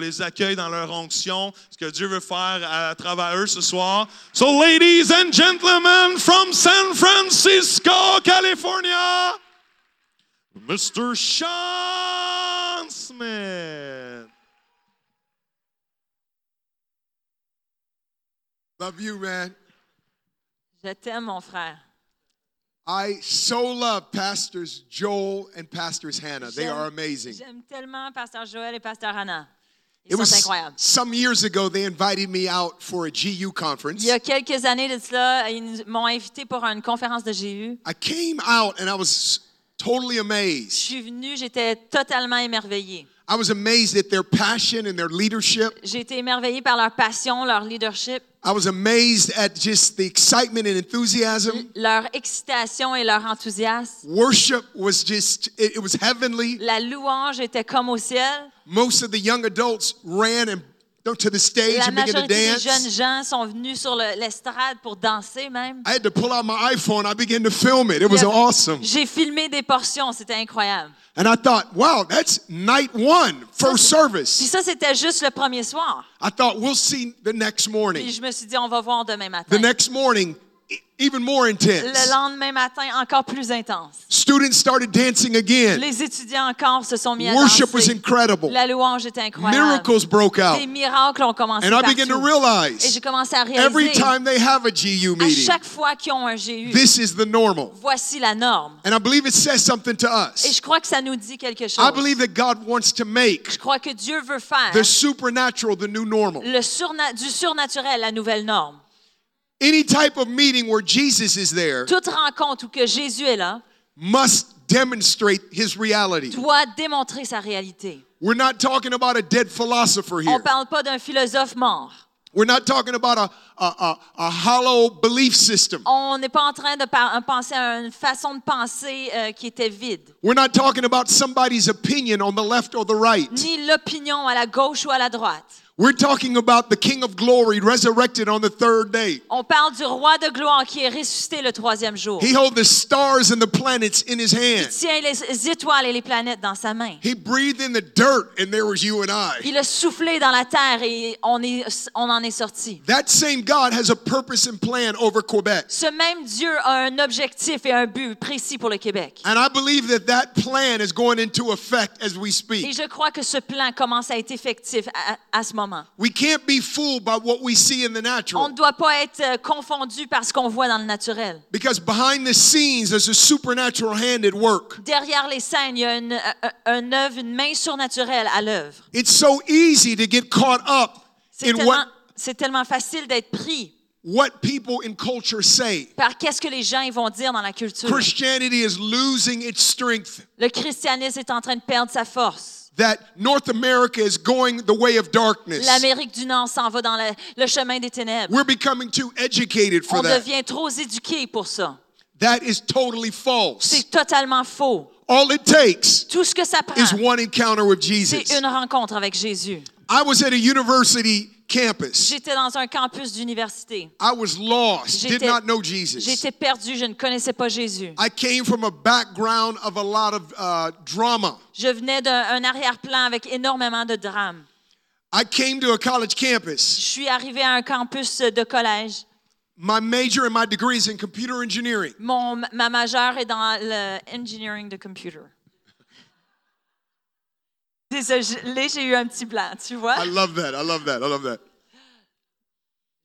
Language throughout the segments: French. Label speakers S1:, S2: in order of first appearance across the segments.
S1: les accueille dans leur onction, ce que Dieu veut faire à travers eux ce soir. So, ladies and gentlemen from San Francisco, California, Mr. Sean Smith.
S2: Love you, man.
S3: Je t'aime, mon frère.
S2: I so love Pastors Joel and Pastors Hannah. They
S3: J'aime-
S2: are amazing.
S3: J'aime tellement Pasteur Joël et Pasteur Anna. Ils
S2: It
S3: sont
S2: was
S3: incroyables.
S2: some years ago, they invited me out for a GU conference.
S3: Il y a quelques années de cela, ils nous- m'ont invité pour une conférence de GU.
S2: I came out and I was totally
S3: Je
S2: amazed.
S3: suis venue, j'étais totalement émerveillée.
S2: I was amazed at their passion and their leadership.
S3: J'ai été émerveillée par leur passion, leur leadership,
S2: I was amazed at just the excitement and enthusiasm.
S3: leur excitation et leur enthousiasme.
S2: Worship was just, it, it was heavenly.
S3: La louange était comme au ciel.
S2: Most of the young adults ran and to the stage
S3: La
S2: and began to
S3: majorité des
S2: dance.
S3: jeunes gens sont venus sur le- l'estrade pour danser même.
S2: I had to pull out my iPhone. I began to film it. It was
S3: Yep.
S2: awesome.
S3: J'ai filmé des portions, c'était incroyable.
S2: And I thought, wow, that's night one, first
S3: Puis
S2: service.
S3: ça, c'était juste le premier soir.
S2: I thought, we'll see the next
S3: Puis
S2: morning.
S3: je me suis dit, on va voir demain matin.
S2: The next morning, e- even more
S3: Le
S2: intense.
S3: lendemain matin, encore plus intense.
S2: Students started dancing again.
S3: Les étudiants encore se sont mis à
S2: Worship was
S3: danser.
S2: incredible.
S3: La louange était incroyable.
S2: Miracles broke out.
S3: Des miracles ont commencé
S2: And I began to
S3: partout. Et
S2: realize
S3: j'ai commencé à
S2: every
S3: réaliser,
S2: time they have a GU
S3: à
S2: meeting,
S3: chaque fois qu'ils ont un GU,
S2: this is the normal.
S3: voici la norme.
S2: And I believe it says something to
S3: Et
S2: us.
S3: je crois que ça nous dit quelque chose.
S2: I believe that God wants to make
S3: Je crois que Dieu veut faire
S2: the supernatural the new normal.
S3: le surna- du surnaturel la nouvelle norme.
S2: Any type of meeting where Jesus is there
S3: Toute rencontre où que Jésus est là
S2: must demonstrate his reality.
S3: doit démontrer sa réalité.
S2: We're not talking about a dead philosopher
S3: On
S2: here.
S3: parle pas d'un philosophe mort.
S2: We're not talking about a, a, a, a hollow belief system.
S3: On n'est pas en train de par- penser à une façon de penser euh, qui était vide,
S2: We're not talking about somebody's opinion on the left or the right.
S3: ni l'opinion à la gauche ou à la droite.
S2: We're talking about the King of Glory resurrected on the third day.
S3: On parle du roi de gloire qui est ressuscité le troisième jour.
S2: He held the stars and the planets in his hand.
S3: tient les étoiles et les planètes dans sa main.
S2: He breathed in the dirt, and there was you and I.
S3: Il a soufflé dans la terre et on, est, on en est sorti.
S2: That same God has a purpose and plan over Quebec.
S3: Ce même Dieu a un objectif et un but précis pour le Québec.
S2: And I believe that that plan is going into effect as we
S3: Et
S2: speak.
S3: je crois que ce plan commence à être effectif à, à ce moment.
S2: We can't be fooled by what we see in the natural.
S3: On ne doit pas être euh, confondu par ce qu'on voit dans le naturel.
S2: Because behind the scenes, there's a supernatural hand at work.
S3: Derrière les scènes, il y a une, un- un œuvre, une main surnaturelle à l'œuvre.
S2: It's so easy to get caught up
S3: C'est
S2: in
S3: tellement,
S2: what,
S3: c'est tellement facile d'être pris
S2: what people in culture say.
S3: par qu'est-ce que les gens ils vont dire dans la culture.
S2: Christianity is losing its strength,
S3: Le christianisme est en train de perdre sa force.
S2: that North America is going the way of darkness.
S3: L'Amérique du Nord s'en va dans le, le chemin des ténèbres.
S2: We're becoming too educated
S3: On
S2: for that.
S3: devient trop éduqué pour ça.
S2: That is totally false.
S3: C'est totalement faux.
S2: All it takes
S3: Tout ce que ça prend,
S2: is one encounter with Jesus.
S3: Ah. c'est une rencontre avec Jésus.
S2: I was at a university campus.
S3: J'étais dans un campus d'université.
S2: I was lost, did
S3: J'étais-
S2: not know Jesus.
S3: J'étais perdue, je ne connaissais pas Jésus.
S2: I came from a background of a lot of uh, drama.
S3: Je venais d'un un arrière-plan avec énormément de drames.
S2: I came to a college
S3: Je
S2: campus.
S3: suis arrivée à un campus de collège.
S2: My major and my degree is in computer engineering.
S3: Mon, ma majeure est dans le engineering de computer. Désolée, j'ai eu un petit blanc, tu vois.
S2: I love that. I love that. I love that.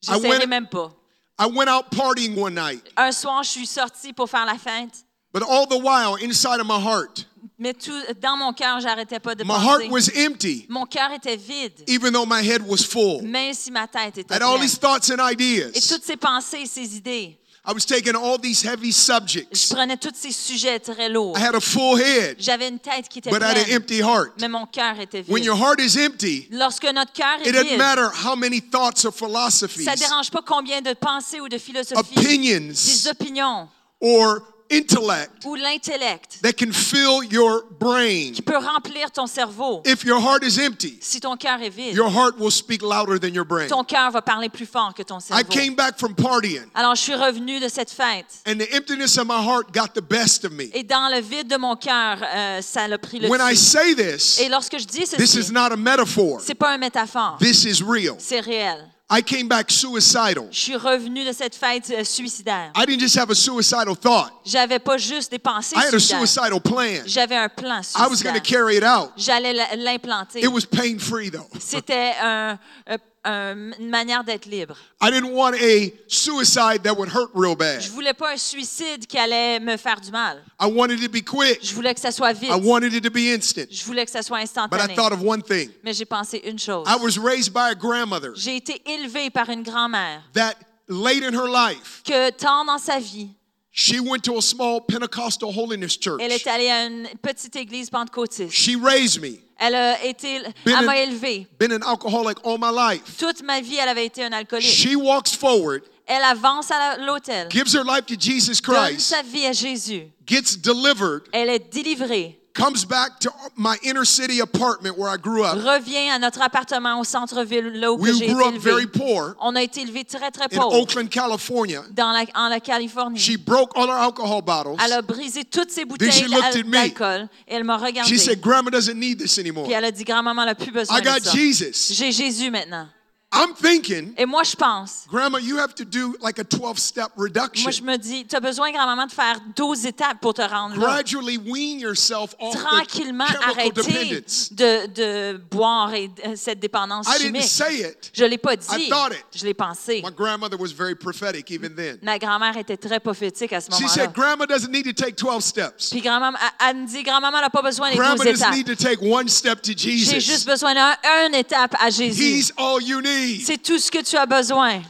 S3: Je
S2: I went-
S3: même pas.
S2: I went out partying one night,
S3: Un soir, je suis sortie pour faire la fête,
S2: but all the while, inside of my heart,
S3: mais tout dans mon cœur, j'arrêtais pas de
S2: my
S3: penser.
S2: heart was empty,
S3: Mon cœur était vide,
S2: even though my head was full.
S3: même si ma tête était
S2: I had all
S3: pleine.
S2: these thoughts and
S3: Et
S2: ideas.
S3: toutes ces pensées, et ces idées,
S2: I was taking all these heavy
S3: je
S2: subjects.
S3: prenais tous ces sujets très lourds.
S2: I had a full head,
S3: J'avais une tête qui était
S2: but I had an
S3: pleine,
S2: empty heart.
S3: mais mon cœur était
S2: When
S3: vide.
S2: your heart is empty,
S3: Lorsque notre cœur
S2: it
S3: est
S2: doesn't
S3: vide,
S2: matter how many thoughts or philosophies,
S3: ça dérange pas combien de pensées ou de philosophies,
S2: opinions,
S3: des opinions
S2: or intellect
S3: ou l'intellect
S2: that can fill your brain.
S3: qui peut remplir ton cerveau.
S2: If your heart is empty,
S3: Si ton cœur est vide,
S2: your heart will speak louder than your brain.
S3: ton cœur va parler plus fort que ton
S2: I
S3: cerveau.
S2: came back from partying,
S3: Alors je suis revenu de cette fête
S2: and the emptiness of my heart got the best of me.
S3: et dans le vide de mon cœur, euh, ça l'a pris le
S2: When I
S3: dessus.
S2: say this,
S3: Et lorsque je dis
S2: this is
S3: ceci,
S2: not a metaphor.
S3: c'est pas une métaphore,
S2: This is real.
S3: c'est réel.
S2: I came back suicidal.
S3: Je suis revenu de cette fête euh, suicidaire.
S2: I didn't just have a suicidal thought.
S3: J'avais pas juste des pensées
S2: I had a
S3: suicidaires.
S2: suicidal plan.
S3: J'avais un plan
S2: I was going to
S3: suicidaire.
S2: carry it out.
S3: J'allais la- l'implanter.
S2: It was pain free though.
S3: C'était un- un- un- une manière d'être libre.
S2: I didn't want a suicide that would hurt real bad.
S3: Je voulais pas un suicide qui allait me faire du mal.
S2: I wanted it to be quick.
S3: Je voulais que ça soit vite.
S2: I wanted it to be instant.
S3: Je voulais que ça soit
S2: But I
S3: instantané.
S2: thought of one thing.
S3: Mais j'ai pensé une chose.
S2: I was raised by a grandmother
S3: J'ai été élevée par une grand-mère
S2: that late in her life,
S3: que tant dans sa vie,
S2: she went to a small Pentecostal holiness church.
S3: elle est allée à une petite église pentecôtiste.
S2: She raised me,
S3: Elle a été,
S2: Been
S3: elle
S2: an-
S3: m'a élevée.
S2: been an alcoholic all my life.
S3: Toute ma vie, elle avait été un alcoolique.
S2: She walks forward,
S3: Elle avance à la- l'autel,
S2: gives her life to Jesus
S3: donne
S2: Christ,
S3: sa vie à Jésus.
S2: gets delivered,
S3: Elle est délivrée,
S2: comes back to my inner city apartment where I grew up.
S3: revient à notre appartement au centre-ville, là où que
S2: We
S3: j'ai été
S2: grew up very
S3: élevée.
S2: poor
S3: On a été élevés très, très
S2: in
S3: pauvres
S2: Oakland, California.
S3: dans la, en la Californie.
S2: She broke all her alcohol bottles.
S3: Elle a brisé toutes ses
S2: she
S3: bouteilles
S2: looked at
S3: d'al-
S2: me.
S3: d'alcool et elle m'a regardée.
S2: She said, Grandma doesn't need this anymore.
S3: Puis elle a dit, grand-maman n'a plus besoin
S2: I got
S3: de ça.
S2: Jesus.
S3: J'ai Jésus maintenant.
S2: I'm thinking,
S3: Et moi, je pense,
S2: Grandma, you have to do like a 12 step
S3: moi, je
S2: reduction.
S3: me dis, tu as besoin, grand-maman, de faire 12 étapes pour te rendre là.
S2: Gradually wean yourself off the
S3: Tranquillement,
S2: chemical
S3: arrêter
S2: dependence.
S3: de, de boire et euh, cette dépendance
S2: I didn't
S3: chimique.
S2: say it.
S3: Je l'ai pas dit,
S2: I thought it.
S3: je l'ai pensé.
S2: My grandmother was very prophetic even then.
S3: Ma grand-mère était très prophétique à ce
S2: She
S3: moment-là.
S2: said, Grandma doesn't need to take 12 steps.
S3: Puis grand-maman, elle- elle me dit, grand-maman n'a pas besoin des
S2: Grandma
S3: 12
S2: just
S3: étapes.
S2: need to take one step to
S3: J'ai juste
S2: Jesus.
S3: besoin d'un une étape à Jésus.
S2: He's all you need.
S3: C'est tout ce que tu as besoin.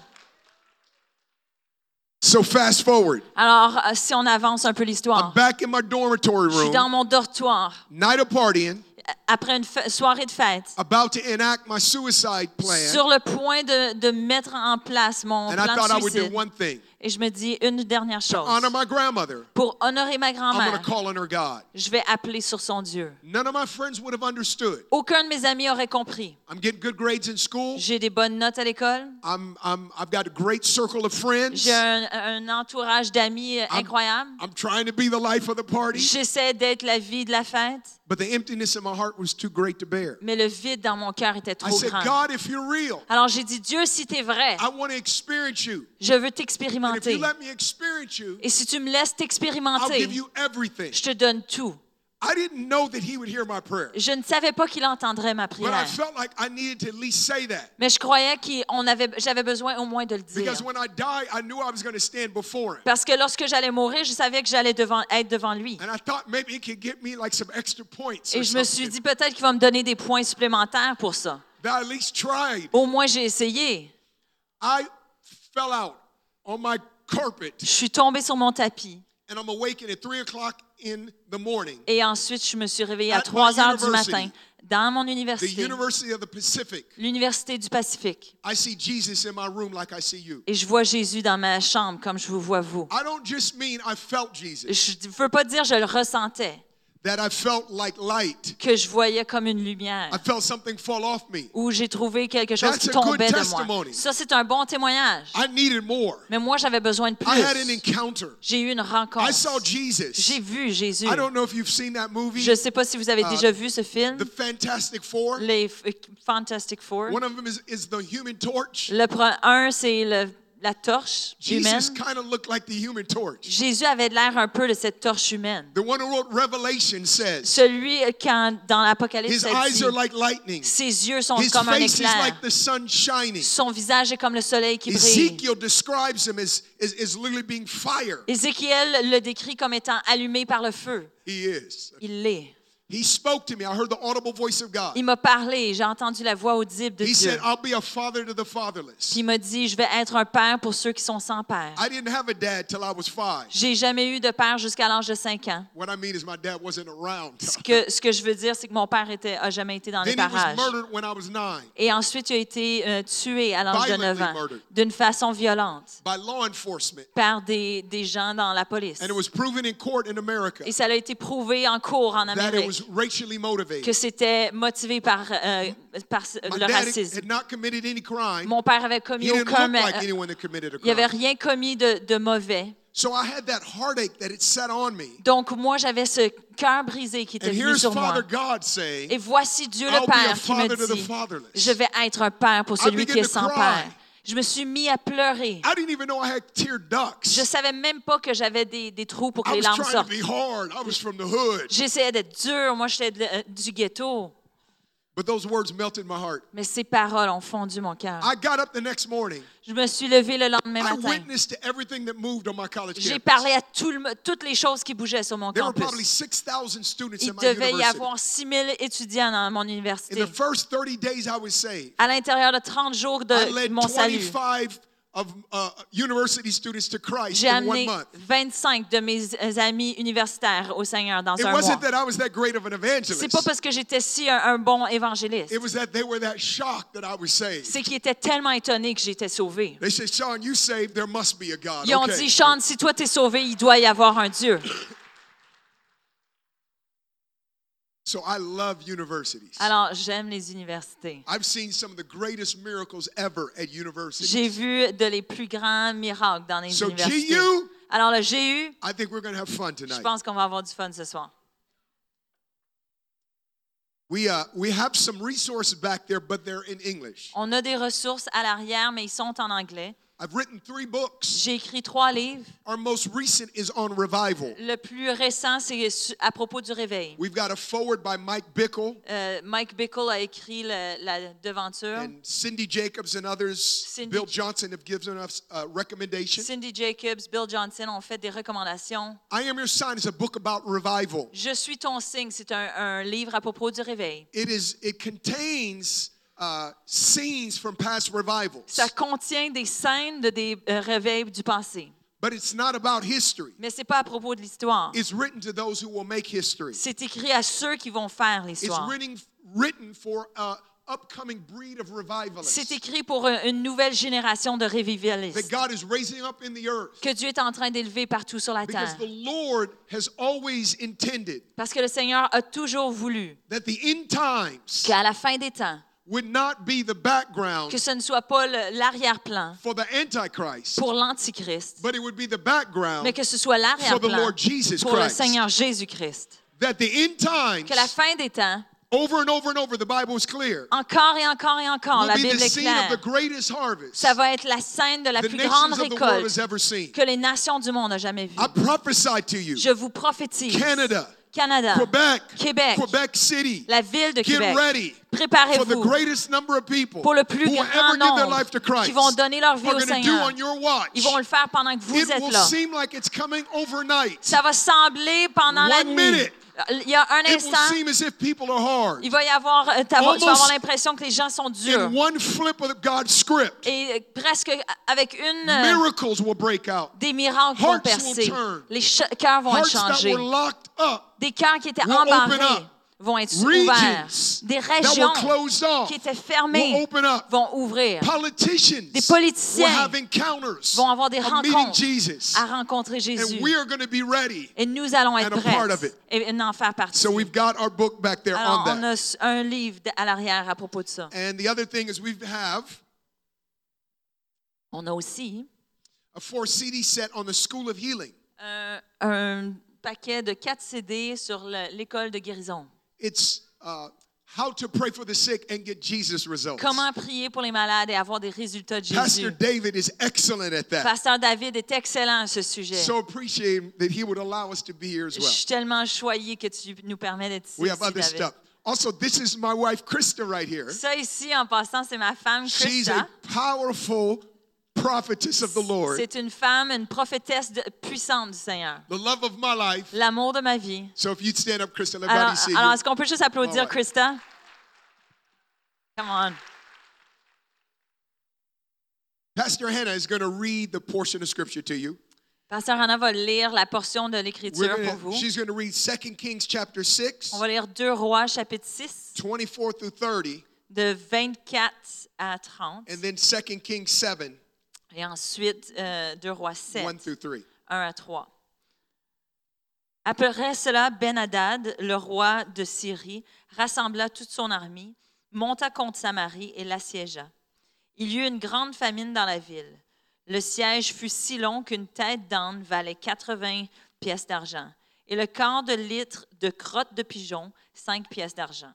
S2: So fast forward.
S3: Alors, euh, si on avance un peu l'histoire,
S2: I'm back in my dormitory
S3: je suis dans
S2: room,
S3: mon dortoir
S2: night of partying,
S3: euh, après une fe- soirée de fête,
S2: about to enact my suicide plan.
S3: sur le point de, de mettre en place mon
S2: And I
S3: plan
S2: thought I
S3: de
S2: would do
S3: suicide.
S2: one thing
S3: Et je me dis une dernière chose.
S2: honor my grandmother.
S3: Pour honorer ma
S2: I'm going
S3: grand-mère,
S2: to call on her God.
S3: je vais appeler sur son Dieu.
S2: None of my friends would have understood.
S3: Aucun de mes amis aurait compris.
S2: I'm getting good grades in school.
S3: J'ai des bonnes notes à l'école.
S2: I'm, I'm, I've got a great circle of friends.
S3: J'ai un, un entourage d'amis euh,
S2: I'm-
S3: incroyable.
S2: I'm trying to be the life of the party.
S3: J'essaie d'être la vie de la fête,
S2: But the emptiness in my heart was too great to bear.
S3: mais le vide dans mon cœur était
S2: I
S3: trop
S2: said,
S3: grand.
S2: God, if you're real,
S3: Alors j'ai dit, Dieu, si t'es vrai,
S2: I want to experience you.
S3: je veux
S2: And if you
S3: t'expérimenter.
S2: let me experience you,
S3: Et si tu me laisses
S2: I'll
S3: t'expérimenter,
S2: give you everything.
S3: je te donne tout.
S2: I didn't know that he would hear my prayer,
S3: Je ne savais pas qu'il entendrait ma
S2: but I
S3: prière,
S2: felt like I needed to at least say that.
S3: mais je croyais qu'on avait, j'avais besoin au moins de le dire.
S2: Because when I die, I knew I was going to stand before him.
S3: Parce que lorsque j'allais mourir, je savais que j'allais devant, être devant lui.
S2: And I thought maybe it could get me like some extra points. Or
S3: Et je me suis
S2: something.
S3: dit, peut-être qu'il va me donner des points supplémentaires pour ça.
S2: That I at least tried.
S3: Au moins, j'ai essayé.
S2: I fell out on my
S3: Je
S2: carpet
S3: suis tombée sur mon tapis.
S2: and I'm awakened at 3 o'clock in the morning.
S3: Et ensuite, je me suis réveillée
S2: At
S3: à
S2: my
S3: 3 heures du
S2: university.
S3: matin dans mon
S2: The
S3: université,
S2: University of the Pacific.
S3: l'Université du Pacifique.
S2: I see Jesus in my room like I see you.
S3: Et je vois Jésus dans ma chambre comme je vous vois vous.
S2: I don't just mean I felt Jesus,
S3: Je ne veux pas dire je le ressentais,
S2: that I felt like light.
S3: que je voyais comme une lumière,
S2: I felt something fall off me.
S3: où j'ai trouvé quelque chose
S2: That's
S3: qui
S2: a good
S3: tombait de moi.
S2: testimony.
S3: Ça, c'est un bon témoignage.
S2: I needed more.
S3: Mais moi, j'avais besoin de
S2: I had an
S3: plus.
S2: encounter.
S3: J'ai eu une
S2: I saw
S3: rencontre. J'ai
S2: Jesus.
S3: vu Jésus.
S2: I don't know if you've seen that movie,
S3: Je ne sais pas si vous avez
S2: Uh,
S3: déjà vu ce film,
S2: The Fantastic Four.
S3: les F- Fantastic Four.
S2: One of them is, is the human torch.
S3: Le pre- un, c'est le- la torche humaine.
S2: Jesus kind of looked like the human torch.
S3: Jésus avait l'air un peu de cette torche humaine.
S2: The one who wrote Revelation says,
S3: Celui euh, quand dans l'Apocalypse,
S2: His
S3: ça dit,
S2: eyes are like lightning,
S3: ses yeux sont
S2: His
S3: comme un
S2: face is
S3: éclair,
S2: like the sun shining.
S3: son visage est comme le soleil qui brille.
S2: Ezekiel describes him as, as, as literally being fire.
S3: Ézéchiel le décrit comme étant allumé par le feu.
S2: He is.
S3: Il l'est.
S2: He spoke to me. I heard the audible voice of God.
S3: Il m'a parlé, j'ai entendu la voix audible de
S2: He
S3: Dieu.
S2: said, "Ah, I'll be a father to the fatherless.
S3: Puis il m'a dit, je vais être un père pour ceux qui sont sans père.
S2: I didn't have a dad till I was five.
S3: J'ai jamais eu de père jusqu'à l'âge de 5 ans.
S2: What I mean is, my dad wasn't around.
S3: Ce que, ce que je veux dire, c'est que mon père était, a jamais été dans les
S2: Then he was
S3: parages.
S2: murdered when I was nine
S3: Et ensuite, il a été euh, tué à l'âge de
S2: Violently
S3: 9 ans
S2: murdered.
S3: d'une façon violente
S2: by law enforcement.
S3: par des, des gens dans la police.
S2: And it was proven in court in America
S3: Et ça a été prouvé en cours en
S2: that it
S3: Amérique
S2: was racially motivated.
S3: que c'était motivé par, euh, par
S2: My
S3: le
S2: dad
S3: racisme.
S2: had not committed any crime.
S3: Mon père avait
S2: He
S3: commis
S2: didn't
S3: aucun...
S2: look like
S3: euh,
S2: anyone that committed a
S3: il n'avait
S2: crime.
S3: rien commis de, de mauvais.
S2: So I had that heartache that it set on me.
S3: Donc, moi, j'avais ce cœur brisé qui était
S2: And
S3: venu
S2: here's
S3: sur moi.
S2: Father God saying,
S3: Et voici Dieu le
S2: I'll be a
S3: Père qui me
S2: father to the
S3: dit,
S2: fatherless.
S3: je vais être un père pour celui
S2: began
S3: qui est
S2: to
S3: sans
S2: cry.
S3: père. Je me suis mis à pleurer.
S2: I didn't even know I had tear ducts.
S3: Je savais même pas que j'avais des, des trous pour que
S2: I
S3: les
S2: was
S3: larmes
S2: trying to
S3: sortent.
S2: be hard. I was from the hood.
S3: J'essayais d'être dur, moi j'étais de- euh, du ghetto,
S2: But those words melted my heart.
S3: mais ces paroles ont fondu mon cœur.
S2: I got up the next morning.
S3: Je me suis levée le lendemain
S2: I
S3: matin.
S2: witnessed to everything that moved on my college
S3: J'ai
S2: campus.
S3: parlé à tout le mo- toutes les choses qui bougeaient sur mon
S2: There were probably
S3: campus.
S2: 6,000 students
S3: Il
S2: in my
S3: devait y
S2: university.
S3: avoir 6000 étudiants dans mon
S2: In
S3: université.
S2: the first 30 days I was saved,
S3: À l'intérieur de 30 jours
S2: I
S3: de
S2: led
S3: Euh, mon salut,
S2: 25 of uh, university students to Christ
S3: j'ai
S2: in one
S3: amené
S2: month.
S3: 25 de mes euh, amis universitaires au Seigneur dans
S2: It
S3: un mois.
S2: wasn't that I was that great of an
S3: C'est pas
S2: evangelist.
S3: parce que j'étais si un, un bon évangéliste.
S2: It was that they were that shocked that I was saved.
S3: C'est qu'ils étaient tellement étonnés que j'étais sauvée.
S2: They said, Sean, you saved. There must be a God.
S3: Ils ont
S2: Okay.
S3: dit, Sean, si toi t'es sauvé, il doit y avoir un Dieu.
S2: So I love universities.
S3: Alors, j'aime les universités.
S2: I've seen some of the greatest miracles ever at universities.
S3: J'ai vu de les plus grands miracles dans les
S2: So,
S3: universités.
S2: GU?
S3: Alors, le GU,
S2: I think we're going to have fun
S3: je
S2: tonight.
S3: pense qu'on va avoir du fun ce soir.
S2: We, uh, we have some resources back there, but they're in English.
S3: On a des ressources à l'arrière, mais ils sont en anglais.
S2: I've written three books.
S3: J'ai écrit trois livres.
S2: Our most recent is on revival.
S3: Le plus récent, c'est su- à propos du réveil.
S2: We've got a forward by Mike Bickle
S3: Euh, Mike Bickle a écrit le- la devanture.
S2: and Cindy Jacobs and others.
S3: Cindy-
S2: Bill Johnson have given us a recommendation.
S3: Cindy Jacobs, Bill Johnson ont fait des recommandations.
S2: I Am Your Sign is a book about revival.
S3: Je suis ton signe, c'est un, un livre à propos du réveil.
S2: It is. It contains uh, scenes from past revivals,
S3: Ça contient des scènes de des euh, réveils du passé,
S2: but it's not about history.
S3: mais c'est pas à propos de l'histoire.
S2: It's written to those who will make history.
S3: C'est écrit à ceux qui vont faire
S2: It's
S3: l'histoire.
S2: written written for a upcoming breed of revivalists
S3: C'est écrit pour un- une nouvelle génération de
S2: that
S3: révivalistes
S2: God is raising up in the earth.
S3: que Dieu est en train d'élever partout sur la
S2: Because
S3: terre.
S2: the Lord has always intended
S3: Parce que le Seigneur a toujours voulu
S2: that the end times
S3: qu'à la fin des temps,
S2: would not be the background
S3: que ce ne soit pas le- l'arrière-plan
S2: for the Antichrist,
S3: pour l'Antichrist,
S2: but it would be the
S3: mais
S2: background
S3: que ce soit
S2: for the
S3: l'arrière-plan
S2: Lord Jesus
S3: pour le
S2: Christ.
S3: Seigneur Jésus-Christ.
S2: That the end times,
S3: Que la fin des temps,
S2: over and over and over, the Bible is clear,
S3: encore et encore et encore,
S2: will
S3: Ah, la
S2: be the
S3: Bible est
S2: scene of
S3: claire.
S2: the greatest harvest
S3: Ça va être la scène de la
S2: the
S3: plus grande
S2: nations of the world
S3: récolte
S2: has ever seen.
S3: que les nations du monde n'ont jamais vue.
S2: I prophesy to you,
S3: Je vous prophétise.
S2: Canada,
S3: Canada,
S2: Quebec,
S3: Québec,
S2: Quebec City,
S3: la ville de
S2: get
S3: Québec.
S2: ready for the
S3: Préparez-vous
S2: greatest number of people
S3: pour le plus
S2: who will
S3: grand
S2: ever give their
S3: nombre
S2: life to Christ
S3: qui vont donner leur vie
S2: are
S3: au
S2: going to do
S3: Seigneur.
S2: on your watch.
S3: Ils vont le faire pendant que vous
S2: it
S3: êtes
S2: will
S3: là.
S2: seem like it's coming overnight.
S3: Ça va sembler pendant la
S2: One
S3: nuit.
S2: minute.
S3: Il y a un
S2: it will
S3: instant,
S2: seem as if people are hard.
S3: il va y avoir, euh, t'as- tu vas avoir
S2: Almost
S3: l'impression que les gens sont durs.
S2: In one flip of God's script,
S3: Et euh, presque avec une, euh,
S2: miracles will break out.
S3: des miracles vont
S2: Hearts will
S3: percer.
S2: turn.
S3: Les ch- cœurs vont être
S2: Hearts that
S3: changés.
S2: were locked up,
S3: Des cœurs qui étaient
S2: will open
S3: embarrés
S2: up.
S3: vont être ouverts.
S2: regions
S3: Des
S2: that were
S3: régions
S2: closed off
S3: qui étaient
S2: will
S3: fermées
S2: open up.
S3: vont ouvrir
S2: Politicians
S3: Des
S2: will
S3: politiciens
S2: have encounters
S3: vont avoir des
S2: of meeting
S3: rencontres
S2: Jesus,
S3: à rencontrer Jésus.
S2: and we are going to be ready.
S3: Et nous allons être
S2: and a part of
S3: prêts
S2: it.
S3: et et en faire partie.
S2: So we've got our book back there
S3: Alors,
S2: on
S3: on
S2: that.
S3: a s- un livre d- à l'arrière à propos de ça.
S2: And the other thing is we have
S3: On a aussi
S2: a four CD set on the School of Healing.
S3: un, un paquet de 4 CD sur le- l'école de guérison.
S2: It's uh, how to pray for the sick and get Jesus results.
S3: Comment prier pour les malades et avoir des résultats de
S2: Pastor
S3: Jésus.
S2: David is excellent at that.
S3: Pasteur David est excellent à ce sujet.
S2: So appreciate him that he would allow us to be here as
S3: Je
S2: well.
S3: suis tellement choyée que tu nous permets d'être ici.
S2: We have
S3: ici,
S2: other
S3: David.
S2: stuff. Also, this is my wife Krista right here.
S3: Ça ici, en passant, c'est ma femme
S2: She's a
S3: Krista.
S2: powerful prophetess of the Lord,
S3: C'est une femme, une prophétesse de- puissante du Seigneur.
S2: the love of my life.
S3: L'amour de ma vie.
S2: So if you'd stand up, Krista, let
S3: Alors,
S2: God see
S3: alors,
S2: you.
S3: est-ce qu'on peut juste applaudir
S2: Ouais, ouais.
S3: Krista? Come on.
S2: Pastor Hannah is going to read the portion of scripture to you.
S3: Pasteur Anna va lire la portion de
S2: We're
S3: l'Écriture
S2: gonna-
S3: pour vous.
S2: she's going to read 2 Kings chapter 6,
S3: On va lire 2 Rois, chapitre 6,
S2: 24 through 30,
S3: de 24 à 30.
S2: and then 2 Kings 7,
S3: Et ensuite, euh, 2 Rois 7.
S2: 1 through 3.
S3: 1 à 3. Après cela, Ben-Hadad, le roi de Syrie, rassembla toute son armée, monta contre Samarie et l'assiégea. Il y eut une grande famine dans la ville. Le siège fut si long qu'une tête d'âne valait 80 pièces d'argent et le quart de litre de crotte de pigeon, 5 pièces d'argent.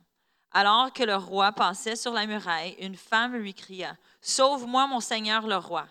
S3: Alors que le roi passait sur la muraille, une femme lui cria Sauve-moi, mon seigneur le roi.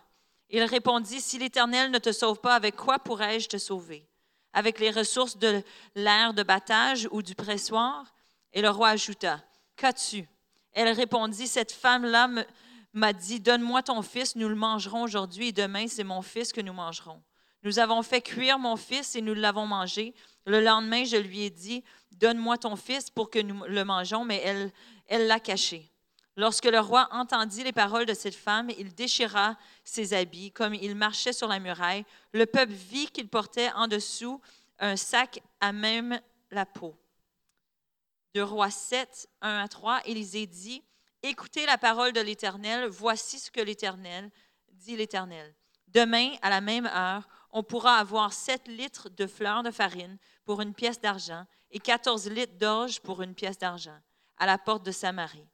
S3: Il répondit Si l'Éternel ne te sauve pas, avec quoi pourrais-je te sauver Avec les ressources de l'air de battage ou du pressoir Et le roi ajouta Qu'as-tu Elle répondit Cette femme-là me- m'a dit Donne-moi ton fils, nous le mangerons aujourd'hui, et demain, c'est mon fils que nous mangerons. Nous avons fait cuire mon fils et nous l'avons mangé. Le lendemain, je lui ai dit Donne-moi ton fils pour que nous le mangeons, mais elle elle l'a caché. Lorsque le roi entendit les paroles de cette femme, il déchira ses habits comme il marchait sur la muraille. Le peuple vit qu'il portait en dessous un sac à même la peau. De Roi 7, 1 à 3, Élisée dit Écoutez la parole de l'Éternel, voici ce que l'Éternel dit l'Éternel. Demain, à la même heure, on pourra avoir sept litres de fleurs de farine pour une pièce d'argent et 14 litres d'orge pour une pièce d'argent à la porte de Samarie.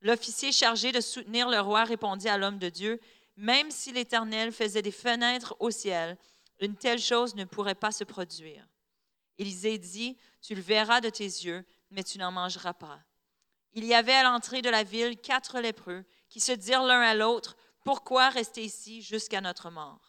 S3: L'officier chargé de soutenir le roi répondit à l'homme de Dieu, Même si l'Éternel faisait des fenêtres au ciel, une telle chose ne pourrait pas se produire. Élisée dit, Tu le verras de tes yeux, mais tu n'en mangeras pas. Il y avait à l'entrée de la ville quatre lépreux qui se dirent l'un à l'autre, Pourquoi rester ici jusqu'à notre mort?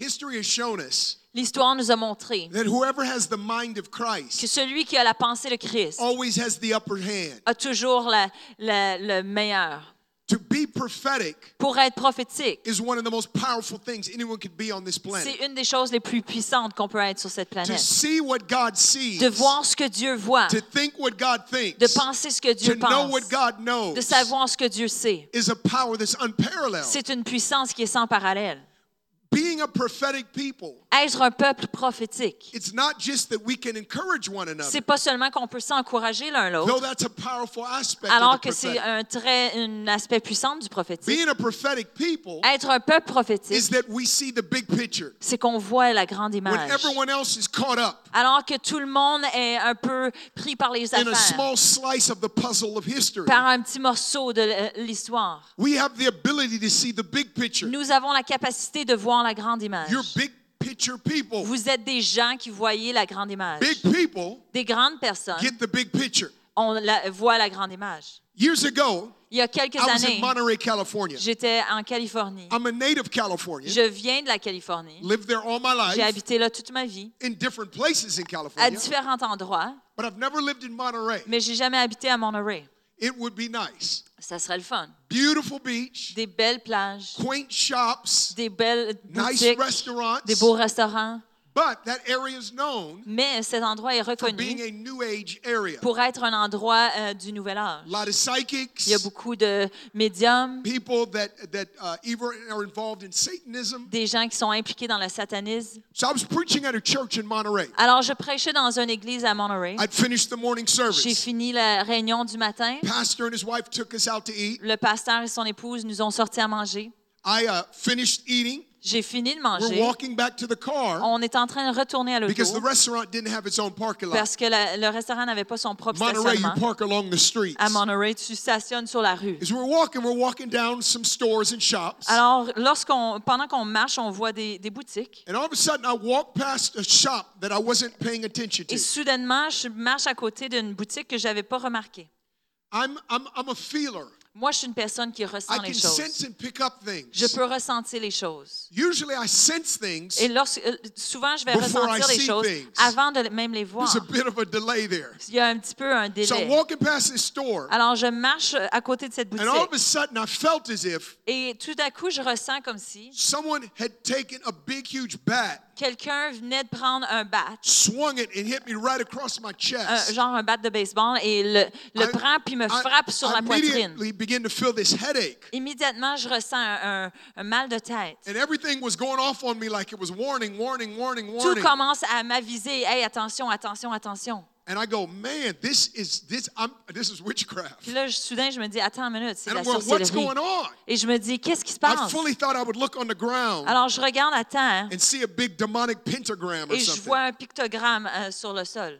S2: History has shown us
S3: L'histoire nous a montré
S2: that whoever has the mind of
S3: que
S2: Christ
S3: celui qui a la pensée de Christ
S2: always has the upper hand.
S3: a toujours la- la- le meilleur.
S2: To be prophetic
S3: Pour être prophétique,
S2: is one of the most powerful things anyone could be on this planet.
S3: C'est une des choses les plus puissantes qu'on peut être sur cette
S2: To
S3: planète.
S2: see what God sees,
S3: De voir ce que Dieu voit,
S2: to think what God thinks,
S3: de penser ce que
S2: to
S3: Dieu
S2: know what
S3: pense,
S2: God knows,
S3: de savoir ce que Dieu sait.
S2: is a power that's unparalleled.
S3: C'est une puissance qui est sans parallèle.
S2: Being a prophetic people,
S3: Être un peuple prophétique,
S2: it's not just that we can encourage one another,
S3: c'est pas seulement qu'on peut s'encourager l'un
S2: though
S3: l'autre,
S2: that's a powerful aspect
S3: alors
S2: of the
S3: que c'est
S2: prophetic.
S3: un très un aspect puissant du prophétique.
S2: Being a prophetic people
S3: Être un peuple
S2: is
S3: prophétique,
S2: that we see the big picture.
S3: c'est qu'on voit la grande
S2: When
S3: image.
S2: everyone else is caught up
S3: Alors que tout le monde est un peu pris par les
S2: in a
S3: affaires,
S2: small slice of the puzzle of history.
S3: par un petit morceau de l- l'histoire.
S2: We have the ability to see the big picture.
S3: Nous avons la capacité de voir la grande image.
S2: You're big picture people.
S3: Vous êtes des gens qui voyez la grande image.
S2: Big people
S3: Des grandes personnes,
S2: get the big picture.
S3: on la, voit la grande image.
S2: Years ago,
S3: Il y a quelques
S2: I was in Ah,
S3: années,
S2: Monterey, California.
S3: j'étais en Californie.
S2: I'm a native Californian.
S3: Je viens de la Californie.
S2: Lived there all my
S3: J'ai
S2: life
S3: habité là toute ma vie,
S2: in different places in
S3: à
S2: California,
S3: différents endroits,
S2: but I've never lived in Monterey.
S3: mais j'ai jamais habité à Monterey.
S2: It would be nice.
S3: Ça serait le fun.
S2: Beautiful beach,
S3: Des belles plages,
S2: quaint shops,
S3: des belles
S2: nice
S3: boutiques, des
S2: restaurants,
S3: beaux restaurants.
S2: but that area is known
S3: Mais cet endroit est
S2: for being
S3: reconnu
S2: a new age area.
S3: pour être un endroit euh, du nouvel âge.
S2: A lot of psychics,
S3: Il y a beaucoup de médiums,
S2: people that that uh, even are involved in Satanism.
S3: des gens qui sont impliqués dans le satanisme.
S2: So I was preaching at a church in Monterey.
S3: Alors, je prêchais dans une église à Monterey.
S2: I'd finished the morning
S3: J'ai
S2: service.
S3: fini la réunion du matin.
S2: Pastor and his wife took us out to eat.
S3: Le pasteur et son épouse nous ont sortis à manger.
S2: I uh, finished eating.
S3: J'ai fini de
S2: We're
S3: manger.
S2: walking back to the car
S3: On est en train de retourner à l'auto
S2: because the restaurant didn't have its own parking lot.
S3: parce que la- le restaurant n'avait pas son propre
S2: Monterey, you
S3: stationnement.
S2: park along the streets.
S3: À Monterey, tu stationnes sur la rue.
S2: As we're walking, we're walking down some stores and shops.
S3: Alors, lorsqu'on, pendant qu'on marche, on voit des, des boutiques.
S2: And all of a sudden, I walk past a shop that I wasn't paying attention
S3: Et
S2: to.
S3: soudainement, je marche à côté d'une boutique que j'avais pas remarquée.
S2: I'm, I'm, I'm a feeler.
S3: Moi, je suis une personne qui ressent
S2: I can
S3: les
S2: sense
S3: choses.
S2: and pick up
S3: Je
S2: things.
S3: peux ressentir les choses.
S2: Usually I sense things.
S3: Et lorsque, euh, souvent, je vais
S2: Before I
S3: ressentir les
S2: see
S3: choses
S2: things.
S3: avant de même les voir.
S2: There's a bit of a delay there.
S3: Il y a un petit peu un
S2: So I'm
S3: délai.
S2: walking past this store,
S3: Alors, je marche à côté de cette
S2: and all of a
S3: boutique
S2: sudden I felt as if
S3: et tout à coup, je ressens comme si
S2: someone had taken a big, huge bat,
S3: quelqu'un venait de prendre un bat,
S2: swung it, and hit me right across my
S3: un-
S2: chest.
S3: genre un bat de baseball, et le, le
S2: I-
S3: prend puis me
S2: I-
S3: frappe sur
S2: I
S3: la poitrine.
S2: immediately begin to feel this headache,
S3: Immédiatement, je ressens un, un- un mal de tête.
S2: and everything was going off on me like it was warning, warning, warning,
S3: Tout
S2: warning.
S3: commence à m'aviser. Hey, attention, attention, attention.
S2: And I go, man, this is this. I'm this is witchcraft.
S3: Puis là, je- soudain, je me dis, attends une minute, c'est
S2: And
S3: la
S2: I'm going, what's
S3: sorcellerie.
S2: going on?
S3: Et je me dis, qu'est-ce qui se
S2: I
S3: passe?
S2: fully thought I would look on the ground
S3: Alors, je regarde, attends, hein,
S2: and see a big demonic pentagram or
S3: et je vois
S2: something.
S3: un pictogramme euh, sur le sol.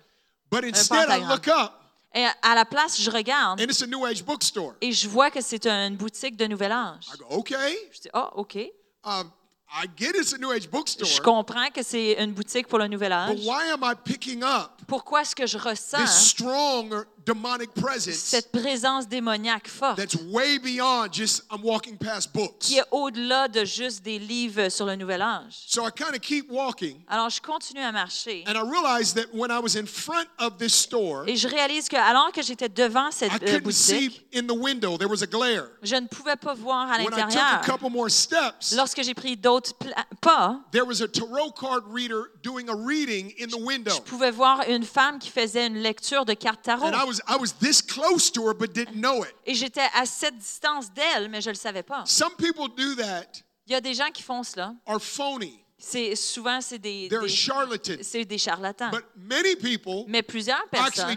S2: But instead, I
S3: pentagramme.
S2: look up,
S3: Et à la place, je regarde,
S2: and it's a New Age bookstore.
S3: et je vois que c'est une boutique de Nouvel Âge.
S2: I Ah, go, okay.
S3: Je dis, ah, OK.
S2: Um, I get it's a New Age
S3: Je
S2: bookstore,
S3: comprends que c'est une boutique pour le Nouvel
S2: but
S3: Âge.
S2: why am I picking up
S3: Pourquoi est-ce que je
S2: this
S3: ressens
S2: strong or demonic presence
S3: cette présence démoniaque forte
S2: that's way beyond just I'm walking past books?
S3: qui est au-delà de juste des livres sur le Nouvel Âge?
S2: So I kind of keep walking,
S3: Alors, je continue à marcher.
S2: and I realize that when I was in front of this store,
S3: Et je réalise que alors que j'étais devant cette
S2: I
S3: euh,
S2: couldn't see
S3: boutique,
S2: in the window. There was a glare.
S3: je ne pouvais pas voir à
S2: When I took a
S3: l'intérieur.
S2: couple more steps,
S3: Lorsque j'ai pris d'autres pla- pas,
S2: there was a tarot card reader doing a reading in the window.
S3: je pouvais voir une femme qui faisait une lecture de carte tarot.
S2: And I was I was this close to her but didn't know it.
S3: Et j'étais à cette distance d'elle, mais je ne le savais pas.
S2: Some people do that
S3: Il y a des gens qui font cela.
S2: are phony.
S3: C'est souvent c'est des,
S2: They're
S3: des-
S2: charlatans.
S3: c'est des charlatans.
S2: But many people
S3: Mais plusieurs
S2: actually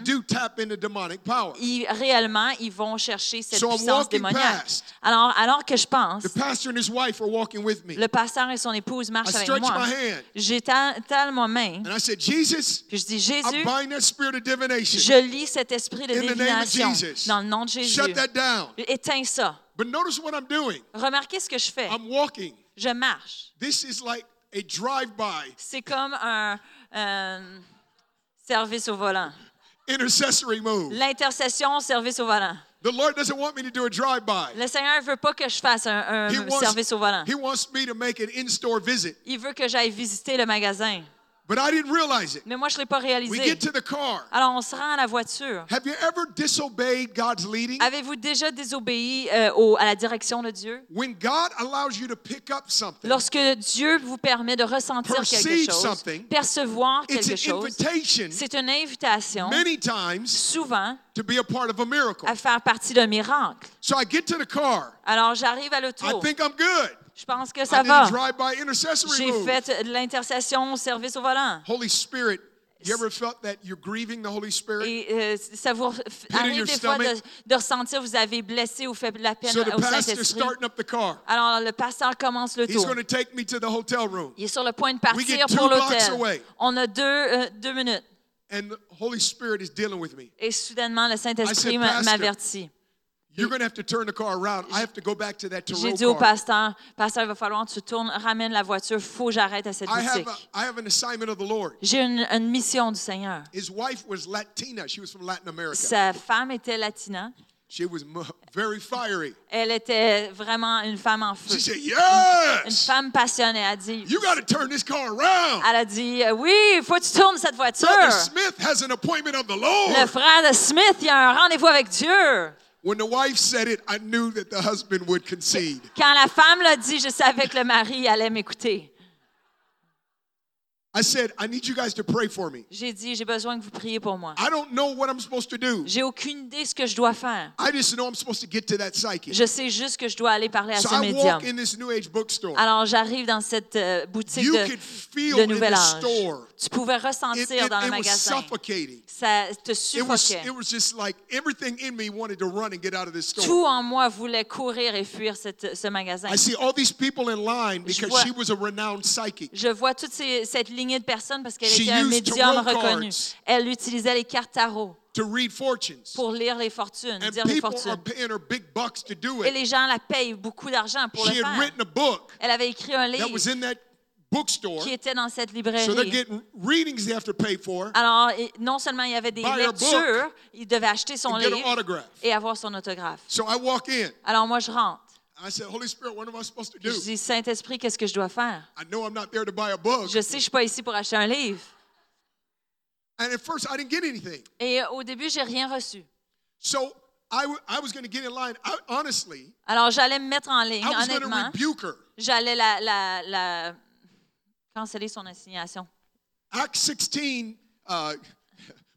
S3: personnes,
S2: do tap into demonic power.
S3: ils, réellement, ils vont chercher cette
S2: So I'm
S3: puissance
S2: walking
S3: démoniaque.
S2: past.
S3: Alors, alors que je pense,
S2: The pastor and his wife are walking with me.
S3: le pasteur et son épouse marchent
S2: I
S3: avec
S2: stretch
S3: moi.
S2: my hand.
S3: J'étale ma main,
S2: And I said, Jesus,
S3: puis je dis,
S2: I
S3: Jésus,
S2: bind that spirit of divination.
S3: je lis cet esprit de
S2: In the name of
S3: divination
S2: Jesus.
S3: dans le nom de Jésus.
S2: Shut that down.
S3: Éteins ça.
S2: But notice what I'm doing.
S3: Remarquez ce que je fais.
S2: I'm walking.
S3: Je marche.
S2: This is like a drive-by
S3: C'est comme un euh, service au volant.
S2: intercessory move.
S3: L'intercession, service au volant.
S2: The Lord doesn't want me to do a drive-by.
S3: Le Seigneur ne veut pas que je fasse un, un
S2: He
S3: service au volant.
S2: wants, he wants me to make an in-store visit.
S3: Il veut que j'aille visiter le magasin.
S2: But I didn't realize it.
S3: Mais moi, je ne l'ai pas
S2: We
S3: réalisé.
S2: get to the car.
S3: Alors, on se rend à la voiture.
S2: Have you ever disobeyed God's leading?
S3: Avez-vous déjà désobéi euh, au- à la direction de Dieu?
S2: When God allows you to pick up something,
S3: Lorsque Dieu vous permet de ressentir
S2: Perceive
S3: quelque chose,
S2: something.
S3: percevoir
S2: it's
S3: quelque
S2: an
S3: chose,
S2: invitation
S3: c'est une invitation,
S2: many times
S3: souvent,
S2: to be a part of a miracle.
S3: à faire partie d'un miracle.
S2: So I get to the car.
S3: Alors, j'arrive à
S2: I
S3: l'auto.
S2: think I'm good.
S3: Je pense que
S2: I
S3: ça
S2: did a
S3: va.
S2: drive-by intercessory
S3: J'ai
S2: move.
S3: fait de l'intercession au service au volant.
S2: Holy Spirit, you ever felt that you're grieving the Holy Spirit?
S3: Et euh, ça vous
S2: in
S3: arrive
S2: your
S3: des fois de,
S2: stomach.
S3: de ressentir vous avez blessé ou fait de la peine
S2: So the
S3: au
S2: pastor's
S3: Saint-Esprit.
S2: starting up the car.
S3: Alors, le pasteur commence le
S2: He's
S3: tour.
S2: going to take me to the hotel room.
S3: Il est sur le point de
S2: We get
S3: partir pour
S2: two blocks
S3: l'hôtel.
S2: away.
S3: On a deux, euh, deux minutes.
S2: And the Holy Spirit is dealing with me.
S3: Et soudainement, le
S2: I
S3: Saint-Esprit
S2: said,
S3: m'a-
S2: "Pastor,
S3: m'avertit.
S2: You're going to have to turn the car around. I have to go back to that
S3: J'ai
S2: Tarot
S3: dit au
S2: car.
S3: pasteur, pasteur, il va falloir que tu tournes, ramène la voiture, faut que j'arrête à cette
S2: I have, a,
S3: boutique.
S2: I have an assignment of the Lord.
S3: J'ai une, une mission du Seigneur.
S2: His wife was Latina. She was from Latin America.
S3: Sa femme était latina.
S2: She was mu- very fiery.
S3: Elle était vraiment une femme en feu.
S2: She said,
S3: Une
S2: Yes!
S3: femme passionnée. Elle a dit,
S2: You got to turn this car around.
S3: elle a dit euh, oui, faut que tu tournes cette voiture.
S2: Brother Smith has an appointment of the
S3: Le
S2: Lord.
S3: frère de Smith, il a un rendez-vous avec Dieu.
S2: When the wife said it, I knew that the husband would concede.
S3: Quand la femme l'a dit, je savais que le mari allait m'écouter.
S2: I said, I need you guys to pray for me.
S3: J'ai dit, j'ai besoin que vous priez pour moi.
S2: I don't know what I'm supposed to do.
S3: J'ai aucune idée ce que je dois faire.
S2: I just know I'm supposed to get to that psyche.
S3: Je sais juste que je dois aller parler à
S2: So
S3: ce
S2: I
S3: médium.
S2: walk in this New Age bookstore.
S3: Alors j'arrive dans cette euh, boutique
S2: You could
S3: de,
S2: feel
S3: de
S2: in
S3: Nouvel
S2: the
S3: Âge.
S2: store.
S3: Tu pouvais
S2: It,
S3: ressentir
S2: it,
S3: dans le
S2: it was
S3: magasin.
S2: suffocating.
S3: Ça te
S2: It was,
S3: suffoquait.
S2: it was just like everything in me wanted to run and get out of this store.
S3: Tout en moi voulait courir et fuir cette- ce magasin.
S2: I see all these people in line
S3: Je
S2: because
S3: vois-
S2: she was a renowned psychic.
S3: Je vois toute ces- cette lignée de personnes parce qu'elle
S2: She
S3: était un
S2: used
S3: médium
S2: tarot
S3: reconnu.
S2: cards.
S3: Elle utilisait les cartes tarot
S2: to read fortunes.
S3: pour lire les fortunes,
S2: And
S3: dire les
S2: people are
S3: fortunes.
S2: paying her big bucks to do
S3: Et
S2: it.
S3: les gens la payent beaucoup d'argent pour le
S2: She had
S3: faire.
S2: written a book
S3: Elle avait écrit un
S2: that was
S3: livre
S2: in that bookstore.
S3: qui était dans cette
S2: So they're
S3: librairie.
S2: getting readings they have to pay for
S3: Alors, et- non seulement il y avait des
S2: Buy a book.
S3: lectures, il devait acheter son
S2: and get an
S3: livre
S2: autograph.
S3: et avoir son autographe.
S2: So I walk in.
S3: Alors moi, je rentre.
S2: I said, Holy Spirit, what am I supposed to
S3: Puis
S2: do?
S3: je dis, Saint-Esprit, qu'est-ce que je dois faire?
S2: I know I'm not there to buy a book.
S3: Je sais, je suis pas ici pour acheter un livre.
S2: And at first, I didn't get anything.
S3: Et euh, au début, j'ai rien reçu.
S2: So I, w- I was going to get in line. I, honestly,
S3: Alors, j'allais me mettre en ligne,
S2: I was going to
S3: honnêtement.
S2: rebuke her.
S3: J'allais la, la, la- canceller son assignation.
S2: Acts 16, uh,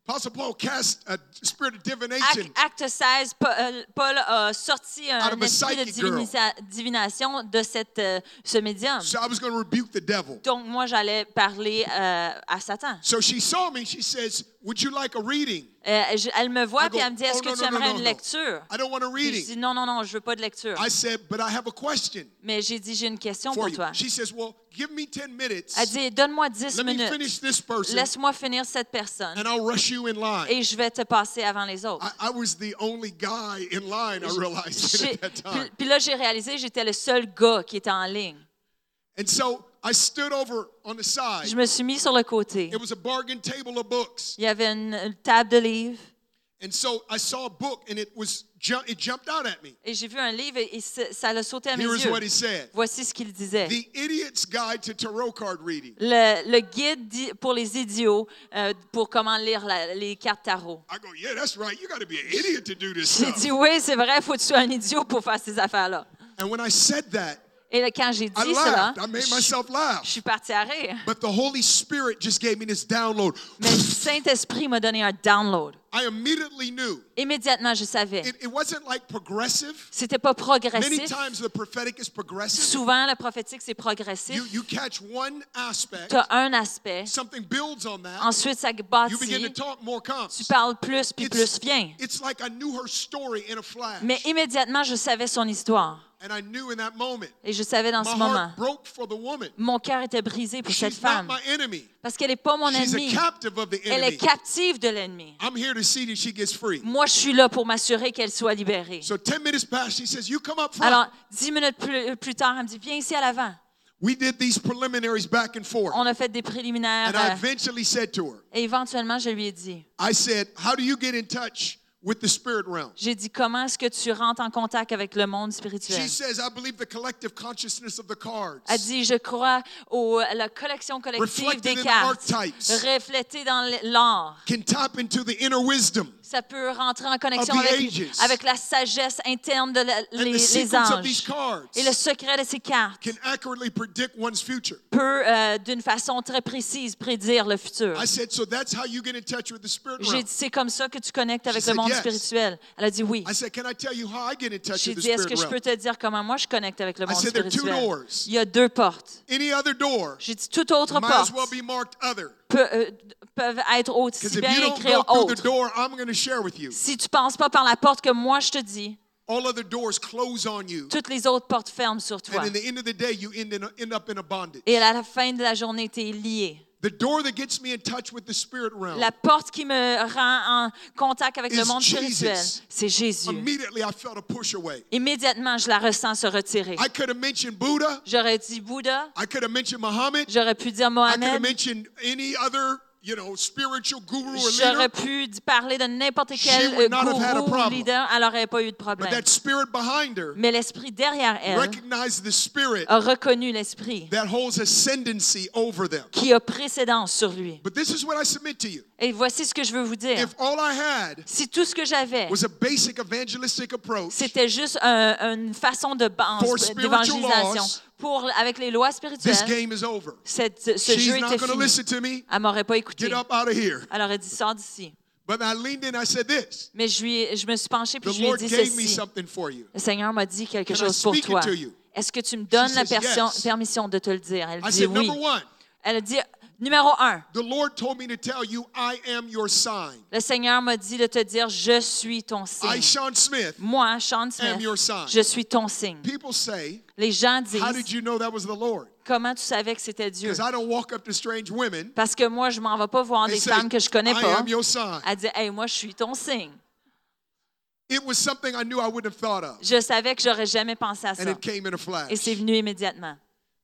S2: Apostle Paul cast a spirit of divination.
S3: Ac- Acte 16, Pa- euh, Paul a sorti
S2: Out
S3: un
S2: of a
S3: esprit de
S2: psychic girl.
S3: divinisa- divination de cette, euh, ce médium.
S2: So I was going to rebuke the devil.
S3: Donc, moi, j'allais parler euh, à Satan.
S2: So she saw me. She says, Would you like a reading?
S3: Euh, je- elle me voit,
S2: I go,
S3: puis elle me dit, est-ce
S2: oh,
S3: que
S2: no,
S3: tu
S2: no, no,
S3: aimerais
S2: no,
S3: une
S2: no.
S3: lecture?
S2: I don't want a
S3: Puis je dis,
S2: reading.
S3: non, non, non, je veux pas de lecture.
S2: I said, But I have a question
S3: Mais j'ai dit, j'ai une question
S2: for
S3: pour
S2: you.
S3: toi.
S2: She says, Well, give me 10 minutes.
S3: Elle dit, donne-moi 10
S2: Let me finish
S3: minutes.
S2: this person
S3: Laisse-moi finir cette personne
S2: and I'll rush you in line.
S3: et je vais te passer avant les autres.
S2: I, I was the only guy in line, I realized
S3: J'ai-
S2: at that time.
S3: puis, puis là, j'ai réalisé, j'étais le seul gars qui était en ligne.
S2: And so I stood over on the side.
S3: Je me suis mis sur le côté.
S2: It was a bargain table of books.
S3: Il y avait une, une table de livres
S2: And so I saw a book and it was ju- it jumped out at me.
S3: et j'ai vu un livre et, et ça ça l'a sauté à mes
S2: Here is what
S3: yeux.
S2: he said.
S3: Voici ce qu'il disait.
S2: The Idiot's Guide to Tarot Card Reading.
S3: Le, le guide di- pour les idiots euh, pour comment lire la- les cartes tarot.
S2: I go, yeah, that's right. You got to be an idiot to do this
S3: J'ai
S2: stuff.
S3: dit oui, c'est vrai, faut que tu sois un idiot pour faire ces affaires-là.
S2: And when I said that,
S3: Et là, quand j'ai dit
S2: I
S3: cela,
S2: laughed. I made
S3: je,
S2: myself
S3: je
S2: laugh.
S3: suis partie à rire.
S2: But the Holy Spirit just gave me this download.
S3: Mais le Saint-Esprit m'a donné un download.
S2: I immediately knew.
S3: Immédiatement, je savais.
S2: It, it wasn't like progressive.
S3: C'était pas
S2: Many
S3: progressif.
S2: times the prophetic is progressive.
S3: Souvent, le prophétique, c'est
S2: You,
S3: progressif.
S2: you catch one aspect,
S3: Tu as un aspect.
S2: something builds on that.
S3: Ensuite, ça
S2: You begin to
S3: bâtit.
S2: talk, more comes.
S3: Tu parles plus, puis
S2: It's,
S3: plus vient.
S2: it's like I knew her story in a flash.
S3: Mais immédiatement, je savais son histoire.
S2: And I knew in that moment,
S3: Et je savais dans
S2: my
S3: ce
S2: heart
S3: moment.
S2: broke for the woman.
S3: Mon cœur était brisé pour cette
S2: She's not
S3: femme.
S2: my enemy.
S3: Parce qu'elle n'est pas mon
S2: She's a
S3: ennemie.
S2: captive of the
S3: Elle est
S2: enemy.
S3: captive de l'ennemi.
S2: I'm here to see that she gets free.
S3: Moi, je suis là pour m'assurer qu'elle soit libérée.
S2: So 10 minutes passed. She says, You come up front.
S3: Alors, dix minutes plus, plus tard, elle me dit, viens ici à l'avant.
S2: we did these preliminaries back and forth.
S3: On a fait des préliminaires.
S2: and
S3: euh,
S2: I eventually said to her,
S3: Et éventuellement, je lui ai dit,
S2: I said, How do you get in touch with the spirit realm?
S3: j'ai dit, comment est-ce que tu rentres en contact avec le monde
S2: She
S3: spirituel?
S2: says, I believe the collective consciousness of the cards.
S3: Elle dit, je crois au- à la collection collective
S2: Reflected
S3: des
S2: in
S3: cartes,
S2: archetypes.
S3: reflétée dans l'art.
S2: can tap into the inner wisdom
S3: Ça peut rentrer en connexion
S2: Of the
S3: avec,
S2: ages.
S3: avec la sagesse interne de la-
S2: and
S3: les,
S2: the
S3: les
S2: secrets of these
S3: anges.
S2: cards
S3: Et le secret de ces cartes
S2: can accurately predict one's future.
S3: peut, euh, d'une façon très précise, prédire le futur.
S2: I said, so that's how you get in touch with the spirit
S3: J'ai
S2: realm.
S3: dit, c'est comme ça que tu connectes avec
S2: She
S3: le monde
S2: said yes.
S3: spirituel. Elle a dit oui.
S2: I said, can I tell you how I get in touch
S3: J'ai
S2: with the
S3: dit, est-ce que
S2: spirit
S3: je peux
S2: realm?
S3: te dire comment moi je connecte avec le monde
S2: said, there are two
S3: spirituel?
S2: doors.
S3: Il y a deux portes.
S2: Any other door
S3: J'ai dit, toute autre
S2: might as
S3: porte
S2: well be marked other.
S3: peut- euh, peuvent être
S2: Because
S3: aussi
S2: if you
S3: bien
S2: don't go
S3: écrites
S2: through the
S3: autres.
S2: door, I'm going to share with you.
S3: Si tu passes pas par la porte que moi je te dis,
S2: All other doors close on you.
S3: toutes les autres portes ferment sur toi.
S2: And in the end of the day, you end, in, end up in a bondage.
S3: Et à la fin de la journée, tu es lié.
S2: The door that gets me in touch with the spirit realm,
S3: La porte qui me rend en contact avec le
S2: Is
S3: monde spirituel,
S2: Jesus.
S3: c'est Jésus.
S2: immediately I felt a push away.
S3: Immédiatement, je la ressens se retirer.
S2: I could have mentioned Buddha.
S3: J'aurais dit Bouddha,
S2: I could have mentioned Muhammad.
S3: j'aurais pu dire
S2: I could have
S3: Mohamed,
S2: mentioned any other, you know, spiritual guru or
S3: j'aurais
S2: leader.
S3: pu d- parler de n'importe
S2: She
S3: quel
S2: would
S3: euh,
S2: not have had a
S3: gourou ou
S2: problem.
S3: leader, elle n'aurait pas eu de
S2: But
S3: problème.
S2: that spirit behind her
S3: Mais l'esprit derrière elle
S2: recognized the spirit
S3: a reconnu l'esprit
S2: that holds ascendancy over them.
S3: qui a précédence sur lui.
S2: But this is what I submit to you.
S3: Et voici ce que je veux vous dire.
S2: If all I had
S3: Si tout ce que j'avais,
S2: was a basic evangelistic approach,
S3: c'était juste un- une façon de ban-
S2: For spiritual
S3: d'évangélisation
S2: laws,
S3: pour avec les lois
S2: this
S3: spirituelles.
S2: game is over.
S3: cette- ce ce
S2: She's
S3: jeu
S2: not
S3: était
S2: going to
S3: fini.
S2: listen to me.
S3: Elle m'aurait pas écouté.
S2: Get up out of here.
S3: Elle aurait dit sors d'ici.
S2: But I leaned in. I said this.
S3: Mais je, lui ai- je me suis penchée puis
S2: The
S3: je lui ai
S2: Lord
S3: dit
S2: gave me
S3: ceci.
S2: something for you.
S3: Le Seigneur m'a dit quelque
S2: Can I
S3: chose pour
S2: speak it
S3: toi.
S2: to you?
S3: Est-ce que tu me donnes
S2: She
S3: la
S2: says
S3: persion-
S2: yes.
S3: permission de te le dire? Elle
S2: I
S3: dit
S2: said,
S3: oui.
S2: number one,
S3: Elle dit numéro un.
S2: the Lord told me to tell you, I am your sign.
S3: Le Seigneur m'a dit de te dire je suis ton signe.
S2: I, Sean Smith.
S3: Moi, Sean Smith,
S2: am your sign.
S3: je suis ton signe.
S2: People say,
S3: Les gens
S2: how did
S3: disent
S2: you know that was the Lord?
S3: comment tu savais que c'était Dieu?
S2: Because I don't walk up to strange women
S3: Parce que moi, je m'en vais pas voir
S2: and
S3: des
S2: say,
S3: femmes que je connais
S2: I
S3: pas.
S2: am your sign.
S3: Elle dit hey, moi, je suis ton signe.
S2: It was something I knew I wouldn't have thought of.
S3: Je savais que j'aurais jamais pensé à ça.
S2: And it came in a flash.
S3: Et c'est venu immédiatement.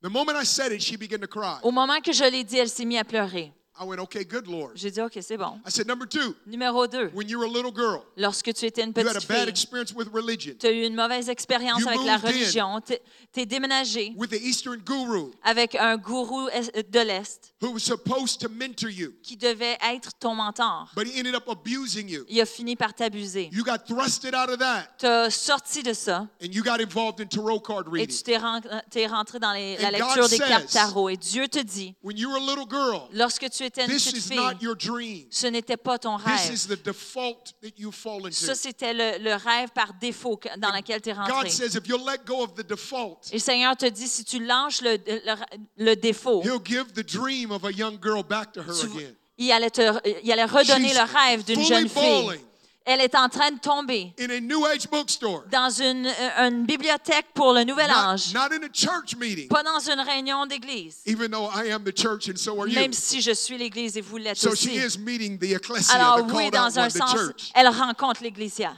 S2: The moment I said it, she began to cry.
S3: Au moment que je l'ai dit, elle s'est mise à pleurer.
S2: I went, okay, good Lord.
S3: J'ai dit, OK, c'est bon.
S2: I said, number two,
S3: Numéro deux,
S2: when you were a little girl,
S3: lorsque tu étais une
S2: you had a
S3: petite
S2: bad
S3: fille,
S2: experience with religion,
S3: tu as eu une mauvaise expérience
S2: You
S3: avec la
S2: moved in.
S3: religion, t'es t'es déménagé
S2: with the Eastern guru
S3: avec un gourou es- de l'Est
S2: who was supposed to mentor you,
S3: qui devait être ton mentor.
S2: but he ended up abusing you.
S3: Il a fini par t'abuser.
S2: You got thrusted out of that,
S3: Tu as sorti de ça
S2: and you got involved in tarot card
S3: et
S2: reading.
S3: tu t'es ren- euh, t'es rentré dans les- la
S2: And God
S3: lecture des cartes
S2: says-
S3: tarot. Et Dieu te dit,
S2: When you were a little girl,
S3: lorsque tu étais une
S2: this
S3: petite
S2: is
S3: fille,
S2: not your dream.
S3: ce n'était pas ton
S2: This
S3: rêve.
S2: is the default that you fall
S3: Ça,
S2: into.
S3: c'était le, le rêve par défaut que- dans lequel tu es rentré.
S2: God says if you'll let go of the default,
S3: Et le Seigneur te dit, si tu lâches le, le- le défaut,
S2: He'll give the dream of a young girl back to her
S3: tu-
S2: again.
S3: il, allait te- il allait redonner
S2: She's
S3: le rêve d'une
S2: fully
S3: jeune fille.
S2: balling.
S3: Elle est en train de tomber
S2: In a New Age bookstore,
S3: dans une, une bibliothèque pour le Nouvel
S2: not,
S3: Âge,
S2: not in a church meeting,
S3: pas dans une réunion d'église,
S2: even though I am the church and so are you.
S3: même si je suis l'église et vous l'êtes
S2: So she
S3: aussi.
S2: is meeting the ecclesia,
S3: Alors
S2: the
S3: oui,
S2: called out
S3: dans
S2: one,
S3: un
S2: the
S3: sens,
S2: church.
S3: elle rencontre l'Églisia.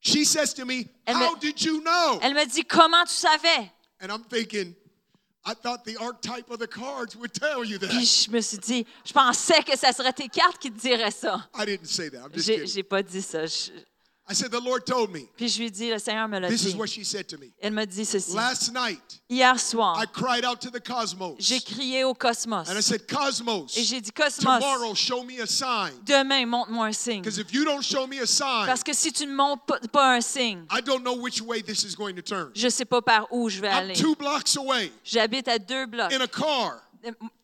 S2: She says to me,
S3: Elle
S2: how
S3: me-
S2: did you know?
S3: Elle me dit, comment tu savais?
S2: And I'm thinking, I thought the archetype of the cards would tell you
S3: Puis
S2: that.
S3: je me suis dit, je pensais que ça serait tes cartes qui te diraient ça.
S2: I didn't say that. I'm just
S3: J'ai
S2: kidding.
S3: j'ai pas dit ça. Je-
S2: I said, the Lord told me.
S3: puis je lui dis, le Seigneur me l'a
S2: This is
S3: dit.
S2: what she said to me.
S3: Elle me dit ceci.
S2: Last night,
S3: Hier soir,
S2: I cried out to the cosmos.
S3: j'ai crié au cosmos.
S2: And I said, Cosmos,
S3: Et j'ai dit, cosmos,
S2: tomorrow show me a sign.
S3: demain, montre-moi un signe.
S2: Because if you don't show me a sign,
S3: Parce que si tu ne montres pas, pas un signe,
S2: I don't know which way this is going to turn.
S3: je sais pas par où je vais
S2: I'm
S3: aller.
S2: two blocks away
S3: J'habite à deux blocs.
S2: in a car.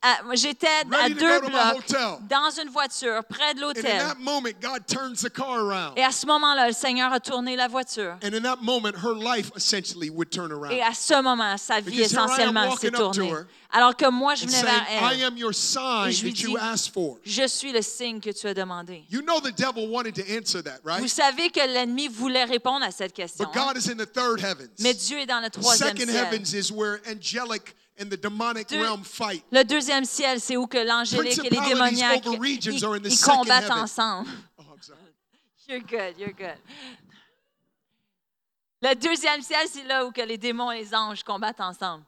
S3: À- J'étais à
S2: Ready to
S3: deux
S2: go to my hotel.
S3: blocs dans une voiture près de
S2: And in
S3: l'hôtel.
S2: that moment, God turns the car around.
S3: Et à ce moment-là, le Seigneur a tourné la voiture.
S2: And in that moment, her life essentially would turn around.
S3: Et à ce moment, sa vie
S2: Ah. Because here I am
S3: essentiellement s'est
S2: walking up to
S3: tournée.
S2: her.
S3: Alors que moi, je
S2: And
S3: venais
S2: saying,
S3: vers
S2: I
S3: elle.
S2: am your sign
S3: Et je lui
S2: that you
S3: dis-
S2: asked for.
S3: Je suis le signe que tu as demandé.
S2: You know the devil wanted to answer that,
S3: Vous
S2: right?
S3: savez que l'ennemi voulait répondre à cette question.
S2: But
S3: hein?
S2: God is in the third heavens.
S3: Mais Dieu est dans le troisième
S2: Second
S3: ciel.
S2: heavens is where angelic and the demonic
S3: Deux-
S2: realm fight.
S3: Le deuxième ciel, c'est où que l'angélique et les
S2: Principalities
S3: démoniaques
S2: over regions
S3: ils,
S2: are in the
S3: ils
S2: second
S3: combattent
S2: heaven.
S3: ensemble.
S2: Oh, I'm sorry.
S3: You're good, you're good. Le deuxième ciel, c'est là où que les démons et les anges combattent ensemble.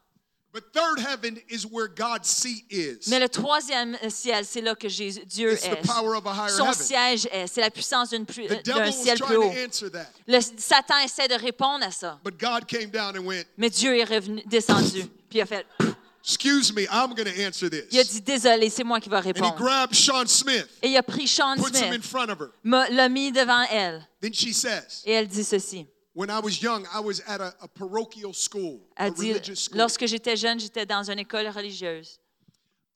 S2: But third heaven is where God's seat is.
S3: Mais le troisième ciel, c'est là que Jésus, Dieu
S2: It's the
S3: est.
S2: power of a higher
S3: Son
S2: heaven.
S3: siège est. C'est la puissance d'une plus- euh,
S2: The devil
S3: d'un
S2: was
S3: ciel plus
S2: trying
S3: haut.
S2: to answer that.
S3: Le Satan essaie de répondre à ça.
S2: But God came down and went,
S3: Mais Dieu est revenu, descendu. Puis il a fait,
S2: Excuse me, I'm going to answer
S3: il a
S2: this.
S3: dit, désolé, c'est moi qui vais
S2: And he
S3: répondre.
S2: grabbed Sean Smith,
S3: Et il a pris Sean
S2: puts him in
S3: Smith,
S2: front of her.
S3: m'a- l'a mis devant elle.
S2: Then she says,
S3: Et elle dit ceci.
S2: When I was young, I was at a, a parochial school, a
S3: Elle dit,
S2: religious school.
S3: lorsque j'étais jeune, j'étais dans une école religieuse.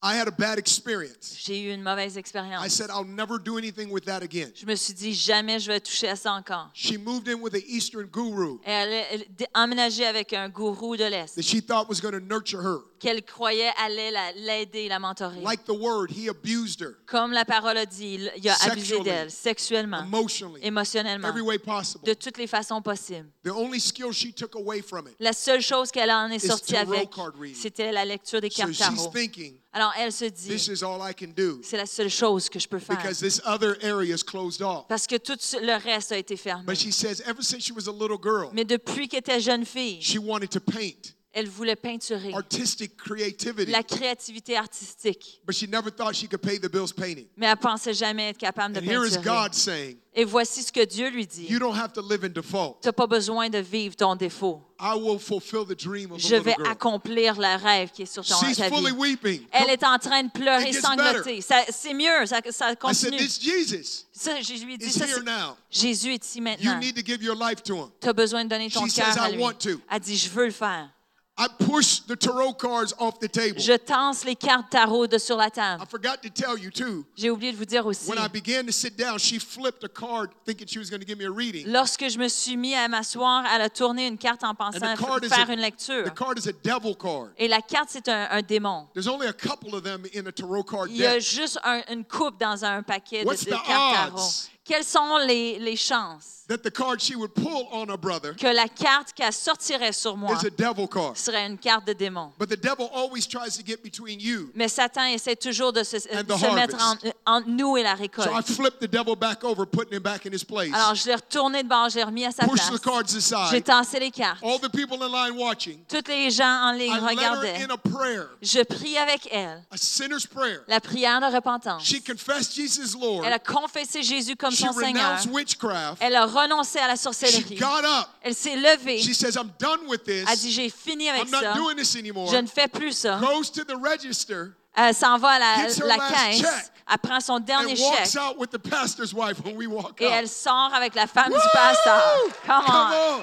S2: I had a bad experience.
S3: J'ai eu une mauvaise
S2: I
S3: expérience.
S2: said, I'll never do anything with that again.
S3: Je me suis dit, jamais je vais toucher à ça encore.
S2: She moved in with an Eastern guru
S3: Et elle a- elle a dé- emménagé avec un gourou de l'Est
S2: that she thought was going to nurture her.
S3: qu'elle croyait allait la- l'aider, la mentorer.
S2: Like the word, he abused her
S3: Comme la parole a dit, il il a abusé
S2: Sexually.
S3: d'elle
S2: Uh,
S3: sexuellement,
S2: emotionally,
S3: émotionnellement,
S2: every way possible.
S3: de toutes les façons possibles.
S2: The only skill she took away from it.
S3: La seule chose qu'elle en est
S2: It's
S3: sortie
S2: tarot
S3: avec,
S2: card reading.
S3: c'était la lecture des
S2: So
S3: cartes
S2: she's
S3: tarot.
S2: thinking,
S3: Alors elle se
S2: this
S3: dit,
S2: is all I can do
S3: c'est la seule chose que je peux faire
S2: because this other area is closed off.
S3: parce que tout ce- le reste a été fermé.
S2: But she says, ever since she was a little girl,
S3: Mais depuis qu'elle était jeune fille,
S2: she wanted to paint,
S3: elle voulait peinturer,
S2: artistic creativity.
S3: la créativité artistique,
S2: But she never thought she could pay the bills painting.
S3: mais elle pensait jamais être capable de
S2: And here is
S3: peinturer.
S2: God saying,
S3: Et voici ce que Dieu lui dit.
S2: you don't have to live in default.
S3: Tu n'as pas besoin de vivre ton défaut.
S2: I will fulfill the dream of the
S3: Je vais
S2: little girl.
S3: accomplir le rêve qui est sur ton
S2: She's
S3: ta vie.
S2: fully weeping.
S3: Elle est en train de pleurer,
S2: It gets
S3: sangloter. Ça- C'est mieux, ça, ça
S2: I said,
S3: continue.
S2: this Jesus
S3: Ça, je lui ai dit,
S2: is
S3: ça,
S2: here
S3: c'est-
S2: now.
S3: Jésus est ici
S2: You
S3: maintenant.
S2: need to give your life to him.
S3: Tu as besoin de donner ton
S2: She
S3: cœur
S2: says,
S3: à
S2: "I
S3: lui.
S2: want to."
S3: Elle dit, je veux le faire.
S2: I pushed the tarot cards off the table.
S3: Je tense les cartes tarot de sur la table.
S2: I forgot to tell you too.
S3: J'ai oublié de vous dire aussi.
S2: When I began to sit down, she flipped a card thinking she was going to give me a reading.
S3: Lorsque je me suis mis à m'asseoir, elle a tourné une carte en
S2: And
S3: pensant
S2: the
S3: à
S2: card
S3: f-
S2: is
S3: faire
S2: a,
S3: une
S2: the
S3: lecture.
S2: card is a devil card.
S3: Et la carte, c'est un, un démon.
S2: There's only a couple of them in a tarot card
S3: Il y a
S2: deck.
S3: juste un- une coupe dans un paquet de,
S2: What's
S3: de
S2: the
S3: cartes tarot.
S2: odds
S3: quelles sont les, les chances
S2: that the card she would pull on her brother
S3: que la carte qu'elle sortirait sur moi
S2: is a devil card.
S3: serait une carte de démon?
S2: But the devil always tries to get between you.
S3: Mais Satan essaie toujours de se,
S2: And the
S3: de se mettre en-
S2: harvest.
S3: entre nous et la
S2: So I
S3: récolte.
S2: flipped the devil back over, putting him back in his place.
S3: Alors, je l'ai retourné de bord, je l'ai remis à sa
S2: Pushed
S3: place.
S2: the cards
S3: J'ai
S2: aside.
S3: tassé les cartes.
S2: All the people in line watching.
S3: Toutes les gens en ligne
S2: I led her
S3: regardaient.
S2: in a prayer,
S3: Je prie avec elle,
S2: a sinner's prayer.
S3: la prière de repentance.
S2: She confessed Jesus as Lord.
S3: Elle a confessé Jésus comme
S2: She
S3: son Seigneur.
S2: renounced witchcraft.
S3: Elle a renoncé à la
S2: She
S3: sorcellerie.
S2: got up.
S3: Elle s'est levée.
S2: She says, I'm done with
S3: Elle dit,
S2: this.
S3: j'ai fini avec
S2: I'm
S3: ça.
S2: not doing this anymore.
S3: Je ne fais plus ça.
S2: Goes to the register
S3: Elle s'en va à la,
S2: Gets her
S3: la
S2: last check.
S3: caisse. Elle prend son
S2: and
S3: dernier
S2: walks
S3: chèque.
S2: out with the pastor's wife when we walk
S3: Et elle
S2: out.
S3: sort avec la femme
S2: Woo!
S3: du pasteur. Come
S2: Come
S3: on.
S2: on.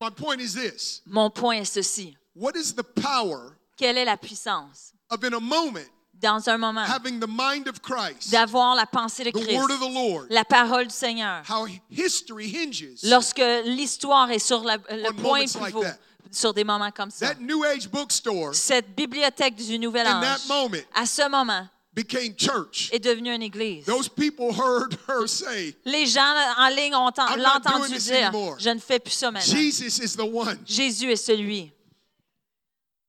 S2: My point is this
S3: Mon point est ceci.
S2: What is the power
S3: Quelle est la puissance
S2: of in a moment
S3: dans un moment
S2: having the mind of Christ, the
S3: d'avoir la pensée de Christ,
S2: word of the Lord,
S3: la parole du Seigneur?
S2: how history hinges?
S3: Lorsque l'histoire est sur la- le
S2: On
S3: point
S2: moments like
S3: pivot,
S2: that.
S3: sur des moments comme ça,
S2: That New Age bookstore
S3: cette bibliothèque du Nouvel Âge,
S2: In that moment.
S3: à ce moment,
S2: became church.
S3: est devenue une église.
S2: Those people heard her say,
S3: Les gens là, en ligne ont en-
S2: I'm
S3: l'ont
S2: not doing
S3: entendu
S2: this
S3: dire,
S2: anymore.
S3: je ne fais plus ça maintenant.
S2: Jesus is the one.
S3: Jésus est celui.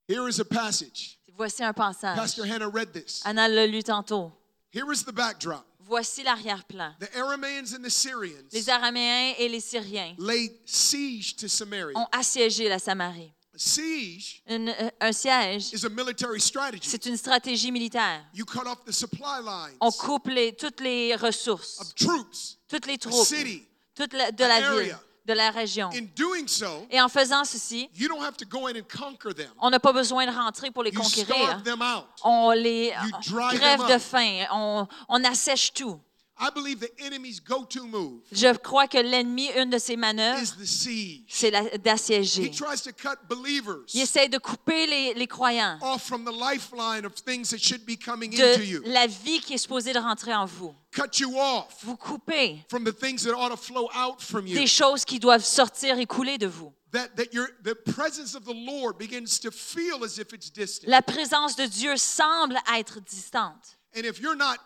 S2: Here is a passage.
S3: Voici un passage.
S2: Pastor Hannah read this.
S3: Anna l'a lu tantôt.
S2: Here is the backdrop.
S3: Voici l'arrière-plan.
S2: The Arameans and the Syrians
S3: Les Araméens et les Syriens
S2: laid siege to Samaria.
S3: ont assiégé la Samarie.
S2: Siege
S3: Une- euh, un siège,
S2: is a military strategy.
S3: c'est une stratégie militaire.
S2: You cut off the supply lines
S3: On coupe les- toutes les ressources,
S2: of troops,
S3: toutes les
S2: a
S3: troupes,
S2: city.
S3: toute la- de la
S2: an
S3: ville,
S2: area.
S3: de la région.
S2: In doing so,
S3: Et en faisant ceci,
S2: you don't have to go in and conquer them.
S3: on n'a pas besoin de rentrer pour les
S2: You
S3: conquérir.
S2: starve them out.
S3: On les
S2: You
S3: on
S2: dry them
S3: grève de
S2: up.
S3: faim, on, on assèche tout.
S2: I believe the enemy's go-to move
S3: Je crois que l'ennemi, une de ses manœuvres,
S2: is the siege.
S3: c'est la-
S2: He
S3: d'assiéger.
S2: tries to cut believers
S3: Il essaie de couper les, les croyants
S2: off from the lifeline of things that should be coming into
S3: de
S2: you.
S3: la vie qui est supposée de rentrer en vous.
S2: Cut you off
S3: Vous coupez
S2: from the things that ought to flow out from you.
S3: des choses qui doivent sortir et couler de vous.
S2: That that your the presence of the Lord begins to feel as if it's distant.
S3: La présence de Dieu semble être distante.
S2: And if you're not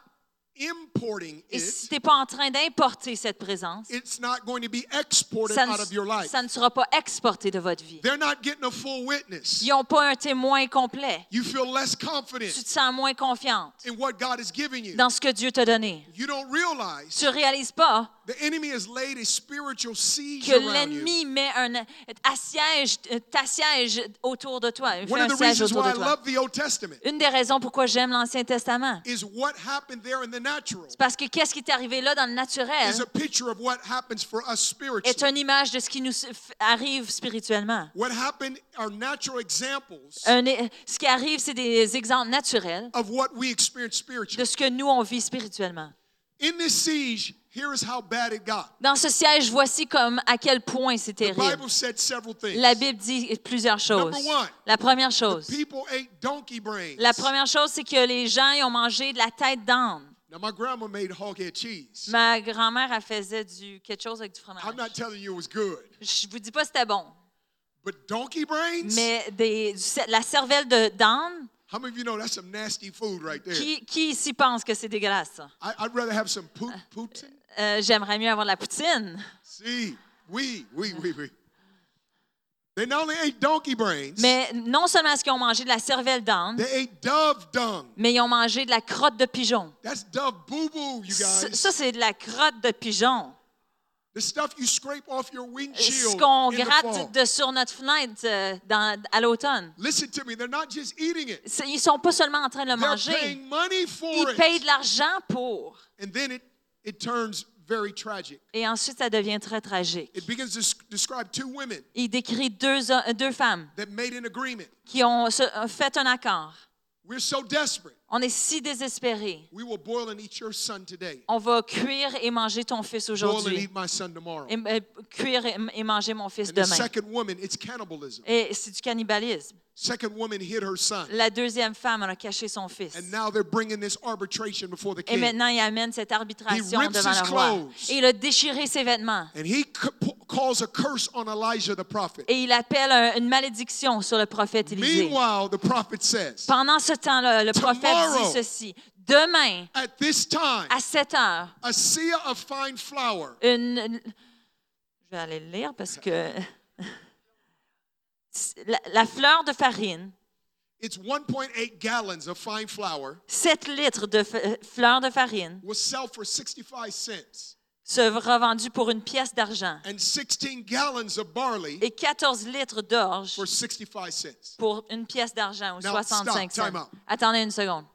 S2: importing
S3: Et si
S2: it,
S3: tu n'es pas en train d'importer cette présence,
S2: it's not going to be exported
S3: ça
S2: out of your
S3: ne,
S2: life.
S3: ça ne sera pas exporté de votre vie.
S2: They're not getting a full witness.
S3: Ils n'ont pas un témoin complet.
S2: You feel less
S3: tu
S2: confident
S3: te sens moins confiante
S2: in what God has given you.
S3: dans ce que Dieu t'a donné.
S2: You don't realize
S3: Tu réalises pas
S2: the enemy has laid a spiritual siege
S3: que
S2: around you.
S3: l'ennemi met un assiège, euh, t'assiège autour de toi, fait
S2: One
S3: un
S2: of the
S3: siège
S2: reasons
S3: autour de
S2: why I
S3: toi.
S2: love the Old Testament
S3: Une des raisons pourquoi j'aime l'Ancien Testament,
S2: is what happened there in the natural
S3: parce que qu'est-ce qui est arrivé là dans le naturel
S2: is a picture of what happens for us
S3: est
S2: spiritually.
S3: une image de ce qui nous f- arrive spirituellement.
S2: What happened are natural examples
S3: Un é- ce qui arrive, c'est des exemples naturels
S2: of what we experience
S3: de
S2: spiritually.
S3: ce que nous on vit spirituellement.
S2: In this siege, here is how bad it got.
S3: Dans ce siège, voici comme à quel point c'est
S2: The
S3: terrible.
S2: Bible said several things.
S3: La Bible dit plusieurs choses.
S2: Number one,
S3: La première chose,
S2: People ate donkey brains.
S3: La première chose, c'est que les gens ils ont mangé de la tête d'âne.
S2: Now, my grandma made hog head cheese.
S3: Ma grand-mère, elle faisait du, quelque chose avec du fromage.
S2: I'm not telling you it was good,
S3: Je vous dis pas c'était bon,
S2: but donkey brains?
S3: mais des, du cer- la cervelle de d'âne,
S2: How many of you know that's some nasty food right there?
S3: qui, qui ici pense que c'est dégueulasse? ça?
S2: I, I'd rather have some poop, poutine.
S3: Euh, J'aimerais mieux avoir de la poutine.
S2: See, we, we, we, we. They not only ate donkey brains,
S3: Mais non seulement est-ce qu'ils ont mangé de la cervelle d'âne,
S2: they ate dove dung.
S3: mais ils ont mangé de la crotte de pigeon.
S2: That's dove boo boo, you
S3: Ça,
S2: guys.
S3: ça, c'est de la crotte de pigeon.
S2: the stuff you scrape off your windshield.
S3: Ce qu'on
S2: in the fall.
S3: gratte de sur notre fenêtre euh, dans- à l'automne.
S2: Listen to me, they're not just eating it,
S3: C'est- Ils sont pas seulement en train de le
S2: they're
S3: manger.
S2: paying money for
S3: Ils
S2: it.
S3: payent de l'argent pour.
S2: and then it, it turns very tragic.
S3: Et ensuite, ça devient très tragique.
S2: It begins to s- describe two women
S3: Il décrit deux, hom- deux femmes
S2: that made an agreement.
S3: qui ont se- ont fait un accord.
S2: We're so desperate,
S3: On est si désespérés.
S2: we will boil and eat your son today,
S3: On va cuire et manger ton fils
S2: boil and
S3: aujourd'hui.
S2: eat my son tomorrow.
S3: Et, euh, cuire et, et manger mon fils
S2: and the
S3: demain.
S2: second woman, it's cannibalism.
S3: Et c'est du cannibalisme.
S2: Second woman hid her son.
S3: La deuxième femme elle a caché son fils.
S2: And now they're bringing this arbitration before the
S3: Et
S2: king.
S3: maintenant, il amène cette arbitration
S2: He rips
S3: devant
S2: his
S3: le roi.
S2: clothes.
S3: Et il a déchiré ses vêtements.
S2: And he ca- pu- calls a curse on Elijah the prophet.
S3: Et il appelle un- une malédiction sur le prophète Élisée.
S2: Meanwhile, the prophet says,
S3: Pendant ce temps-là, le prophète
S2: Tomorrow.
S3: dit ceci. Demain,
S2: At this time,
S3: à 7 heures,
S2: a seer of fine flour
S3: une... Je vais aller le lire parce que... La, la fleur de farine,
S2: It's 1.8 gallons of fine flour
S3: 7 litres de f- fleur de farine,
S2: will sell for 65 cents,
S3: sera vendue pour une pièce d'argent
S2: and 16 gallons of barley
S3: et 14 litres d'orge
S2: for 65 cents.
S3: pour une pièce d'argent ou
S2: Now,
S3: 65
S2: stop.
S3: cents.
S2: Time out.
S3: Attendez une seconde.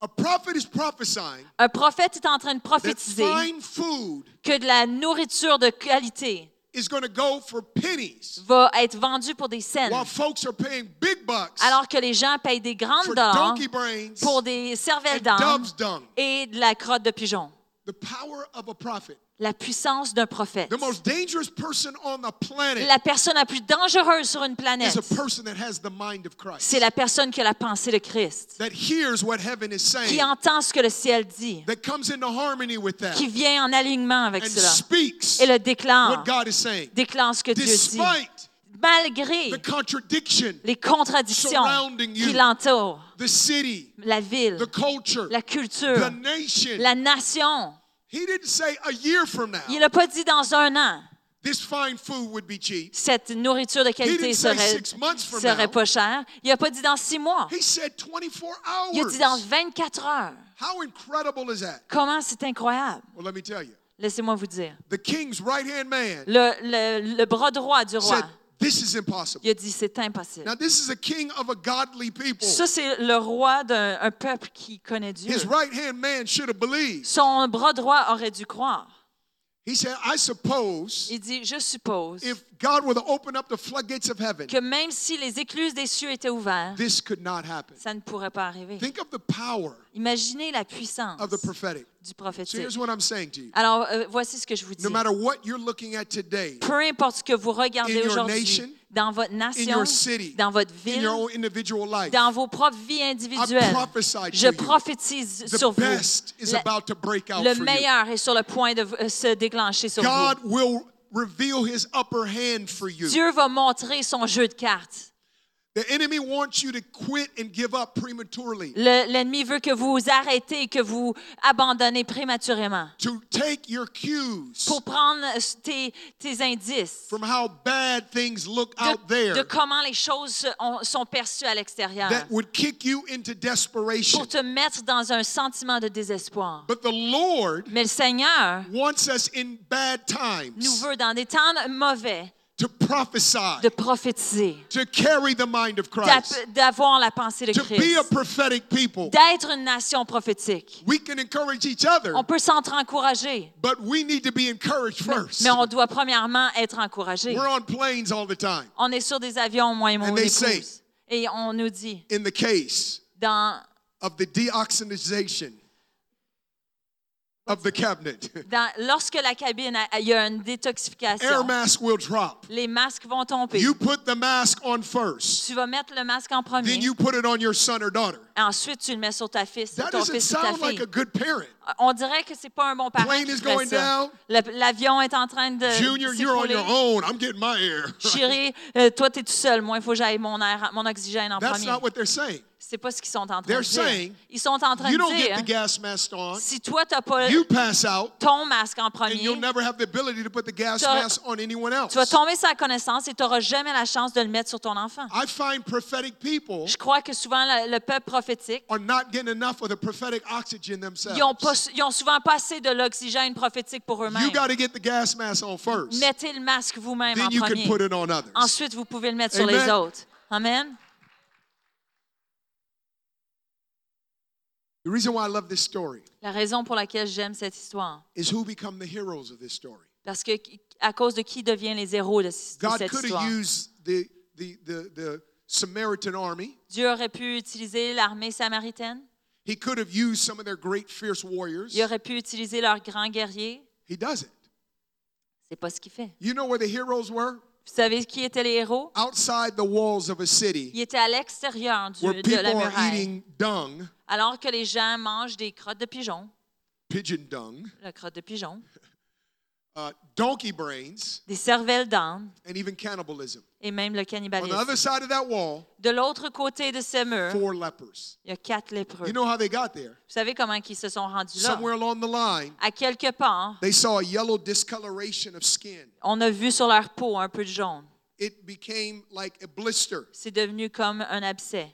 S2: A prophet is prophesying
S3: Un prophète est en train de
S2: that
S3: prophétiser
S2: fine food
S3: que de la nourriture de qualité
S2: is going to go for pennies
S3: va être vendue pour des scènes,
S2: while folks are paying big bucks
S3: alors que les gens payent des grandes
S2: for
S3: dents
S2: donkey brains
S3: pour des cervelles
S2: and
S3: d'âme
S2: dove's dung.
S3: et de la crotte de pigeon.
S2: The power of a prophet.
S3: La puissance d'un prophète.
S2: The most dangerous person on the planet
S3: La personne la plus dangereuse sur une
S2: is
S3: planète,
S2: a person that has the mind of Christ,
S3: c'est la personne qui a la pensée de Christ,
S2: that hears what heaven is saying,
S3: qui entend ce que le ciel dit,
S2: that comes into harmony with that,
S3: qui vient en alignement avec
S2: and
S3: cela
S2: speaks
S3: et le déclare,
S2: what God is saying,
S3: déclare ce que Dieu dit,
S2: despite
S3: malgré
S2: the contradiction,
S3: les contradictions
S2: surrounding you.
S3: qui l'entourent,
S2: the city,
S3: la ville,
S2: the culture,
S3: la
S2: the
S3: culture,
S2: nation.
S3: la nation.
S2: He didn't say a year from now
S3: Il n'a pas dit dans un an,
S2: this fine food would be cheap.
S3: cette nourriture de
S2: didn't
S3: qualité
S2: say
S3: serait,
S2: six months from
S3: serait
S2: now.
S3: pas chère. Il n'a pas dit dans six mois.
S2: He said 24
S3: Il a dit dans
S2: hours.
S3: 24 heures.
S2: How incredible is that?
S3: Comment c'est incroyable.
S2: Well, let me tell you.
S3: Laissez-moi vous dire.
S2: The king's right hand man
S3: Le, le- le bras droit du roi,
S2: said, This is impossible.
S3: il a dit c'est impossible.
S2: Now, this is a king of a godly people.
S3: Ça, c'est le roi d'un un peuple qui connaît Dieu.
S2: His right hand man should have believed.
S3: Son bras droit aurait dû croire.
S2: He said, I suppose
S3: Il dit, je suppose
S2: if God were to open up the floodgates of heaven,
S3: que même si les écluses des cieux étaient ouvertes,
S2: this could not happen.
S3: ça ne pourrait pas arriver.
S2: Think of the power
S3: Imaginez la puissance
S2: of the prophetic.
S3: du
S2: So
S3: prophétique.
S2: here's what I'm saying to you.
S3: Alors, euh, voici ce que je vous dis.
S2: No matter what you're looking at today,
S3: Peu importe ce que vous
S2: In
S3: regardez
S2: your nation,
S3: aujourd'hui, dans votre
S2: in
S3: nation,
S2: your city,
S3: dans votre
S2: in
S3: ville,
S2: your own individual life,
S3: dans vos propres vies
S2: I
S3: individuelles,
S2: prophesy to
S3: je
S2: you,
S3: prophétise sur
S2: the
S3: vous.
S2: best is
S3: La-
S2: about to break out
S3: le
S2: for you.
S3: meilleur est sur le point de euh, se déclencher sur
S2: God
S3: vous.
S2: will reveal his upper hand for you.
S3: Dieu va montrer son jeu de cartes.
S2: The enemy wants you to quit and give up prematurely,
S3: Le- L'ennemi veut que vous arrêtez, que vous abandonnez prématurément
S2: to take your cues
S3: pour prendre euh, tes, tes indices
S2: from how bad things look out
S3: de,
S2: there
S3: de comment les choses ont- sont perçues à l'extérieur
S2: that would kick you into desperation.
S3: pour te mettre dans un sentiment de désespoir.
S2: But the Lord
S3: Mais le Seigneur
S2: wants us in bad
S3: nous
S2: times
S3: veut, dans des temps mauvais,
S2: to prophesy,
S3: de prophétiser,
S2: to carry the mind of Christ.
S3: d'app- d'avoir la pensée de
S2: to be a
S3: Christ,
S2: prophetic people.
S3: d'être une nation prophétique.
S2: We can encourage each other,
S3: On peut s'entre-encourager,
S2: but we need to be encouraged first.
S3: mais on doit premièrement être encouragé.
S2: We're on planes all the time.
S3: On est sur des avions, moi et mon
S2: And they
S3: épouse.
S2: say-
S3: et on nous dit,
S2: In the case
S3: dans,
S2: of the deoxygenation of the cabinet,
S3: dans- lorsque la cabine, a- il y a une détoxification,
S2: air mask will drop.
S3: les masques vont tomber.
S2: You put the mask on first,
S3: tu vas mettre le masque en premier,
S2: then you put it on your son or daughter.
S3: ensuite tu le mets sur ta fille,
S2: That
S3: ton
S2: doesn't
S3: fils ou ta
S2: sound
S3: fille.
S2: like a good parent.
S3: On dirait que c'est pas un bon parent
S2: Plane
S3: qui
S2: is
S3: fait
S2: going
S3: ça.
S2: down.
S3: Le- L'avion est en train de
S2: Junior, you're on
S3: s'écrouler.
S2: your own. I'm getting my air.
S3: Chérie, euh, toi, t'es tout seul. Moi, il faut que j'aille mon air, mon oxygène en
S2: That's
S3: premier.
S2: not what they're saying.
S3: C'est pas ce qu'ils sont en train
S2: They're
S3: de dire.
S2: saying,
S3: Ils sont en train
S2: You
S3: de
S2: don't
S3: dire,
S2: get the gas mask on,
S3: si toi, t'as pas
S2: you pass out,
S3: ton masque en
S2: and
S3: premier,
S2: you'll never have the ability to put the gas
S3: T'auras-
S2: mask on anyone else.
S3: tu vas tomber sur la connaissance et tu n'auras jamais la chance de le mettre sur ton enfant.
S2: I find prophetic people
S3: Je crois que souvent, le, le peuple prophétique,
S2: are not getting enough of the prophetic oxygen
S3: ils n'ont
S2: themselves.
S3: souvent pas assez de l'oxygène prophétique pour eux-mêmes.
S2: You got to get the gas mask on first.
S3: Mettez le masque vous-même en
S2: Then you can
S3: premier.
S2: put it on others.
S3: Ensuite, vous pouvez le mettre sur
S2: Amen.
S3: les autres. Amen.
S2: The reason why I love this story
S3: La raison pour laquelle j'aime cette histoire,
S2: is who become the heroes of this story.
S3: parce que à cause de qui devient les héros de, de
S2: God
S3: cette
S2: could
S3: histoire.
S2: have used the, the, the, the Samaritan army.
S3: Dieu aurait pu utiliser l'armée samaritaine.
S2: He could have used some of their great fierce warriors.
S3: Il aurait pu utiliser leurs grands guerriers.
S2: He doesn't.
S3: C'est pas ce qu'il fait.
S2: You know where the heroes were?
S3: Vous savez qui étaient les héros?
S2: Outside the walls of a
S3: Ils
S2: city
S3: étaient à l'extérieur du-
S2: where
S3: de la
S2: people are
S3: muraille.
S2: eating dung,
S3: Alors que les gens mangent des crottes de pigeons,
S2: pigeon dung,
S3: la crotte de pigeon,
S2: uh, donkey brains,
S3: des cervelles d'âne
S2: and even cannibalism.
S3: et même le
S2: On the other
S3: cannibalisme.
S2: side of that wall,
S3: De l'autre côté de ce mur,
S2: four lepers.
S3: il y a quatre lépreux.
S2: You know how they got there?
S3: Vous savez comment ils se sont rendus là?
S2: Somewhere along the line,
S3: À quelque part,
S2: they saw a yellow discoloration of skin.
S3: on a vu sur leur peau un peu de jaune.
S2: It became like a blister.
S3: C'est devenu comme un abcès.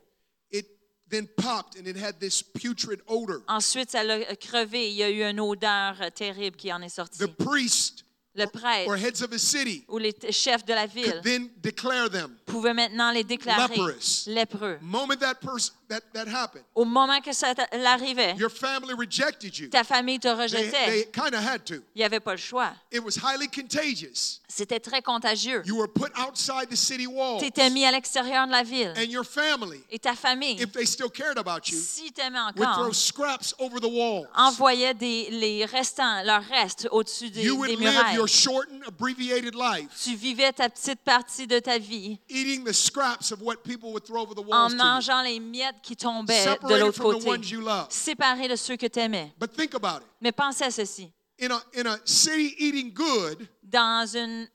S2: It then popped and it had this putrid odor.
S3: Ensuite, ça l'a crevé. Il y a eu une odeur terrible qui en est sortie.
S2: The priest
S3: Le
S2: or
S3: prêtre
S2: heads of a city
S3: ou les t- chefs de la ville
S2: could then declare them.
S3: pouvaient maintenant les déclarer
S2: Leprous.
S3: lépreux.
S2: Moment that person that, that happened,
S3: Au moment que ça t'a- l'arrivait,
S2: your family rejected you.
S3: ta famille te
S2: They, they
S3: rejetait.
S2: kind of had to.
S3: Il n'y avait pas le choix.
S2: It was highly contagious.
S3: C'était très contagieux.
S2: You were put outside the city walls,
S3: Tu étais mis à l'extérieur de la ville.
S2: and your family,
S3: Et ta famille,
S2: if they still cared about you,
S3: si t'aimais
S2: would
S3: encore,
S2: throw scraps over the walls.
S3: envoyaient des, les restants, leurs restes au-dessus des,
S2: You would
S3: des
S2: live
S3: murailles.
S2: your shortened, abbreviated life,
S3: Tu vivais ta petite partie de ta vie
S2: eating the scraps of what people would throw over the
S3: en
S2: walls. To
S3: mangeant les miettes qui
S2: you,
S3: tombaient de
S2: separated
S3: l'autre
S2: from the
S3: côté,
S2: ones you love.
S3: séparés de ceux que t'aimais.
S2: But think about it.
S3: Mais pensez à ceci.
S2: In a in a city eating good,
S3: Dans une,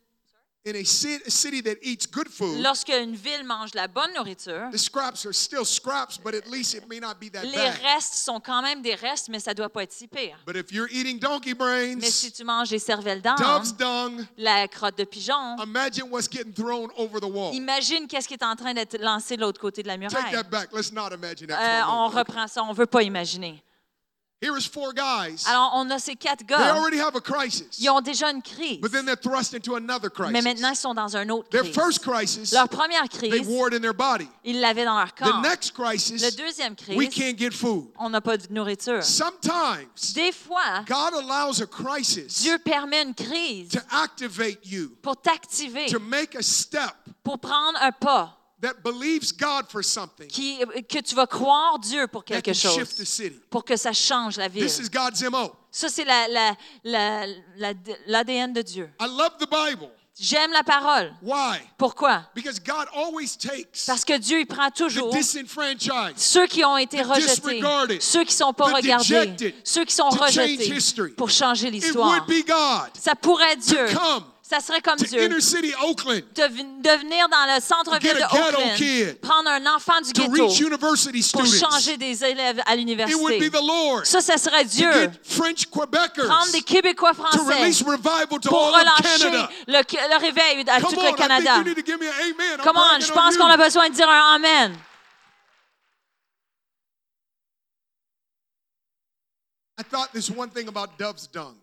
S2: in a ci- a city that eats good food,
S3: lorsque une ville mange de la bonne nourriture,
S2: the scraps are still scraps, but at least it may not be that
S3: les
S2: bad.
S3: restes sont quand même des restes, mais ça doit pas être si pire.
S2: But if you're eating donkey
S3: Mais si
S2: brains,
S3: tu manges les cervelles d'âne,
S2: dove's dung,
S3: la crotte de pigeon,
S2: imagine what's getting thrown over the wall.
S3: imagine qu'est-ce qui est en train d'être lancé de l'autre côté de la
S2: Take
S3: muraille.
S2: that back. Let's not imagine that. for a
S3: Euh, on
S2: moment.
S3: reprend ça, on veut pas imaginer.
S2: Here is four guys.
S3: Alors, on a ces quatre
S2: They
S3: gars,
S2: already have a crisis,
S3: ils ont déjà une crise,
S2: but then they're thrust into another
S3: mais
S2: crisis.
S3: maintenant, ils sont dans un autre
S2: Their
S3: crise.
S2: first crisis,
S3: Leur première
S2: they
S3: crise,
S2: wore it in their body.
S3: ils l'avaient dans leur
S2: The
S3: corps.
S2: next
S3: Le
S2: crisis,
S3: deuxième
S2: we
S3: crise,
S2: can't get food.
S3: on n'a pas de nourriture.
S2: Sometimes
S3: Des fois,
S2: God allows a crisis
S3: Dieu permet une crise
S2: to activate you
S3: pour t'activer,
S2: to make a step
S3: pour prendre un pas
S2: that believes God for something
S3: qui, que tu vas croire Dieu pour
S2: that
S3: quelque
S2: can shift the
S3: chose,
S2: city.
S3: pour que ça change la ville.
S2: This is God's MO.
S3: Ça, c'est la- la- la- la- l'ADN de Dieu.
S2: I love the Bible.
S3: J'aime la parole.
S2: Why?
S3: Pourquoi?
S2: Because God always takes
S3: Parce que Dieu, il prend
S2: the
S3: toujours
S2: disenfranchised
S3: ceux qui ont été
S2: the
S3: rejetés,
S2: disregarded,
S3: ceux qui ne sont pas
S2: the
S3: regardés,
S2: dejected,
S3: ceux qui sont
S2: to change
S3: rejetés
S2: history.
S3: pour changer
S2: It
S3: l'histoire.
S2: would be God
S3: Ça pourrait être Dieu.
S2: come
S3: Ça serait comme
S2: to
S3: Dieu.
S2: inner city Oakland
S3: De, vi- de venir dans le centre-ville
S2: To get a
S3: de
S2: ghetto
S3: Oakland,
S2: kid.
S3: prendre un enfant du
S2: to
S3: ghetto
S2: reach university
S3: pour
S2: students.
S3: changer des élèves à
S2: It would be
S3: l'université.
S2: the Lord
S3: Ça, ça serait
S2: to
S3: Dieu.
S2: get French
S3: Prendre des
S2: Quebecers
S3: Québécois
S2: to
S3: français
S2: release revival to
S3: pour
S2: all of
S3: relancer
S2: Canada.
S3: le, le réveil à
S2: Come
S3: tout
S2: on,
S3: le
S2: I
S3: Canada.
S2: think you need to give me an amen. I'm
S3: Come on,
S2: bragging
S3: je
S2: on
S3: pense
S2: you.
S3: qu'on a besoin de dire un Amen.
S2: I thought this one thing about dove's dung.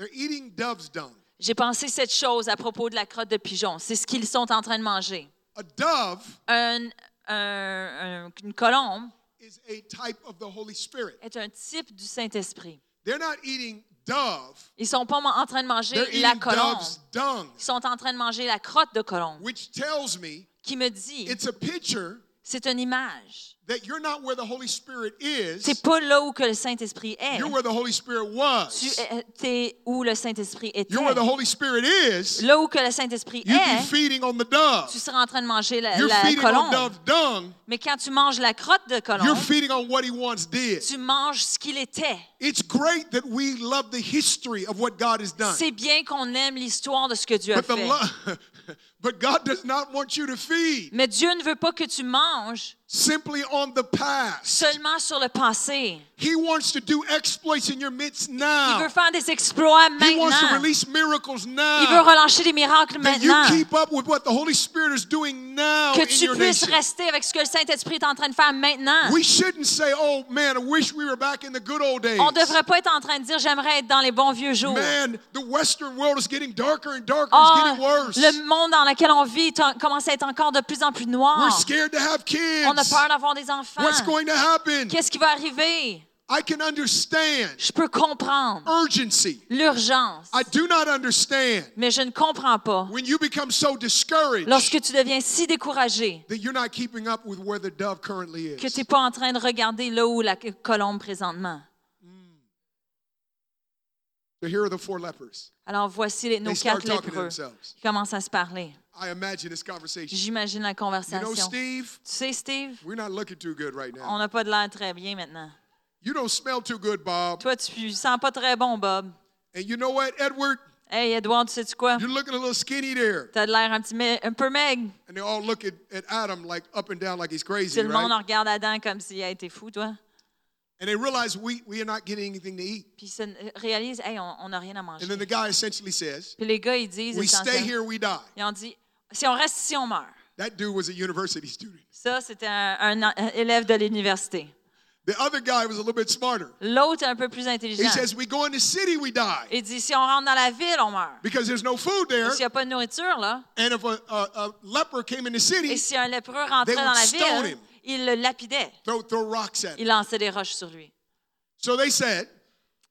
S2: They're eating dove's dung.
S3: J'ai pensé cette chose à propos de la crotte de pigeon. C'est ce qu'ils sont en train de manger.
S2: A dove
S3: Un- un- un- une colombe
S2: is a type of the Holy Spirit.
S3: est un type du Saint-Esprit.
S2: They're not eating dove.
S3: Ils sont pas en train de
S2: They're
S3: manger la
S2: eating
S3: colombe.
S2: dove's dung,
S3: Ils sont en train de manger la crotte de colombe,
S2: which tells me
S3: qui me dit,
S2: it's a picture
S3: c'est une image.
S2: that you're not where the Holy Spirit is.
S3: C'est pas là où que le Saint-Esprit est.
S2: You're where the Holy Spirit
S3: Tu
S2: was.
S3: es t'es où le Saint-Esprit était.
S2: You're where the Holy Spirit is.
S3: Là où que le Saint-Esprit
S2: You'd be
S3: est,
S2: feeding on the
S3: tu
S2: dove.
S3: seras en train de manger la,
S2: You're
S3: la
S2: feeding on
S3: colombe.
S2: dove's dung.
S3: Mais quand tu manges la crotte de
S2: You're
S3: colombe,
S2: feeding on what he once did.
S3: tu manges ce qu'il était.
S2: It's great that we love the history of what God has done.
S3: C'est bien qu'on aime l'histoire de ce que Dieu a
S2: But the
S3: fait.
S2: lo- but God does not want you to feed
S3: Mais Dieu ne veut pas que tu manges
S2: simply on the past.
S3: seulement sur le passé.
S2: He wants to do exploits in your midst
S3: Il veut
S2: now.
S3: faire des exploits
S2: He wants to
S3: maintenant.
S2: release miracles
S3: Il veut
S2: now.
S3: relancer des miracles
S2: That you
S3: maintenant.
S2: keep up with what the Holy Spirit is doing now
S3: Que
S2: in
S3: tu
S2: your
S3: puisses
S2: nation.
S3: rester avec ce que le Saint-Esprit est en train de faire maintenant.
S2: We shouldn't say, "Oh man, I wish we were back in the good old days."
S3: On ne devrait pas être en train de dire j'aimerais être dans les bons vieux jours.
S2: Man, the Western world is getting darker and darker. it's
S3: Ah,
S2: getting worse.
S3: le monde dans lequel on vit est en- commence à être encore de plus en plus
S2: We're
S3: noir.
S2: scared to have kids.
S3: On a peur d'avoir des enfants.
S2: What's going to happen?
S3: Qu'est-ce qui va arriver?
S2: I can understand
S3: Je peux comprendre
S2: urgency.
S3: l'urgence,
S2: I do not understand
S3: mais je ne comprends pas
S2: when you become so discouraged
S3: lorsque tu deviens si découragé
S2: that you're not keeping up with where the dove currently is.
S3: que tu n'es pas en train de regarder là où la colombe présentement.
S2: So here are the four lepers.
S3: Alors voici les- nos
S2: They start
S3: quatre
S2: talking to
S3: lépreux
S2: themselves.
S3: qui commencent à se parler.
S2: I imagine this conversation.
S3: J'imagine la
S2: You know,
S3: conversation. Tu
S2: Steve,
S3: sais, Steve,
S2: we're not looking too good right
S3: on
S2: now.
S3: n'a pas de l'air très bien maintenant.
S2: You don't smell too good, Bob.
S3: Toi, tu sens pas très bon, Bob.
S2: And you know what, Edward?
S3: Hey, Edouard, tu sais-tu quoi?
S2: You're looking a little skinny there.
S3: T'as de l'air un, petit mai- un peu maigre.
S2: And they all look at, at Adam like up and down like he's
S3: Puis
S2: crazy,
S3: le monde
S2: right?
S3: en regarde Adam comme s'il a été fou, toi.
S2: And they realize we, we are not getting anything to eat.
S3: Puis ils se réalisent, hey, on on n'a rien à manger.
S2: And then the guy essentially says,
S3: Puis les gars, ils disent,
S2: We stay
S3: essentiellement-
S2: here, we die.
S3: ils ont dit, si on reste ici, on meurt.
S2: That dude was a university student.
S3: Ça, c'était un, un en- un élève de l'université.
S2: The other guy was a little bit smarter.
S3: L'autre, un peu plus
S2: He
S3: intelligent,
S2: says, We go in the city, we die.
S3: il dit, si on rentre dans la ville, on meurt.
S2: Because there's no food there.
S3: S'il n'y a pas de nourriture, là,
S2: And if a, a, a leper came in the city,
S3: et si un lépreux
S2: They
S3: rentrait dans la
S2: would stone
S3: ville,
S2: him.
S3: il le lapidait.
S2: throw, throw rocks at
S3: Il
S2: him.
S3: lançait des roches sur lui.
S2: So they said,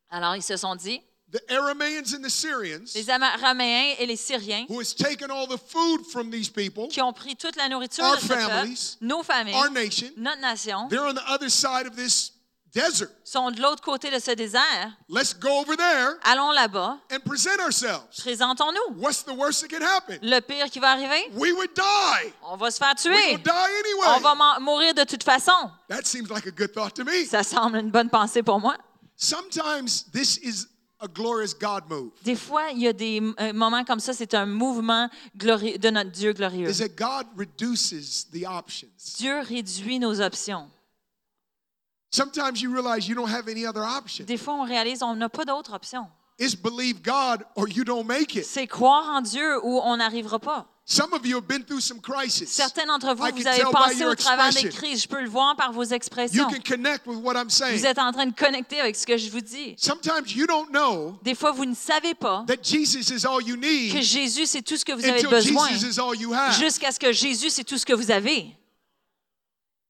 S3: Alors, ils se sont dit,
S2: The Arameans and the Syrians,
S3: les Araméens et les Syriens,
S2: who has taken all the food from these people,
S3: qui ont pris toute la nourriture
S2: Our
S3: de ce peuple,
S2: families,
S3: nos familles,
S2: our nation,
S3: notre nation,
S2: they're on the other side of this desert.
S3: sont de l'autre côté de ce désert.
S2: Let's go over there
S3: Allons là-bas,
S2: and present ourselves.
S3: présentons-nous.
S2: What's the worst that can happen?
S3: Le pire qui va arriver,
S2: We would die.
S3: on va se faire
S2: We
S3: tuer.
S2: would die
S3: On va
S2: anyway.
S3: man- mourir de toute façon.
S2: That seems like a good thought to me.
S3: Ça semble une bonne pensée pour moi.
S2: Sometimes this is a glorious God move.
S3: Des fois, il y a des euh, moments comme ça, c'est un mouvement glori- de notre Dieu glorieux.
S2: Is that God reduces the options.
S3: Dieu réduit nos options.
S2: Sometimes you realize you don't have any other option.
S3: Des fois, on réalise qu'on n'a pas d'autre option.
S2: It's believe God or you don't make it.
S3: C'est croire en Dieu ou on n'arrivera pas.
S2: Some of you have been through some crisis.
S3: Certains d'entre vous,
S2: I
S3: vous
S2: can
S3: avez
S2: tell by
S3: passé
S2: your
S3: au travers des
S2: expression.
S3: crises. Je peux le voir par vos
S2: You
S3: expressions.
S2: can connect with what I'm saying.
S3: Vous êtes en train de connecter avec ce que je vous dis.
S2: Sometimes you don't know
S3: Des fois, vous ne savez pas
S2: that Jesus is all you
S3: que
S2: need
S3: Jésus, c'est tout ce que vous avez
S2: until
S3: besoin.
S2: Jesus is all you have.
S3: Jusqu'à ce que Jésus, c'est tout ce que vous avez.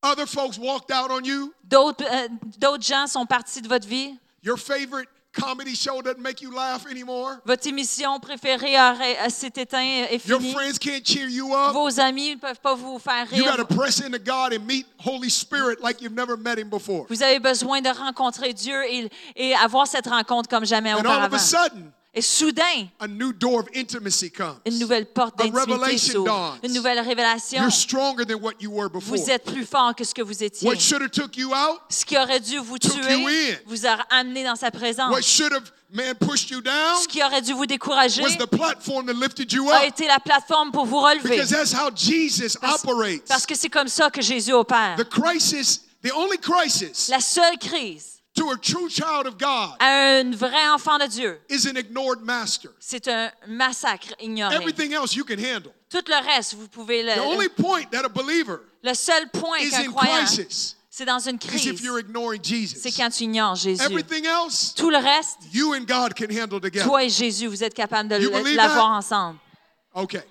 S2: Other folks walked out on you.
S3: D'autres euh, d'autres gens sont partis de votre vie.
S2: Your favorite comedy show doesn't make you laugh anymore.
S3: Votre émission préférée aurait- euh, s'est éteinte et
S2: Your
S3: finie.
S2: friends can't cheer you up.
S3: Vos amis ne peuvent pas vous faire
S2: You got
S3: rire.
S2: to press into God and meet Holy Spirit like you've never met Him before.
S3: Vous avez besoin de rencontrer Dieu et, et avoir cette rencontre comme jamais
S2: And all of
S3: auparavant.
S2: a sudden,
S3: Et soudain,
S2: a new door of intimacy
S3: une
S2: comes.
S3: nouvelle porte
S2: A
S3: d'intimité
S2: revelation
S3: s'ouvre.
S2: dawns.
S3: Une nouvelle révélation.
S2: You're stronger than what you were before.
S3: Vous êtes plus fort que ce que vous étiez.
S2: What should have took you out,
S3: Ce qui aurait dû vous
S2: Took you in.
S3: tuer vous a amené dans sa
S2: what
S3: présence.
S2: should have man pushed you down,
S3: Ce qui aurait dû vous décourager
S2: was the platform that lifted you
S3: a
S2: up.
S3: été la plateforme pour vous relever.
S2: Because that's how Jesus
S3: Parce,
S2: operates.
S3: parce que c'est comme ça que Jésus opère.
S2: The crisis, the only crisis
S3: La seule crise
S2: to a true child of God
S3: à un vrai enfant de Dieu,
S2: is an ignored master.
S3: c'est un massacre ignoré.
S2: Everything else you can handle.
S3: Tout le reste, vous pouvez le.
S2: The only point that a believer
S3: Le seul point
S2: is
S3: qu'un
S2: in
S3: croyant,
S2: crisis
S3: c'est dans une
S2: is if
S3: crise.
S2: you're ignoring
S3: C'est
S2: Jesus.
S3: quand tu ignores Jésus.
S2: Everything else,
S3: Tout le reste,
S2: you and God can handle together.
S3: toi et Jésus, vous êtes capables de
S2: You
S3: le-
S2: believe
S3: l'avoir
S2: that?
S3: ensemble.
S2: Okay.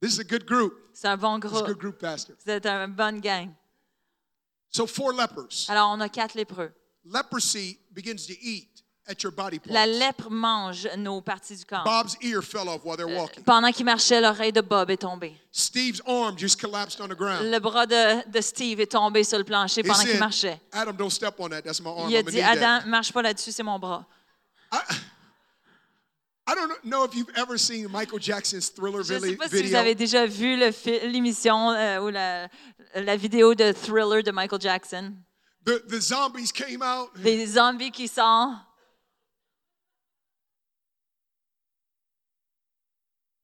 S2: This is a good group.
S3: C'est un bon
S2: This is a good
S3: groupe.
S2: group, Pastor.
S3: Vous êtes un bonne gang.
S2: So, four lepers.
S3: Alors, on a quatre lépreux.
S2: Leprosy begins to eat at your body
S3: La
S2: parts.
S3: lèpre mange nos parties du corps.
S2: Bob's ear fell off while they're
S3: Uh,
S2: walking.
S3: Pendant qu'il marchait, l'oreille de Bob est tombée.
S2: Steve's arm just collapsed on the ground.
S3: Le bras de, de Steve est tombé sur le plancher
S2: He
S3: pendant qu'il
S2: said,
S3: marchait.
S2: Adam, don't step on that. That's my arm.
S3: Il a
S2: I'm gonna
S3: dit,
S2: need that."
S3: Adam, marche pas là-dessus, c'est mon bras.
S2: I don't know if you've ever seen Michael Jackson's Thriller
S3: Je ne sais
S2: villi-
S3: pas si vous
S2: video.
S3: avez déjà vu le fi- l'émission euh, ou la, la vidéo de Thriller de Michael Jackson.
S2: The, the zombies came out.
S3: Les zombies qui sortent.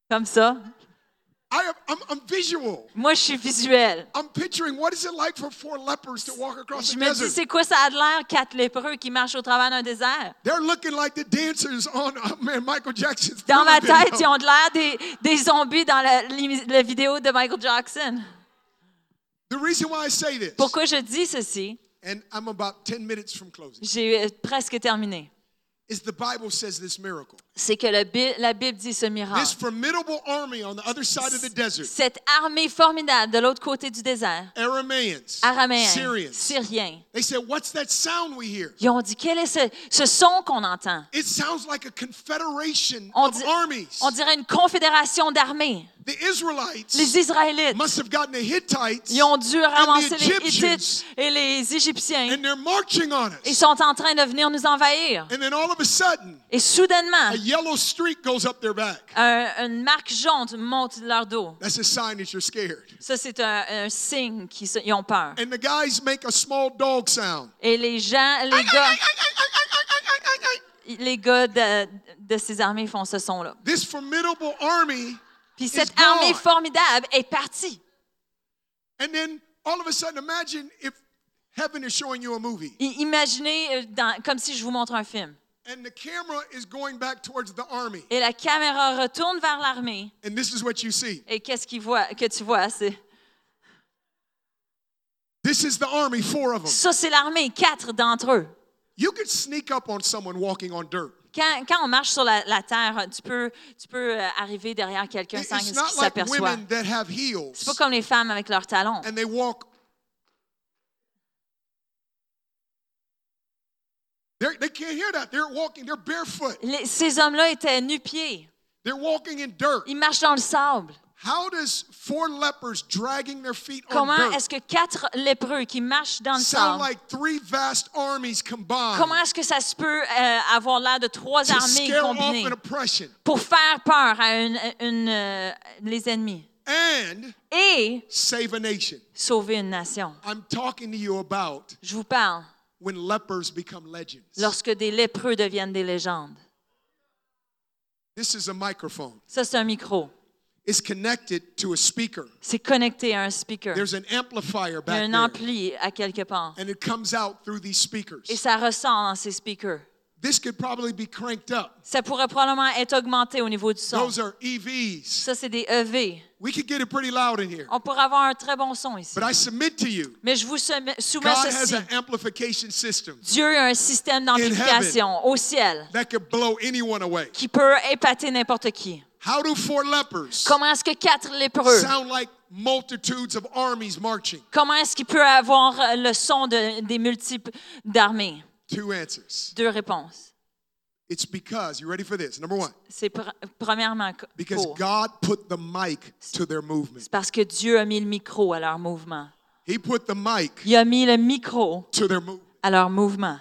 S3: Comme ça.
S2: I am, I'm, I'm visual.
S3: Moi, je suis visuelle.
S2: I'm picturing what is it like for four lepers to walk across
S3: Je
S2: the
S3: me dis,
S2: desert.
S3: c'est quoi ça a de l'air, quatre lépreux qui marchent au travers d'un désert?
S2: They're looking like the dancers on oh, man Michael Jackson's
S3: Dans ma
S2: Thriller
S3: tête, ils
S2: video.
S3: ont de l'air des, des zombies dans la, l'imi- la vidéo de Michael Jackson.
S2: The reason why I say this,
S3: Pourquoi je dis ceci?
S2: and I'm about 10 minutes from closing,
S3: J'ai euh, presque terminé.
S2: is the Bible says this miracle.
S3: C'est que le Bi- la Bible dit ce
S2: This
S3: miracle.
S2: formidable army on the other side of the desert,
S3: Cette armée formidable de l'autre côté du désert,
S2: Arameans,
S3: araméens,
S2: Syrians,
S3: syriens,
S2: They said, What's that sound we hear?
S3: Ils ont dit, quel est ce, ce son qu'on entend?
S2: It sounds like a confederation
S3: On,
S2: of
S3: di-
S2: armies.
S3: on dirait une confédération d'armées.
S2: The Israelites
S3: Les Israélites,
S2: must have gotten the Hittites,
S3: ils ont dû ramasser les
S2: Egyptians.
S3: Hittites et les Égyptiens.
S2: and they're marching on
S3: Ils
S2: us.
S3: sont en train de venir nous envahir.
S2: And then all of a sudden,
S3: Et soudainement,
S2: a yellow streak goes up their back.
S3: un- une marque jaune monte de leur dos.
S2: That's a sign that you're scared.
S3: Ça, c'est un, un signe qu'ils se- ils ont peur.
S2: And the guys make a small dog sound.
S3: Et les gens, les gars, les gars de, de ces armées font ce son-là.
S2: This formidable army,
S3: Puis
S2: It's
S3: cette armée
S2: gone.
S3: formidable est partie.
S2: and then all of a sudden, imagine if heaven is showing you a movie
S3: I- imaginez euh, dans- comme si je vous montre un film.
S2: and the camera is going back towards the army.
S3: Et la caméra retourne vers l'armée.
S2: And this is what you see
S3: Et qu'est-ce qu'il voit, que tu vois? C'est,
S2: this is the army, four of them.
S3: ça, c'est l'armée, quatre d'entre eux.
S2: You could sneak up on someone walking on dirt.
S3: Quand, quand on marche sur la, la terre, tu peux, tu peux euh, arriver derrière quelqu'un
S2: It-
S3: sans
S2: It's
S3: qu'il
S2: not like
S3: s'aperçoit.
S2: women that have
S3: C'est pas
S2: heels
S3: comme les femmes avec leurs talons.
S2: and they walk. They're, they can't hear that. They're walking, they're barefoot,
S3: Les- ces hommes-là étaient nus-pieds.
S2: they're walking in dirt.
S3: Ils marchent dans le sable.
S2: How does four lepers dragging their feet on
S3: Comment
S2: dirt
S3: est-ce que quatre lépreux qui marchent dans le
S2: sound
S3: sable,
S2: like three vast armies combined
S3: comment est-ce que ça se peut euh, avoir l'air de trois
S2: to
S3: armées
S2: scare off
S3: combinées
S2: an oppression?
S3: pour faire peur à une, une, euh, les ennemis
S2: And
S3: et
S2: save a nation.
S3: sauver une nation?
S2: I'm talking to you about
S3: Je vous parle
S2: when lepers become legends.
S3: lorsque des lépreux deviennent des légendes.
S2: This is a microphone.
S3: Ça, c'est un micro.
S2: It's connected to a speaker.
S3: C'est connecté à un speaker.
S2: There's an amplifier
S3: Il y a
S2: back
S3: un
S2: there,
S3: ampli à quelque part.
S2: and it comes out through these
S3: Et
S2: speakers.
S3: ça ressort dans ces speakers.
S2: This could probably be cranked up.
S3: Ça pourrait probablement être augmenté au niveau du son.
S2: Those are EVs.
S3: Ça, c'est des EV.
S2: We could get it pretty loud in here.
S3: On pourrait avoir un très bon son ici.
S2: But I submit to you,
S3: Mais je vous soumets soumets
S2: God has
S3: ceci.
S2: an amplification system
S3: Dieu a un système d'amplification au ciel
S2: that could blow anyone away.
S3: qui peut épater n'importe qui.
S2: How do four lepers
S3: Comment est-ce que quatre lépreux,
S2: sound like multitudes of armies marching?
S3: comment est-ce qu'il peut avoir euh, le son de- des multiples d'armées?
S2: Two answers.
S3: Deux réponses.
S2: It's because, you ready for this? Number one,
S3: C'est pr- premièrement co-
S2: because
S3: pour.
S2: God put the mic to their movement,
S3: C'est parce que Dieu a mis le micro à leur mouvement.
S2: He put the mic
S3: Il a mis le micro
S2: to their movement.
S3: à leur mouvement.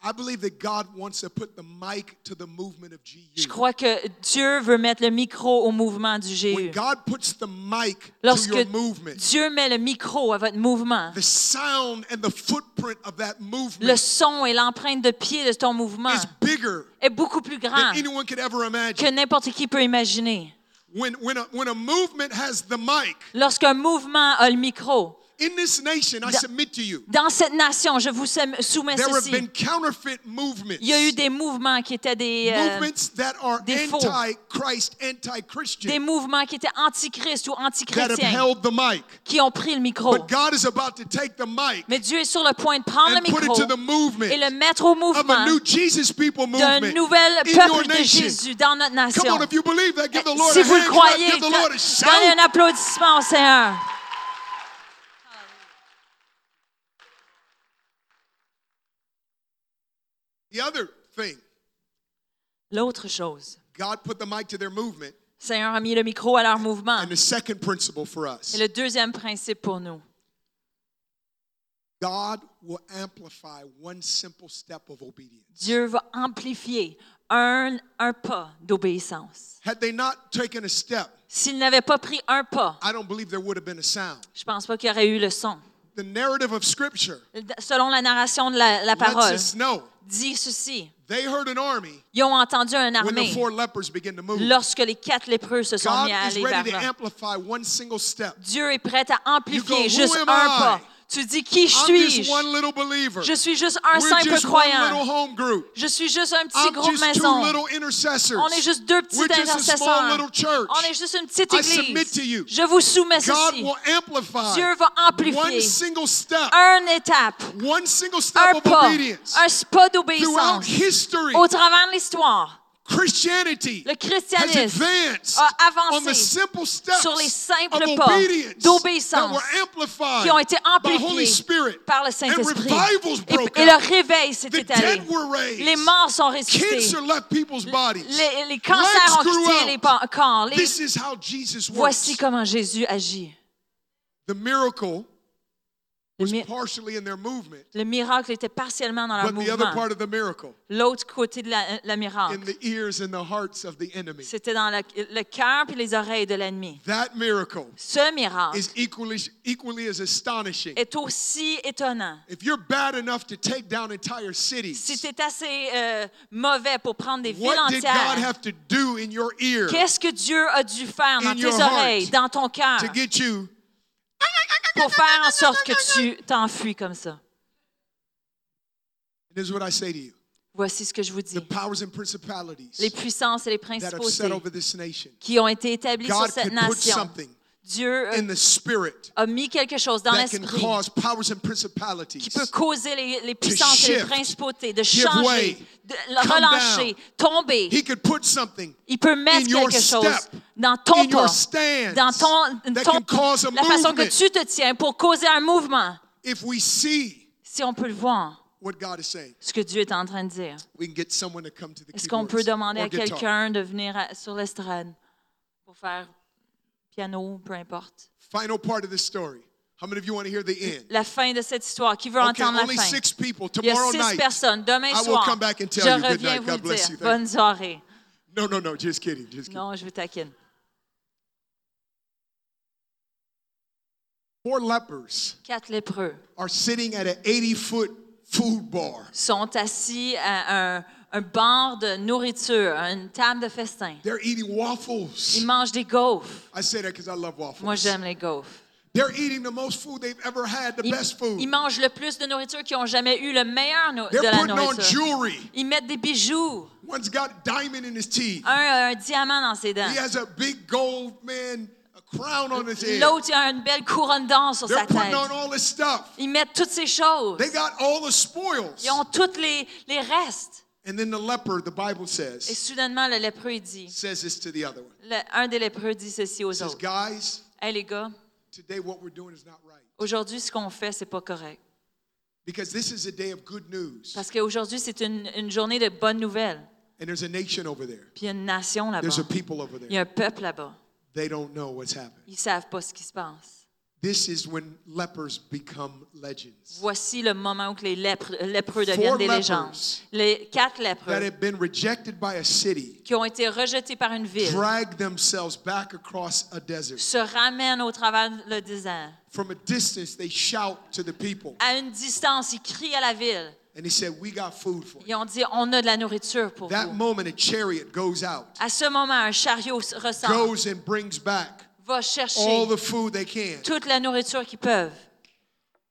S2: I believe that God wants to put the mic to the movement of
S3: Je
S2: GU.
S3: crois que Dieu veut mettre le micro au mouvement du GU.
S2: When God puts the mic to your
S3: Lorsque
S2: movement,
S3: Dieu met le micro à votre mouvement,
S2: the sound and the footprint of that
S3: le
S2: movement
S3: son et l'empreinte de pied de ton mouvement
S2: is bigger
S3: est beaucoup plus grand
S2: than anyone could ever
S3: que
S2: imagine.
S3: n'importe qui peut imaginer.
S2: When, when, a, when a movement has the mic,
S3: Lorsqu'un mouvement a le micro,
S2: in this nation, I
S3: Da-
S2: submit to you,
S3: dans cette nation, je vous soum- soumets
S2: there have been
S3: ceci,
S2: counterfeit movements.
S3: il y a eu des mouvements qui étaient des, euh,
S2: movements that are
S3: des faux.
S2: anti-Christ,
S3: des
S2: anti-Christian,
S3: mouvements qui étaient antichrist ou
S2: that have
S3: antichrétiens,
S2: held the mic.
S3: qui ont pris le micro.
S2: But God is about to take the mic
S3: Mais Dieu est sur le point de prendre le
S2: and put it
S3: micro
S2: to the movement.
S3: et le mettre au
S2: of a
S3: mouvement
S2: new Jesus people
S3: d'un
S2: movement
S3: nouvel
S2: in your
S3: peuple de
S2: nation.
S3: Jésus dans notre
S2: Come
S3: nation.
S2: on, if you believe that, give the Lord
S3: Si
S2: a
S3: vous le
S2: hand clap,
S3: croyez,
S2: give the Lord a
S3: donnez
S2: shout.
S3: un applaudissement au Seigneur.
S2: The other thing,
S3: L'autre chose,
S2: God put the mic to their movement,
S3: le Seigneur a mis le micro à leur mouvement.
S2: and the second principle for
S3: Et
S2: us,
S3: le deuxième principe pour nous,
S2: God will amplify one simple step of obedience.
S3: Dieu va amplifier un, un pas d'obéissance.
S2: Had they not taken a step,
S3: S'il n'avait pas pris un pas,
S2: I don't believe there would have been a sound.
S3: je pense pas qu'il y aurait eu le son.
S2: The narrative of Scripture
S3: Selon la narration de la, la
S2: lets
S3: parole,
S2: us know
S3: dit ceci.
S2: they heard an army
S3: Ils ont entendu un
S2: when the
S3: armée
S2: four lepers began to move.
S3: lorsque les quatre lépreux se sont
S2: God
S3: mis à
S2: is
S3: aller vers
S2: ready to
S3: là.
S2: amplify one single step.
S3: Dieu est prêt à amplifier
S2: You go,
S3: juste
S2: "Who
S3: un
S2: am I?"
S3: pas. Tu dis, qui
S2: I'm just
S3: suis-je?
S2: one little believer.
S3: Je suis juste un
S2: We're
S3: simple
S2: just one little
S3: croyant.
S2: home group.
S3: Je suis juste un petit
S2: I'm
S3: groupe
S2: just two
S3: maison.
S2: little intercessors.
S3: On est juste deux petits
S2: We're just a small
S3: intercesseurs.
S2: little church.
S3: On est juste une petite
S2: I submit to you.
S3: église. Je vous soumets
S2: God
S3: ceci.
S2: will amplify
S3: Dieu va
S2: one
S3: amplifier
S2: single step,
S3: une étape,
S2: one single step
S3: un
S2: of
S3: pas,
S2: obedience
S3: un pas
S2: throughout
S3: d'obéissance
S2: history.
S3: au travers de l'histoire.
S2: Christianity
S3: Le
S2: has
S3: christianisme
S2: advanced
S3: a
S2: on the
S3: avancé
S2: simple steps
S3: sur les simples
S2: of
S3: pas
S2: obedience that
S3: d'obéissance
S2: were amplified
S3: qui ont été
S2: by Holy
S3: amplifiés
S2: Spirit.
S3: par le
S2: and
S3: Saint-Esprit.
S2: revivals broke
S3: Et, et le
S2: out.
S3: réveil s'est
S2: The
S3: étalé.
S2: dead were raised.
S3: Les morts sont ressuscités.
S2: Cancer left people's bodies.
S3: Les, les
S2: Legs
S3: cancers ont
S2: grew
S3: quitté
S2: out.
S3: les pan- corps. Les-
S2: This is how Jesus works.
S3: Voici comment Jésus agit.
S2: The miracle
S3: Le,
S2: was
S3: mi-
S2: partially in their movement,
S3: le miracle était partiellement dans leur
S2: but the other
S3: mouvement. Ah.
S2: part of the miracle
S3: L'autre côté de la, la
S2: in
S3: miracle,
S2: the ears and the hearts of the enemy.
S3: c'était dans la- le cœur puis les oreilles de l'ennemi.
S2: That miracle
S3: Ce miracle
S2: is equally equally as astonishing.
S3: est aussi étonnant.
S2: If you're bad enough to take down entire
S3: Si
S2: cities,
S3: tu es assez euh, mauvais pour prendre des villes
S2: what did God
S3: entières,
S2: have to do in your ear to
S3: qu'est-ce que Dieu a dû faire dans
S2: In your
S3: tes oreilles,
S2: heart.
S3: dans ton cœur,
S2: get you?
S3: pour faire en sorte que tu t'enfuis comme ça?
S2: And this is what I say to you:
S3: Voici ce que je vous
S2: the
S3: dis.
S2: powers and
S3: Les
S2: principalities
S3: puissances et les
S2: that have set
S3: principautés
S2: over this nation.
S3: qui ont été établies sur
S2: God
S3: cette
S2: could put
S3: nation,
S2: something
S3: Dieu euh,
S2: in the spirit
S3: a mis quelque chose dans
S2: that can
S3: l'esprit
S2: cause powers and
S3: qui
S2: principalities
S3: peut causer les, les puissances et les
S2: shift,
S3: principautés de
S2: give
S3: changer,
S2: way,
S3: de
S2: come
S3: relancer, tomber.
S2: He could put something
S3: Il peut
S2: in
S3: mettre
S2: your
S3: quelque
S2: step,
S3: chose dans ton
S2: in your
S3: pas,
S2: stance
S3: dans ton,
S2: that
S3: ton-
S2: can cause a
S3: la façon que
S2: movement.
S3: tu te tiens pour causer un mouvement.
S2: if we see
S3: Si on peut le voir,
S2: what God is saying.
S3: ce que Dieu est en train de dire.
S2: We can get someone to come to the
S3: Est-ce qu'on peut
S2: keyboards
S3: demander
S2: or
S3: à
S2: guitar.
S3: quelqu'un de venir à- sur l'estrade pour faire piano, peu importe.
S2: Final part of this story. How many of you want to hear the end?
S3: La fin de cette histoire, qui veut
S2: okay,
S3: entendre la
S2: only
S3: fin?
S2: six people
S3: Il y a
S2: tomorrow
S3: six
S2: night.
S3: personnes. Demain
S2: I will
S3: soir,
S2: come back and tell
S3: je
S2: you good
S3: reviens
S2: night.
S3: vous
S2: God
S3: le
S2: bless
S3: dire.
S2: you. Thank you.
S3: Bonne soirée.
S2: No, no, no. Just kidding. Just kidding.
S3: Non, je vous taquine.
S2: Four lepers
S3: Quatre lépreux
S2: are sitting at an 80-foot food bar.
S3: sont assis à un, un bar de nourriture, à une table de festin.
S2: They're eating waffles.
S3: Ils mangent des gaufres.
S2: I say that because I love waffles.
S3: Moi, j'aime les gaufres.
S2: They're eating the most food they've ever had, the
S3: Ils,
S2: best food.
S3: ils mangent le plus de nourriture qu'ils ont jamais eu, le meilleur no- de
S2: They're
S3: la
S2: putting on
S3: nourriture.
S2: jewelry.
S3: Ils mettent des bijoux.
S2: One's got diamond in his teeth.
S3: Un a un diamant dans ses dents.
S2: He has a big gold man, a crown on his head.
S3: L'autre il a une belle couronne d'or sur
S2: They're
S3: sa
S2: putting
S3: tête.
S2: on all this stuff.
S3: Ils mettent toutes ces choses.
S2: They got all the spoils.
S3: Ils ont tous les, les restes.
S2: And then the leper, the Bible
S3: Et
S2: says,
S3: soudainement, le lépreux, il dit,
S2: says this to the other one.
S3: Le- un des lépreux dit ceci aux
S2: Says,
S3: autres.
S2: guys,
S3: Hey les gars,
S2: today what we're doing is not right.
S3: aujourd'hui ce qu'on fait, c'est pas correct.
S2: Because this is a day of good news.
S3: Parce qu'aujourd'hui, c'est une, une journée de bonnes nouvelles.
S2: And there's a nation over there.
S3: Puis il y a une nation là-bas.
S2: There's a people over
S3: Il y
S2: there.
S3: a un peuple là-bas.
S2: They don't know what's happened.
S3: Ils savent pas ce qui se passe.
S2: This is when lepers become legends.
S3: Voici le moment où que les lèpres- lépreux
S2: Four
S3: deviennent des
S2: lepers.
S3: légendes. Les quatre
S2: That
S3: lépreux
S2: have been rejected by a city,
S3: qui ont été rejetés par une ville
S2: drag themselves back across a desert.
S3: se ramènent au travers le désert.
S2: From a distance, they shout to the people.
S3: À une distance, ils crient à la ville.
S2: And he said, We got food for you.
S3: Ils ont dit, on a de la nourriture pour
S2: That
S3: vous.
S2: moment, a chariot goes out,
S3: À ce moment, un chariot se ressort,
S2: goes and brings back
S3: va
S2: all
S3: chercher
S2: the food they can.
S3: toute la nourriture qu'ils peuvent.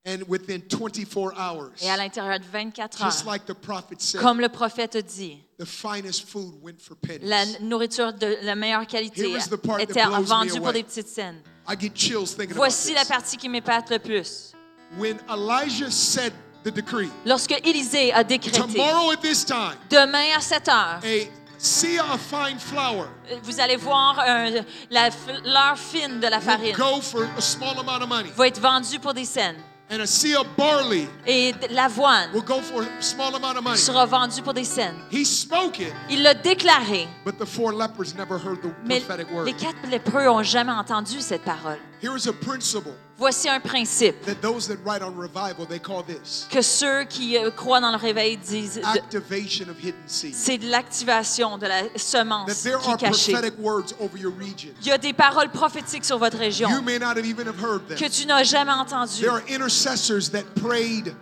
S2: And within 24 hours,
S3: Et à l'intérieur de 24
S2: just
S3: heures,
S2: like the prophet said,
S3: comme le prophète a dit,
S2: the finest food went for
S3: la
S2: pennies.
S3: nourriture de la meilleure qualité
S2: Here is the part that
S3: était
S2: blows me
S3: vendue pour
S2: away.
S3: des petites scènes.
S2: I get chills thinking
S3: Voici la
S2: about this.
S3: partie qui m'épate le plus.
S2: When Elijah said the decree,
S3: Lorsque Élisée a décrété,
S2: tomorrow at this time,
S3: demain à 7 heures,
S2: a sea of fine flour
S3: vous allez voir un- la fleur fine de la
S2: will
S3: farine
S2: go for a small amount of money,
S3: va être vendue pour des scènes.
S2: and a sea of barley
S3: Et de- l'avoine
S2: will go for a small amount of money.
S3: sera vendue pour des scènes.
S2: He spoke it,
S3: Il l'a déclaré,
S2: but the four lepers never heard the
S3: mais
S2: prophetic word.
S3: les quatre lépreux ont jamais entendu cette parole.
S2: Here is a principle
S3: Voici un principe
S2: that those that write on revival they call this
S3: que ceux qui euh, croient dans le réveil disent,
S2: Ah.
S3: de-
S2: activation of hidden seed.
S3: c'est de l'activation de la
S2: That
S3: semence
S2: there
S3: qui
S2: are
S3: est cachée.
S2: prophetic words over your region.
S3: Il y a des paroles prophétiques sur votre région
S2: You may not have even have heard them.
S3: que tu n'as jamais entendues.
S2: There are intercessors that prayed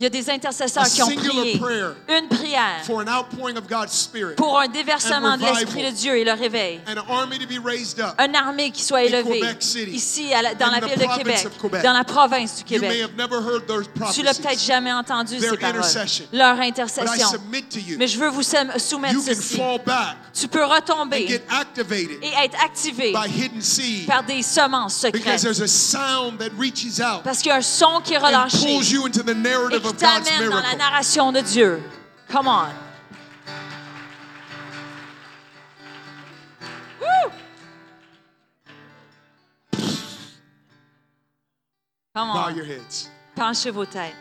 S3: Il y a des intercesseurs
S2: A
S3: qui ont
S2: singular
S3: prié
S2: prayer
S3: une prière
S2: for an outpouring of God's Spirit,
S3: pour un déversement
S2: and
S3: de l'Esprit de
S2: revival.
S3: Dieu et le réveil.
S2: an army to be raised up.
S3: Une armée qui soit élevée
S2: Quebec City,
S3: ici à la- dans
S2: in
S3: la
S2: the
S3: ville de
S2: province
S3: Québec,
S2: of Quebec.
S3: dans la province du
S2: You may
S3: Québec.
S2: have never heard those
S3: Tu l'as peut-être
S2: prophecies.
S3: jamais entendu
S2: Their
S3: ces paroles,
S2: intercession.
S3: leur
S2: But I
S3: intercession.
S2: submit to you,
S3: Mais je veux vous sem-
S2: you
S3: soumettre
S2: can
S3: ceci.
S2: fall back
S3: Tu peux
S2: and
S3: retomber
S2: get activated
S3: et être activé
S2: by hidden seed
S3: par des semences
S2: because
S3: secrètes
S2: there's a sound that reaches out
S3: parce qu'il y a un son qui est
S2: and
S3: relâché
S2: pulls you into the
S3: et
S2: narrative
S3: qui
S2: of God's
S3: t'amène dans la
S2: miracle.
S3: narration de Dieu. Come on. Woo! Come
S2: Bow
S3: on.
S2: your heads.
S3: Penchez vos têtes.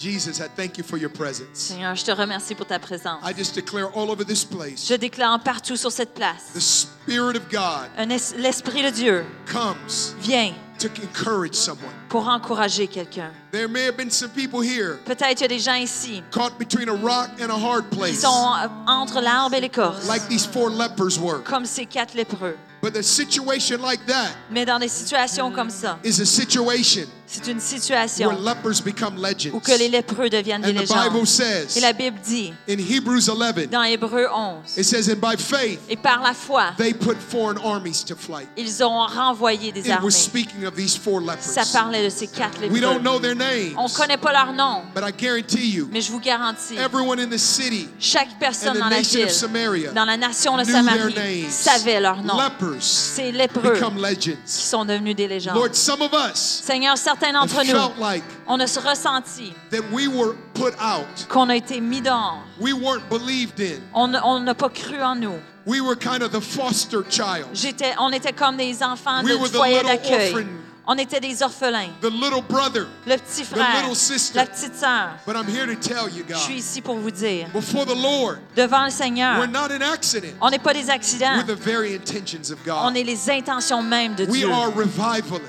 S2: Jesus, I thank you for your presence.
S3: Seigneur, je te remercie pour ta présence.
S2: I just declare all over this place
S3: Je déclare partout sur cette
S2: the
S3: place,
S2: Spirit of God
S3: un es- l'Esprit de Dieu
S2: comes
S3: vient
S2: to encourage someone.
S3: pour encourager quelqu'un.
S2: There may have been some people here
S3: Peut-être qu'il y a des gens ici
S2: caught between a rock and a hard
S3: qui
S2: place,
S3: sont euh, entre l'arbre et l'écorce,
S2: like these four lepers were.
S3: comme ces quatre lépreux.
S2: But a situation like that
S3: Mais dans des situations comme ça,
S2: is a situation
S3: c'est une
S2: where
S3: situation
S2: lepers become
S3: où que les
S2: legends.
S3: lépreux deviennent des
S2: And the Bible
S3: légendes. Et
S2: says
S3: la Bible dit,
S2: in Hebrews 11,
S3: dans Hébreux
S2: it
S3: 11,
S2: says, And by faith
S3: et par la foi,
S2: they put foreign armies to flight.
S3: ils ont renvoyé des
S2: It
S3: armées.
S2: was speaking of these four
S3: Ça
S2: lepers.
S3: parlait de ces quatre
S2: We don't
S3: lépreux.
S2: know their names,
S3: On ne connaît pas leur nom,
S2: but I guarantee you,
S3: mais je vous garantis,
S2: everyone in the city
S3: chaque
S2: and
S3: personne
S2: the
S3: dans la
S2: nation of
S3: ville,
S2: Samaria
S3: dans la nation de
S2: knew their
S3: Samarie,
S2: names.
S3: savait leur nom.
S2: Lepers
S3: Ces lépreux
S2: become
S3: qui
S2: legends.
S3: sont devenus des légendes.
S2: Lord, some of us
S3: Seigneur, certains
S2: have
S3: d'entre
S2: felt
S3: nous,
S2: like
S3: on a se ressenti
S2: that we were put out.
S3: qu'on a été mis dehors.
S2: We weren't believed in.
S3: On on n'a pas cru en nous.
S2: We were kind of the foster child,
S3: J'étais, on était comme des enfants
S2: We
S3: de
S2: were the
S3: foyer
S2: little
S3: d'accueil.
S2: orphan.
S3: On était des orphelins.
S2: the little brother.
S3: Le petit frère,
S2: little sister.
S3: la petite sœur.
S2: But I'm here to tell you,
S3: Je suis
S2: God,
S3: ici pour vous dire,
S2: before the Lord,
S3: devant le
S2: we're
S3: Seigneur,
S2: not an accident.
S3: on n'est pas des accidents.
S2: We're the very intentions of
S3: On
S2: God.
S3: est les intentions mêmes de
S2: We
S3: Dieu.
S2: are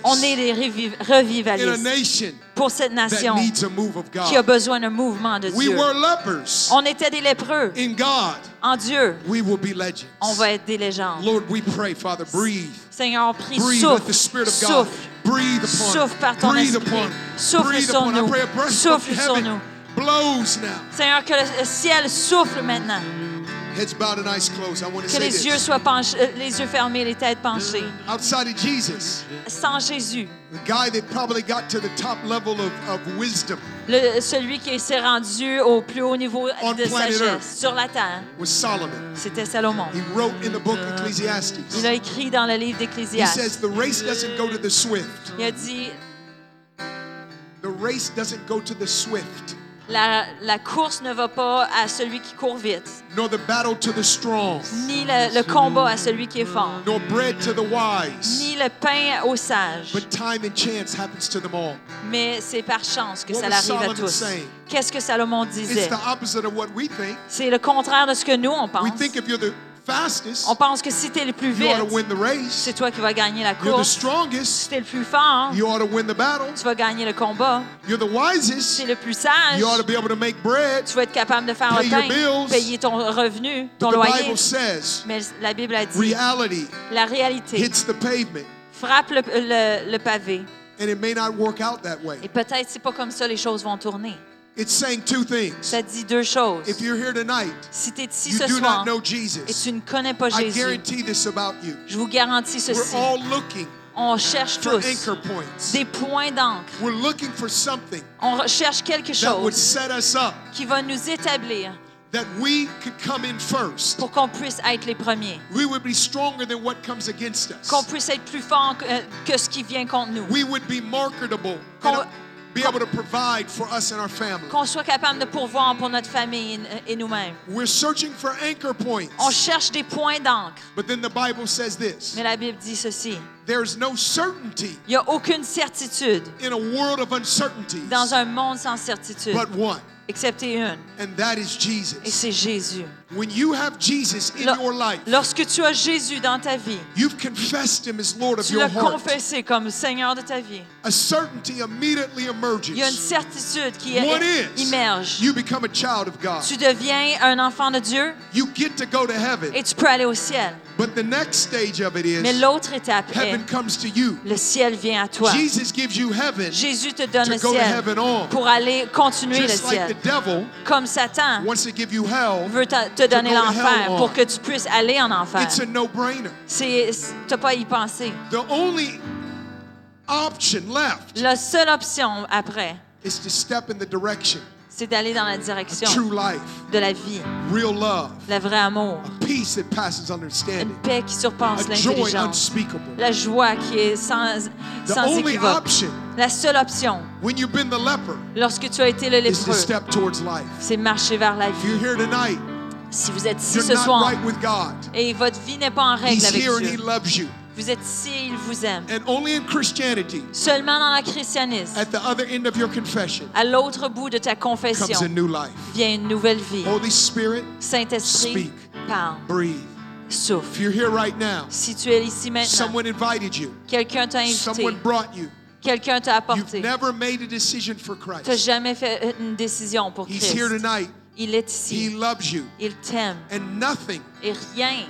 S3: On est
S2: revivalists
S3: les reviv-
S2: in a
S3: revivalistes
S2: nation
S3: pour cette
S2: that
S3: nation
S2: needs a move of
S3: qui a
S2: God.
S3: besoin d'un mouvement de
S2: We
S3: Dieu.
S2: were lepers.
S3: On était des lépreux.
S2: In God,
S3: En Dieu,
S2: we will be
S3: on
S2: legends.
S3: va être des légendes.
S2: Lord, we pray, Father, breathe.
S3: Seigneur, on prie,
S2: Breathe, let the
S3: souffle,
S2: Spirit of God
S3: souffle.
S2: breathe upon
S3: Souffle par
S2: it.
S3: ton
S2: Breathe
S3: esprit.
S2: upon it.
S3: Souffle
S2: breathe
S3: sur
S2: upon it. I
S3: nous.
S2: pray a breath of
S3: Souffle sur
S2: heaven
S3: nous.
S2: blows now.
S3: Seigneur, que le ciel souffle maintenant.
S2: Heads bowed and eyes closed. I want to
S3: Que
S2: say
S3: les yeux
S2: this.
S3: soient penchés, euh, les yeux fermés, les têtes penchées.
S2: Outside of Jesus,
S3: Sans Jésus,
S2: the guy that probably got to the top level of, of wisdom
S3: le- celui qui s'est rendu au plus haut niveau
S2: On
S3: de
S2: planet Earth.
S3: sagesse sur la terre,
S2: was Solomon.
S3: c'était Salomon.
S2: He wrote in the book
S3: Il
S2: Ecclesiastes.
S3: a écrit dans le livre
S2: He
S3: d'Ecclésiaste.
S2: says the race doesn't go to the swift.
S3: Il a dit
S2: The race doesn't go to the swift,
S3: la, la course ne va pas à celui qui court vite,
S2: nor the battle to the strong,
S3: ni le, le combat à celui qui est fort,
S2: nor bread to the wise.
S3: ni le pain aux sages.
S2: But time and chance happens to them all.
S3: Mais c'est par chance que
S2: What
S3: ça
S2: was
S3: l'arrive à
S2: Solomon
S3: tous.
S2: saying?
S3: Qu'est-ce que Salomon
S2: It's
S3: disait?
S2: the opposite of what we think.
S3: C'est le contraire de ce que nous, on
S2: We
S3: pense.
S2: think if you're the fastest,
S3: On pense que si tu es le plus
S2: you ought to
S3: vite,
S2: win the race.
S3: c'est toi qui vas gagner la
S2: You're the
S3: course. Si
S2: strongest,
S3: tu es le plus fort, hein.
S2: you ought to win the battle.
S3: tu vas gagner le combat.
S2: You're the
S3: Si tu
S2: wisest,
S3: es le plus sage,
S2: you ought to be able to make bread.
S3: tu vas être capable de faire
S2: Pay
S3: le
S2: your
S3: pain,
S2: bills.
S3: payer ton revenu, ton
S2: But the
S3: loyer.
S2: Bible says
S3: Mais la Bible a dit,
S2: reality
S3: la réalité
S2: hits the pavement,
S3: frappe le, le- le pavé.
S2: and it may not work out that way.
S3: Et peut-être c'est pas comme ça les choses vont tourner.
S2: It's saying two things.
S3: Ça dit deux choses.
S2: If you're here tonight,
S3: Si tu es ici
S2: you
S3: ce
S2: do
S3: soir
S2: not know
S3: et
S2: Jesus.
S3: tu ne connais pas
S2: I
S3: Jésus,
S2: guarantee this about you.
S3: je vous garantis
S2: We're
S3: ceci.
S2: all looking
S3: On cherche
S2: for
S3: tous
S2: anchor points.
S3: des points d'encre.
S2: We're looking for something
S3: On recherche quelque
S2: that would
S3: chose
S2: set us up,
S3: qui va nous établir
S2: that we could come in first.
S3: pour qu'on puisse être les premiers,
S2: We would be stronger than what comes against
S3: qu'on
S2: us.
S3: puisse être plus fort que, euh, que ce qui vient contre nous,
S2: We would be marketable,
S3: Qu'on-
S2: and be able to provide for us and our family.
S3: qu'on soit capable de pourvoir pour notre famille et, et nous-mêmes.
S2: We're searching for anchor
S3: On
S2: points.
S3: cherche des points d'encre.
S2: But then the Bible says this
S3: Mais la Bible dit ceci.
S2: there's no certainty
S3: Il n'y a aucune certitude
S2: in a world of uncertainties
S3: dans un monde sans certitude,
S2: but one,
S3: excepté une,
S2: and that is
S3: et
S2: Jesus.
S3: c'est Jésus.
S2: When you have Jesus in
S3: Lo-
S2: your life,
S3: Lorsque tu as Jésus dans ta vie,
S2: you've confessed him as Lord of
S3: tu
S2: your
S3: l'as
S2: heart.
S3: confessé comme Seigneur de ta vie.
S2: A certainty immediately
S3: Il y a une
S2: emerges.
S3: certitude qui
S2: What
S3: é-
S2: is?
S3: immerge.
S2: You become a child of God.
S3: Tu deviens un enfant de Dieu
S2: You get to go to heaven.
S3: et tu peux aller au ciel.
S2: But the next stage of it
S3: Mais
S2: is
S3: l'autre étape est,
S2: heaven comes to you.
S3: le ciel vient à toi.
S2: Jesus gives you heaven,
S3: Jésus te donne
S2: to
S3: le
S2: go to
S3: ciel
S2: heaven on.
S3: pour aller continuer le
S2: just like the
S3: ciel.
S2: devil
S3: Comme Satan
S2: wants to give you hell.
S3: veut ta- te donner
S2: go to hell
S3: l'enfer
S2: on.
S3: pour que tu puisses aller en enfer.
S2: It's a no-brainer.
S3: C'est- c'est- T'as pas à y penser.
S2: The only option left
S3: La seule option après,
S2: is to step in the direction
S3: c'est d'aller dans la
S2: of
S3: direction
S2: true life,
S3: de la vie,
S2: real love,
S3: le vrai amour,
S2: peace that passes
S3: une
S2: understanding,
S3: paix qui surpasse
S2: a joy
S3: l'intelligence,
S2: unspeakable.
S3: la joie qui est sans,
S2: The
S3: sans
S2: only
S3: équivoque.
S2: option
S3: La seule option,
S2: when you've been the leper
S3: lorsque tu as été le
S2: is to
S3: lépreux,
S2: step towards life.
S3: c'est marcher vers la
S2: If you're
S3: vie.
S2: here tonight,
S3: Si vous êtes ici
S2: you're
S3: ce
S2: not
S3: soir
S2: right with God.
S3: et votre vie n'est pas en règle
S2: He's
S3: avec
S2: here and He
S3: Dieu,
S2: loves you.
S3: Vous êtes ici et il vous aime.
S2: And only in Christianity,
S3: Seulement dans la christianisme,
S2: at the other end of your confession,
S3: à l'autre bout de ta
S2: comes
S3: confession,
S2: a new life.
S3: vient une nouvelle vie.
S2: Holy Spirit,
S3: Saint-Esprit,
S2: Oh, Speak.
S3: parle,
S2: breathe. If
S3: souffle.
S2: you're here right now,
S3: Si tu es ici maintenant,
S2: someone invited you,
S3: quelqu'un t'a invité,
S2: someone brought you.
S3: quelqu'un t'a
S2: You've
S3: apporté.
S2: never made a decision for
S3: Tu n'as
S2: Christ.
S3: jamais fait une décision pour
S2: He's here
S3: Christ.
S2: tonight.
S3: Il est
S2: He
S3: ici.
S2: loves you.
S3: Il t'aime.
S2: And nothing,
S3: Et rien,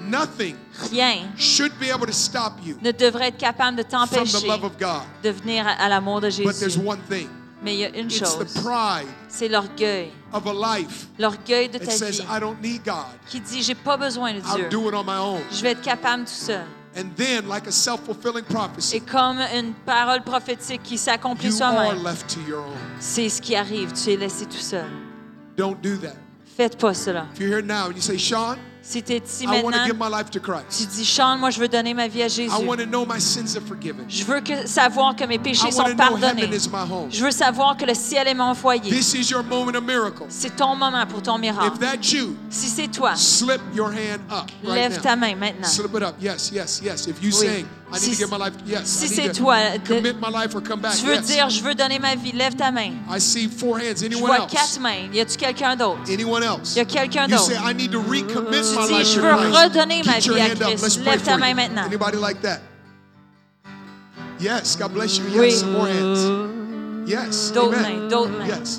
S2: nothing
S3: rien
S2: should be able to stop you
S3: ne devrait être capable de
S2: from the
S3: t'empêcher
S2: love of God.
S3: de venir à, à l'amour de
S2: But there's
S3: Jésus.
S2: one thing
S3: Mais il y a une
S2: it's the
S3: chose,
S2: pride
S3: c'est l'orgueil.
S2: of a life
S3: L'orgueil de
S2: that
S3: ta
S2: says,
S3: vie
S2: I don't need God.
S3: qui dit j'ai pas besoin de
S2: I'll
S3: Dieu.
S2: do it on my own.
S3: Je vais être capable tout seul.
S2: And then, like a self fulfilling
S3: Et
S2: prophecy,
S3: comme une parole prophétique qui s'accomplit
S2: you are
S3: soi-même,
S2: left to your own.
S3: c'est ce qui arrive. Tu es laissé tout seul.
S2: Don't do that.
S3: Faites pas cela.
S2: If you're here now and you say, Sean,
S3: Si tu es ici
S2: I want to
S3: maintenant,
S2: give my life to
S3: tu
S2: Christ,
S3: dis Sean, moi je veux donner ma vie à
S2: I
S3: Jésus.
S2: want to know my sins are forgiven,
S3: Je veux que, savoir que mes
S2: I
S3: péchés
S2: want to
S3: sont
S2: know
S3: pardonnés.
S2: heaven is my home.
S3: Je veux savoir que le ciel est mon foyer.
S2: This is your moment of miracle.
S3: C'est ton moment pour ton
S2: If
S3: miracle.
S2: that's you,
S3: Si c'est toi,
S2: slip your hand up right
S3: lève ta
S2: now.
S3: main maintenant.
S2: Slip it up. Yes, yes, yes. If you
S3: Oui.
S2: saying, I need
S3: Si-
S2: to give my life, yes.
S3: si
S2: I
S3: c'est
S2: need
S3: toi,
S2: to
S3: de-
S2: commit my life or come back.
S3: Tu veux
S2: Yes.
S3: dire, je veux donner ma vie, lève ta main.
S2: I see four hands.
S3: Je
S2: Anyone
S3: vois quatre
S2: else?
S3: mains. Y a-tu quelqu'un d'autre?
S2: Anyone else?
S3: Y a quelqu'un
S2: You say,
S3: d'autre?
S2: I need to recommit my
S3: Tu
S2: life
S3: dis, je
S2: to
S3: veux
S2: Christ.
S3: redonner ma
S2: Get your
S3: vie à
S2: hand up. Let's
S3: Christ.
S2: pray
S3: Lève
S2: for
S3: ta main
S2: you.
S3: maintenant.
S2: Anybody like that? Yes. God bless you.
S3: Oui.
S2: Yes. Some more hands. Yes.
S3: D'autres
S2: Amen.
S3: mains, d'autres mains.
S2: Yes.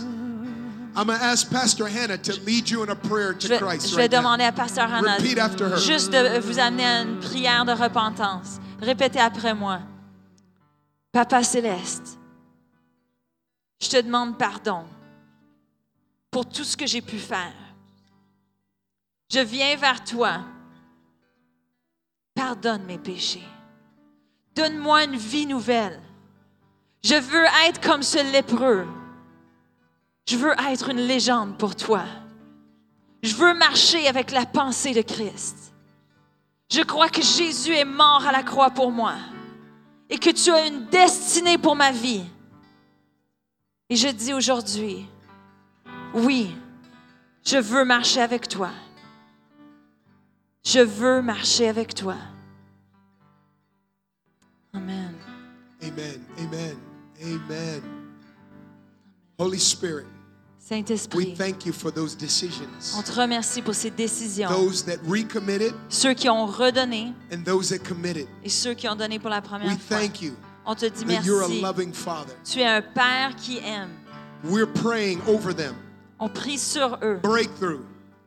S2: I'm going to ask Pastor Hannah to lead you in a prayer
S3: Je
S2: to
S3: vais,
S2: Christ
S3: je vais
S2: right now.
S3: demander à Pasteur Hannah
S2: Repeat after her.
S3: juste de vous amener à une prière de repentance. Répétez après moi. Papa Céleste, je te demande pardon pour tout ce que j'ai pu faire. Je viens vers toi. Pardonne mes péchés. Donne-moi une vie nouvelle. Je veux être comme ce lépreux. Je veux être une légende pour toi. Je veux marcher avec la pensée de Christ. Je crois que Jésus est mort à la croix pour moi et que tu as une destinée pour ma vie. Et je dis aujourd'hui, oui, je veux marcher avec toi. Je veux marcher avec toi. Amen.
S2: Amen. Amen. Amen. Holy Spirit, we
S3: Saint-Esprit,
S2: thank you for those
S3: on
S2: decisions.
S3: te remercie pour ces décisions.
S2: Those that recommitted
S3: Ceux qui ont redonné
S2: and those that committed.
S3: et ceux qui ont donné pour la
S2: We
S3: première fois.
S2: thank you
S3: On te dit
S2: that you're a
S3: merci.
S2: loving Father.
S3: Tu es un Père qui aime.
S2: We're praying over them.
S3: On prie sur eux.
S2: Breakthrough,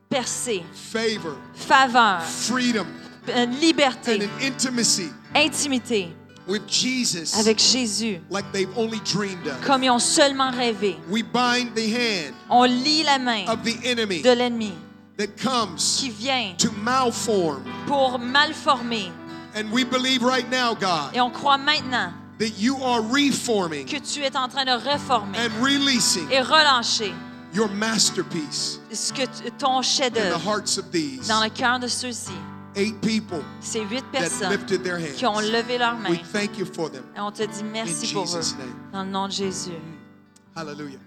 S3: Percée,
S2: favor,
S3: faveur,
S2: freedom,
S3: euh,
S2: and
S3: liberté,
S2: an intimacy
S3: intimité
S2: with Jesus
S3: avec Jésus,
S2: like they've only dreamed of.
S3: comme ils ont seulement rêvé.
S2: We bind the hand
S3: On lit la main
S2: of the enemy
S3: de l'ennemi
S2: that comes
S3: qui vient
S2: to malform.
S3: pour malformer.
S2: And we believe right now, God,
S3: Et on croit maintenant
S2: that you are reforming
S3: que tu es en train de reformer
S2: and releasing
S3: et relancer
S2: your masterpiece
S3: ce que tu- ton
S2: in the
S3: chef-d'œuvre
S2: hearts of these
S3: dans le cœur de ceux-ci.
S2: eight people
S3: Ces huit
S2: that
S3: personnes
S2: lifted their hands.
S3: qui ont levé leurs
S2: We
S3: mains.
S2: thank you for them.
S3: Et on te dit merci
S2: In
S3: pour
S2: Jesus'
S3: eux.
S2: name.
S3: Dans le nom de Jésus.
S2: Hallelujah.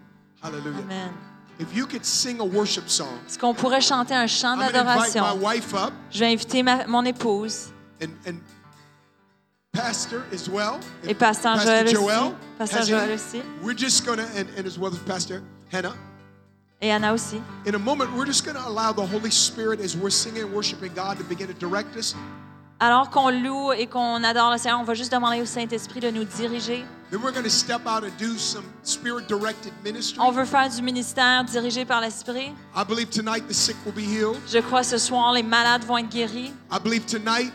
S2: Hallelujah.
S3: Amen.
S2: If you could sing a worship song,
S3: Est-ce qu'on pourrait chanter un chant
S2: I'm going to invite my
S3: d'adoration?
S2: wife up
S3: Je vais inviter ma- mon épouse
S2: and, and Pastor as well.
S3: et Pasteur Joël
S2: Pastor
S3: aussi.
S2: Joel.
S3: Pasteur
S2: has
S3: Joël
S2: any-
S3: aussi.
S2: We're just going to, and, and as well as Pastor Hannah,
S3: Et Anna aussi.
S2: in a moment, we're just going to allow the Holy Spirit as we're singing and worshiping God to begin to direct us.
S3: Alors qu'on loue et qu'on adore le Seigneur, on va juste demander au Saint-Esprit de nous diriger.
S2: Then we're going to step out and do some spirit directed ministry.
S3: On veut faire du ministère dirigé par l'Esprit.
S2: I believe tonight the sick will be healed.
S3: Je crois ce soir, les malades vont être guéris.
S2: I believe tonight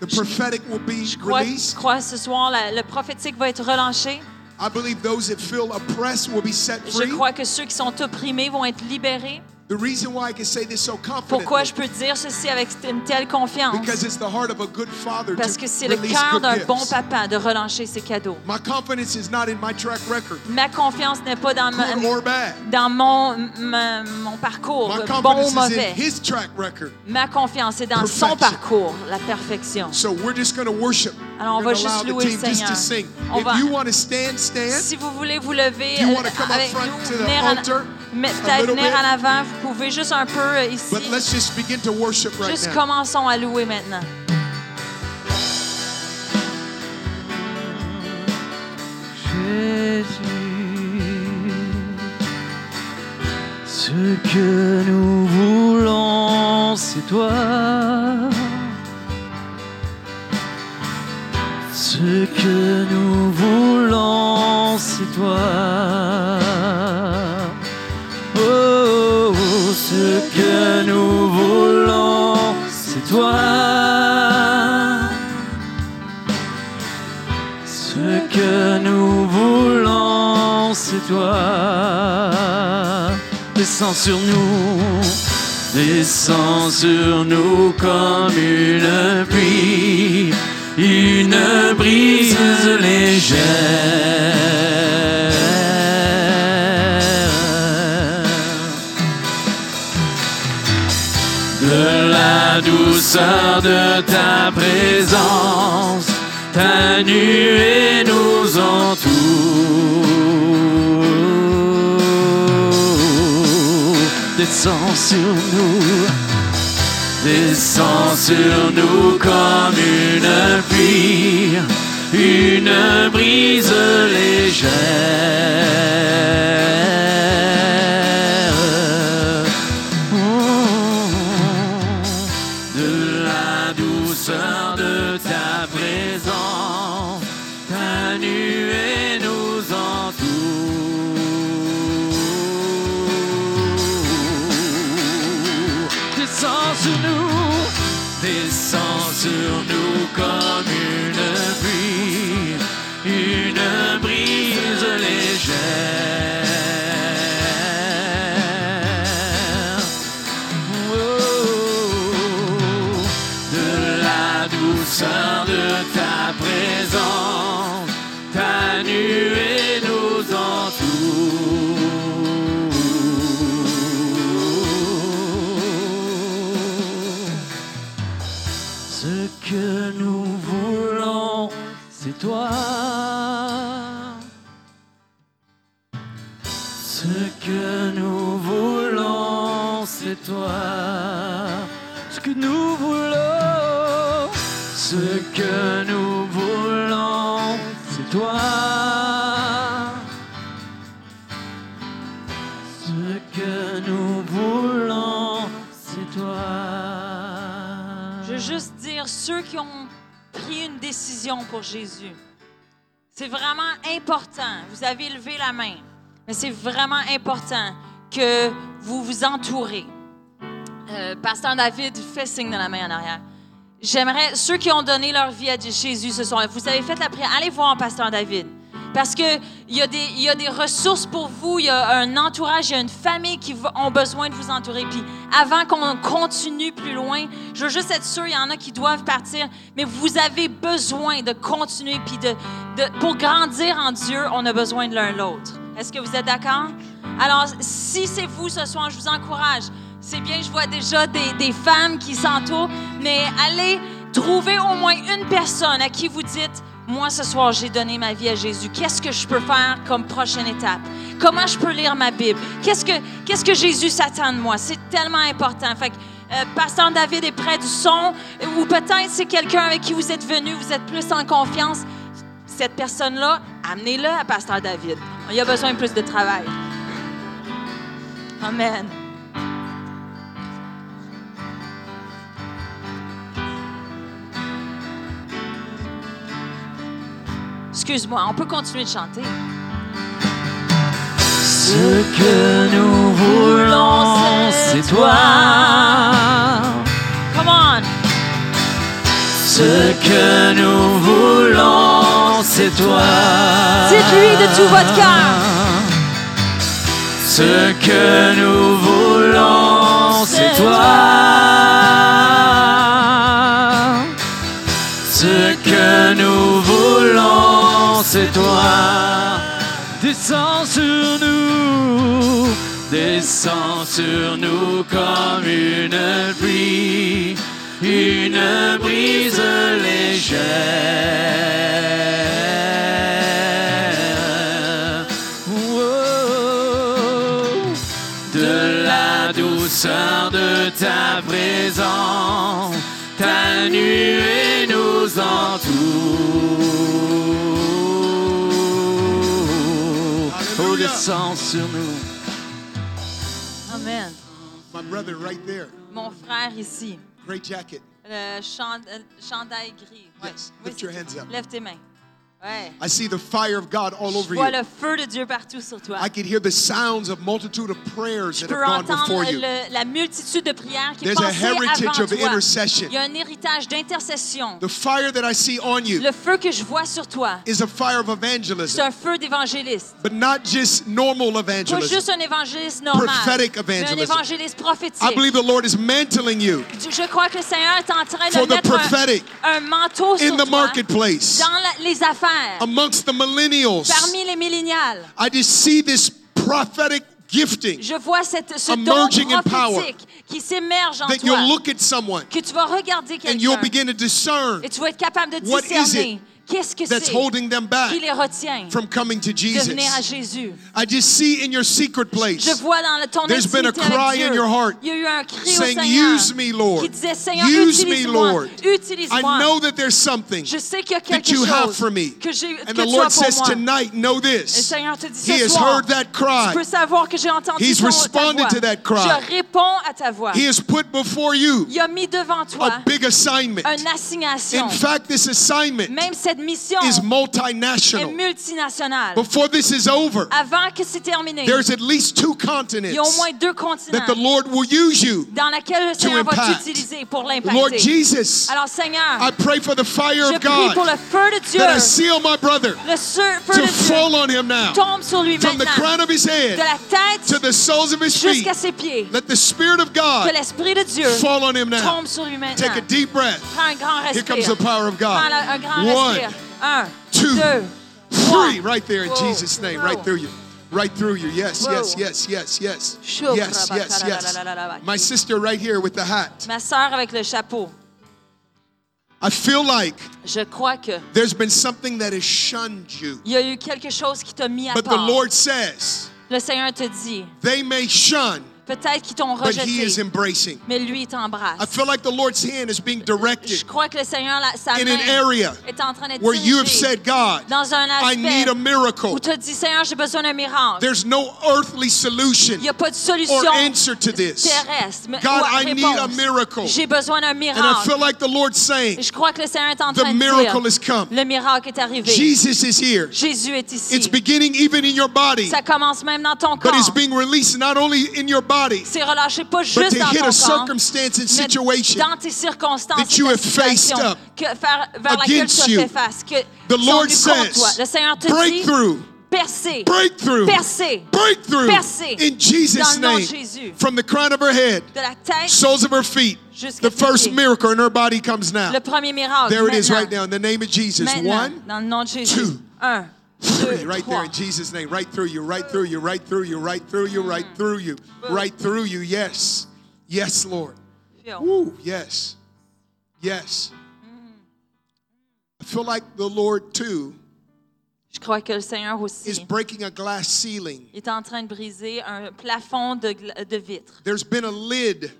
S2: the prophetic will be
S3: Je crois, je
S2: released.
S3: crois ce soir, la- le prophétique va être relanché.
S2: I believe those that feel oppressed will be set
S3: Je
S2: free.
S3: crois que ceux qui sont opprimés vont être libérés.
S2: The reason why I can say this so confidently
S3: Pourquoi je peux dire ceci avec une telle confiance?
S2: because it's the heart of a good father
S3: Parce
S2: to
S3: que c'est le
S2: release
S3: cœur
S2: good
S3: d'un
S2: gifts.
S3: bon papa de relancer ses cadeaux.
S2: My confidence is not in my track record,
S3: Ma confiance n'est pas dans, ma-
S2: good or bad.
S3: dans mon, ma- mon parcours, bon
S2: My
S3: ou
S2: confidence is in
S3: mauvais.
S2: his track record.
S3: Ma confiance est dans son
S2: Perfection.
S3: parcours, la perfection.
S2: So we're just going to worship.
S3: Alors, on va
S2: We're gonna
S3: juste
S2: allow
S3: louer
S2: the
S3: le
S2: team just to
S3: Seigneur.
S2: sing.
S3: On
S2: if
S3: va-
S2: you want to stand, stand.
S3: Si vous voulez vous lever
S2: Do you
S3: euh,
S2: wanna come up
S3: avec
S2: front to
S3: nous,
S2: the
S3: venir, en-
S2: altar
S3: mais
S2: a
S3: peut-être
S2: little
S3: venir
S2: bit?
S3: à l'avant, vous pouvez juste un peu euh, ici.
S2: But let's just begin to worship right
S3: Juste
S2: now.
S3: commençons à louer maintenant.
S4: Jésus. Ce que nous voulons, c'est toi. Ce que nous voulons, c'est toi. Oh, ce que nous voulons, c'est toi. Ce que nous voulons, c'est toi. Descends sur nous, descends sur nous comme une pluie, une brise légère. De la douceur de ta présence, ta nuée nous entoure. Descends sur nous, descends sur nous comme une pluie, une brise légère. De la douceur de ta présence, ta nuée nous entoure. Descends sur nous, descends sur nous comme une pluie, une brise légère. Oh, de la douceur de ta présence, ta nuée nous entoure. Ce que nous voulons, c'est toi. Ce que nous voulons, c'est toi. Ce que nous voulons, ce que nous voulons, c'est toi. Ce que nous voulons, c'est toi.
S3: Je veux juste dire, ceux qui ont pris une décision pour Jésus, c'est vraiment important. Vous avez levé la main, mais c'est vraiment important que vous vous entourez. Euh, Pasteur David, fait signe de la main en arrière. J'aimerais, ceux qui ont donné leur vie à Jésus ce soir, vous avez fait la prière, allez voir Pasteur David. Parce qu'il y, a des- il y a des ressources pour vous, il y a un entourage, il y a une famille qui va- ont besoin de vous entourer. Puis avant qu'on continue plus loin, je veux juste être sûr, il y en a qui doivent partir, mais vous avez besoin de continuer. Puis de, de- pour grandir en Dieu, on a besoin de l'un l'autre. Est-ce que vous êtes d'accord? Alors, si c'est vous ce soir, je vous encourage. C'est bien, je vois déjà des, des femmes qui s'entourent, mais allez trouver au moins une personne à qui vous dites Moi, ce soir, j'ai donné ma vie à Jésus. Qu'est-ce que je peux faire comme prochaine étape Comment je peux lire ma Bible Qu'est-ce que, qu'est-ce que Jésus s'attend de moi C'est tellement important. Fait que, euh, Pasteur David est près du son, ou peut-être c'est quelqu'un avec qui vous êtes venu, vous êtes plus en confiance cette personne-là, amenez-la à Pasteur David. Il a besoin de plus de travail. Amen. Excuse-moi, on peut continuer de chanter.
S4: Ce que nous voulons, c'est toi.
S3: Come on!
S4: Ce que nous voulons, c'est toi.
S3: Dites-lui de tout votre
S4: cœur. Ce que nous voulons, c'est toi. Ce que nous voulons, c'est toi. Descends sur nous, descends sur nous comme une pluie, une brise légère. Wow. De la douceur de ta présence, ta nuée nous entoure. descend sur nous.
S3: Amen.
S2: My brother right there.
S3: Mon frère ici,
S2: Great jacket.
S3: le chan- euh, chandail gris. Ouais.
S2: Yes.
S3: Oui,
S2: Lift your
S3: c'est-
S2: hands up.
S3: Lève tes mains. Ouais.
S2: I see the fire of God all
S3: Je
S2: over
S3: vois
S2: you.
S3: le feu de Dieu partout sur toi.
S2: I can hear the sounds of multitude of prayers
S3: Je
S2: that
S3: peux
S2: have gone
S3: entendre
S2: before you.
S3: le- la multitude de prières qui
S2: There's a
S3: passaient avant
S2: heritage of
S3: toi.
S2: intercession.
S3: Il y a un héritage d'intercession.
S2: The fire that I see on you
S3: Le feu que je vois sur toi,
S2: is a fire of
S3: c'est
S2: evangelism,
S3: un feu d'évangéliste.
S2: but not just normal
S3: Pas
S2: evangelism.
S3: juste un évangéliste normal,
S2: Prophetic
S3: mais un
S2: evangelism.
S3: évangéliste
S2: I
S3: prophétique.
S2: believe the Lord is mantling you
S3: Je crois que le Seigneur est en train
S2: For
S3: de
S2: the
S3: mettre
S2: prophetic.
S3: un, un manteau sur
S2: in the
S3: toi
S2: marketplace,
S3: dans la- les affaires,
S2: amongst the millennials.
S3: parmi les millénials.
S2: I just see this prophetic gifting
S3: Je vois cette, ce
S2: Emerging in
S3: don
S2: power.
S3: prophétique qui s'émerge en
S2: that
S3: toi,
S2: you'll look at someone
S3: que tu vas regarder
S2: and you'll
S3: quelqu'un
S2: begin to discern
S3: et tu vas être capable de
S2: What is
S3: discerner
S2: it
S3: qu'est-ce que
S2: that's
S3: c'est
S2: holding them back
S3: qui les retient
S2: from coming to
S3: de venir à
S2: Jesus.
S3: Jésus.
S2: I just see in your secret
S3: Je
S2: place
S3: vois dans le, ton
S2: There's been a
S3: intimité avec
S2: cry
S3: Dieu,
S2: in your heart
S3: il y a eu un cri
S2: saying,
S3: au Seigneur
S2: Use me, Lord.
S3: qui disait, Seigneur,
S2: Use me,
S3: utilise-moi,
S2: Lord. I
S3: utilise-moi.
S2: know that there's something
S3: Je sais qu'il y a
S2: that
S3: quelque
S2: you have
S3: chose
S2: for me.
S3: que, j'ai, que
S2: And
S3: tu
S2: the
S3: as
S2: Lord says
S3: pour moi.
S2: tonight, know
S3: Et le
S2: this.
S3: Seigneur te dit
S2: He
S3: ce
S2: has
S3: soir,
S2: heard that
S3: tu peux
S2: cry.
S3: savoir que j'ai entendu
S2: He's
S3: ton-
S2: responded
S3: ta voix.
S2: to that cry.
S3: Je réponds à ta voix.
S2: He has put before you
S3: Il a mis devant
S2: a
S3: toi
S2: big assignment.
S3: une assignation.
S2: In fact, this assignment
S3: Même cette mission
S2: is
S3: est
S2: multinational.
S3: multinationale.
S2: Before this is over,
S3: Avant que c'est terminé,
S2: there's at least two
S3: il y a au
S2: continents
S3: moins deux continents
S2: that the Lord will use you.
S3: dans lesquels le Seigneur va
S2: impact.
S3: t'utiliser pour
S2: Lord
S3: l'impacter.
S2: Jesus,
S3: Alors Seigneur,
S2: I pray for the fire
S3: je
S2: of
S3: prie pour le
S2: God
S3: feu de
S2: that I
S3: Dieu,
S2: seal my brother
S3: le seu- feu
S2: to
S3: de
S2: fall
S3: Dieu
S2: on him now.
S3: tombe sur lui
S2: From the crown
S3: maintenant,
S2: of his
S3: de
S2: head
S3: la
S2: to
S3: tête
S2: the soles of his feet,
S3: jusqu'à ses pieds.
S2: let the Spirit of
S3: Que
S2: God
S3: l'Esprit de Dieu
S2: fall on him now.
S3: tombe sur lui
S2: Take a
S3: maintenant.
S2: deep breath.
S3: Prends un grand
S2: Here comes the
S3: respire.
S2: power of
S3: Prends
S2: God.
S3: le- un grand
S2: One,
S3: respire. Un,
S2: two,
S3: deux, trois. Oh,
S2: three, right there in
S3: Whoa.
S2: Jesus' name, right
S3: Whoa.
S2: through you. Right through you. Yes,
S3: Whoa.
S2: yes, yes, yes, yes.
S3: Shoo,
S2: Yes, yes, yes.
S3: rabakaralalala.
S2: My sister right here with the hat.
S3: Ma sœur avec le chapeau,
S2: I feel like
S3: je crois que
S2: there's been something that has shunned you.
S3: il y a eu quelque chose qui t'a mis à
S2: But the
S3: part.
S2: Lord says,
S3: Le Seigneur te dit,
S2: they may shun,
S3: peut-être qu'ils t'ont
S2: but He is
S3: rejeté,
S2: embracing.
S3: mais lui il t'embrasse.
S2: I feel like the Lord's hand is being directed
S3: Je crois que le Seigneur, la- sa
S2: in
S3: main
S2: an area
S3: est en train de
S2: where you have
S3: diriger
S2: said, God,
S3: dans un
S2: I need a
S3: aspect
S2: miracle.
S3: où tu as dit, Seigneur, j'ai besoin d'un miracle.
S2: There's no earthly solution
S3: Il n'y a pas de
S2: or
S3: solution
S2: answer to this.
S3: terrestre. mais-
S2: God,
S3: ou à
S2: I need
S3: réponse.
S2: a miracle.
S3: J'ai besoin d'un
S2: And I
S3: miracle.
S2: feel like the Lord's saying,
S3: Et Je crois que le Seigneur est en
S2: The
S3: train de
S2: miracle
S3: dire,
S2: has come.
S3: le miracle est arrivé.
S2: Jesus is here.
S3: Jésus est ici.
S2: It's beginning even in your body,
S3: Ça commence même dans ton
S2: but it's
S3: corps.
S2: being released not only in your body,
S3: C'est relâché pas
S2: but
S3: juste
S2: to
S3: dans ton
S2: hit a
S3: corps,
S2: circumstance and
S3: mais
S2: situation.
S3: dans tes circonstances,
S2: that you
S3: et ta
S2: have faced
S3: situation
S2: up
S3: que, vers, vers laquelle tu as
S2: against you.
S3: fait face, que
S2: The
S3: sont
S2: Lord
S3: venus contre toi. Le
S2: says,
S3: Seigneur te dit,
S2: breakthrough,
S3: percez,
S2: breakthrough,
S3: percez
S2: breakthrough
S3: Percez.
S2: in Jesus'
S3: Dans le nom de
S2: name.
S3: Jésus.
S2: From the crown of her head,
S3: de la tête
S2: soles of her feet,
S3: Jusqu'à
S2: the
S3: ses
S2: first
S3: pieds.
S2: miracle in her body comes now.
S3: le premier miracle.
S2: There it is
S3: maintenant.
S2: right now in the name of Jesus.
S3: Maintenant,
S2: One,
S3: dans le nom de Jésus.
S2: two,
S3: un,
S2: three,
S3: deux,
S2: right
S3: trois.
S2: there in Jesus' name. Right through you, right through you, right through you, right through you, right through you,
S3: Mm.
S2: right through you. Yes. Yes, Lord.
S3: Feel.
S2: Woo, yes. Yes. I feel like the Lord too
S3: Je crois que le Seigneur aussi
S2: is breaking a glass ceiling.
S3: est en train de briser un plafond de, gla- de vitre.
S2: There's been a lid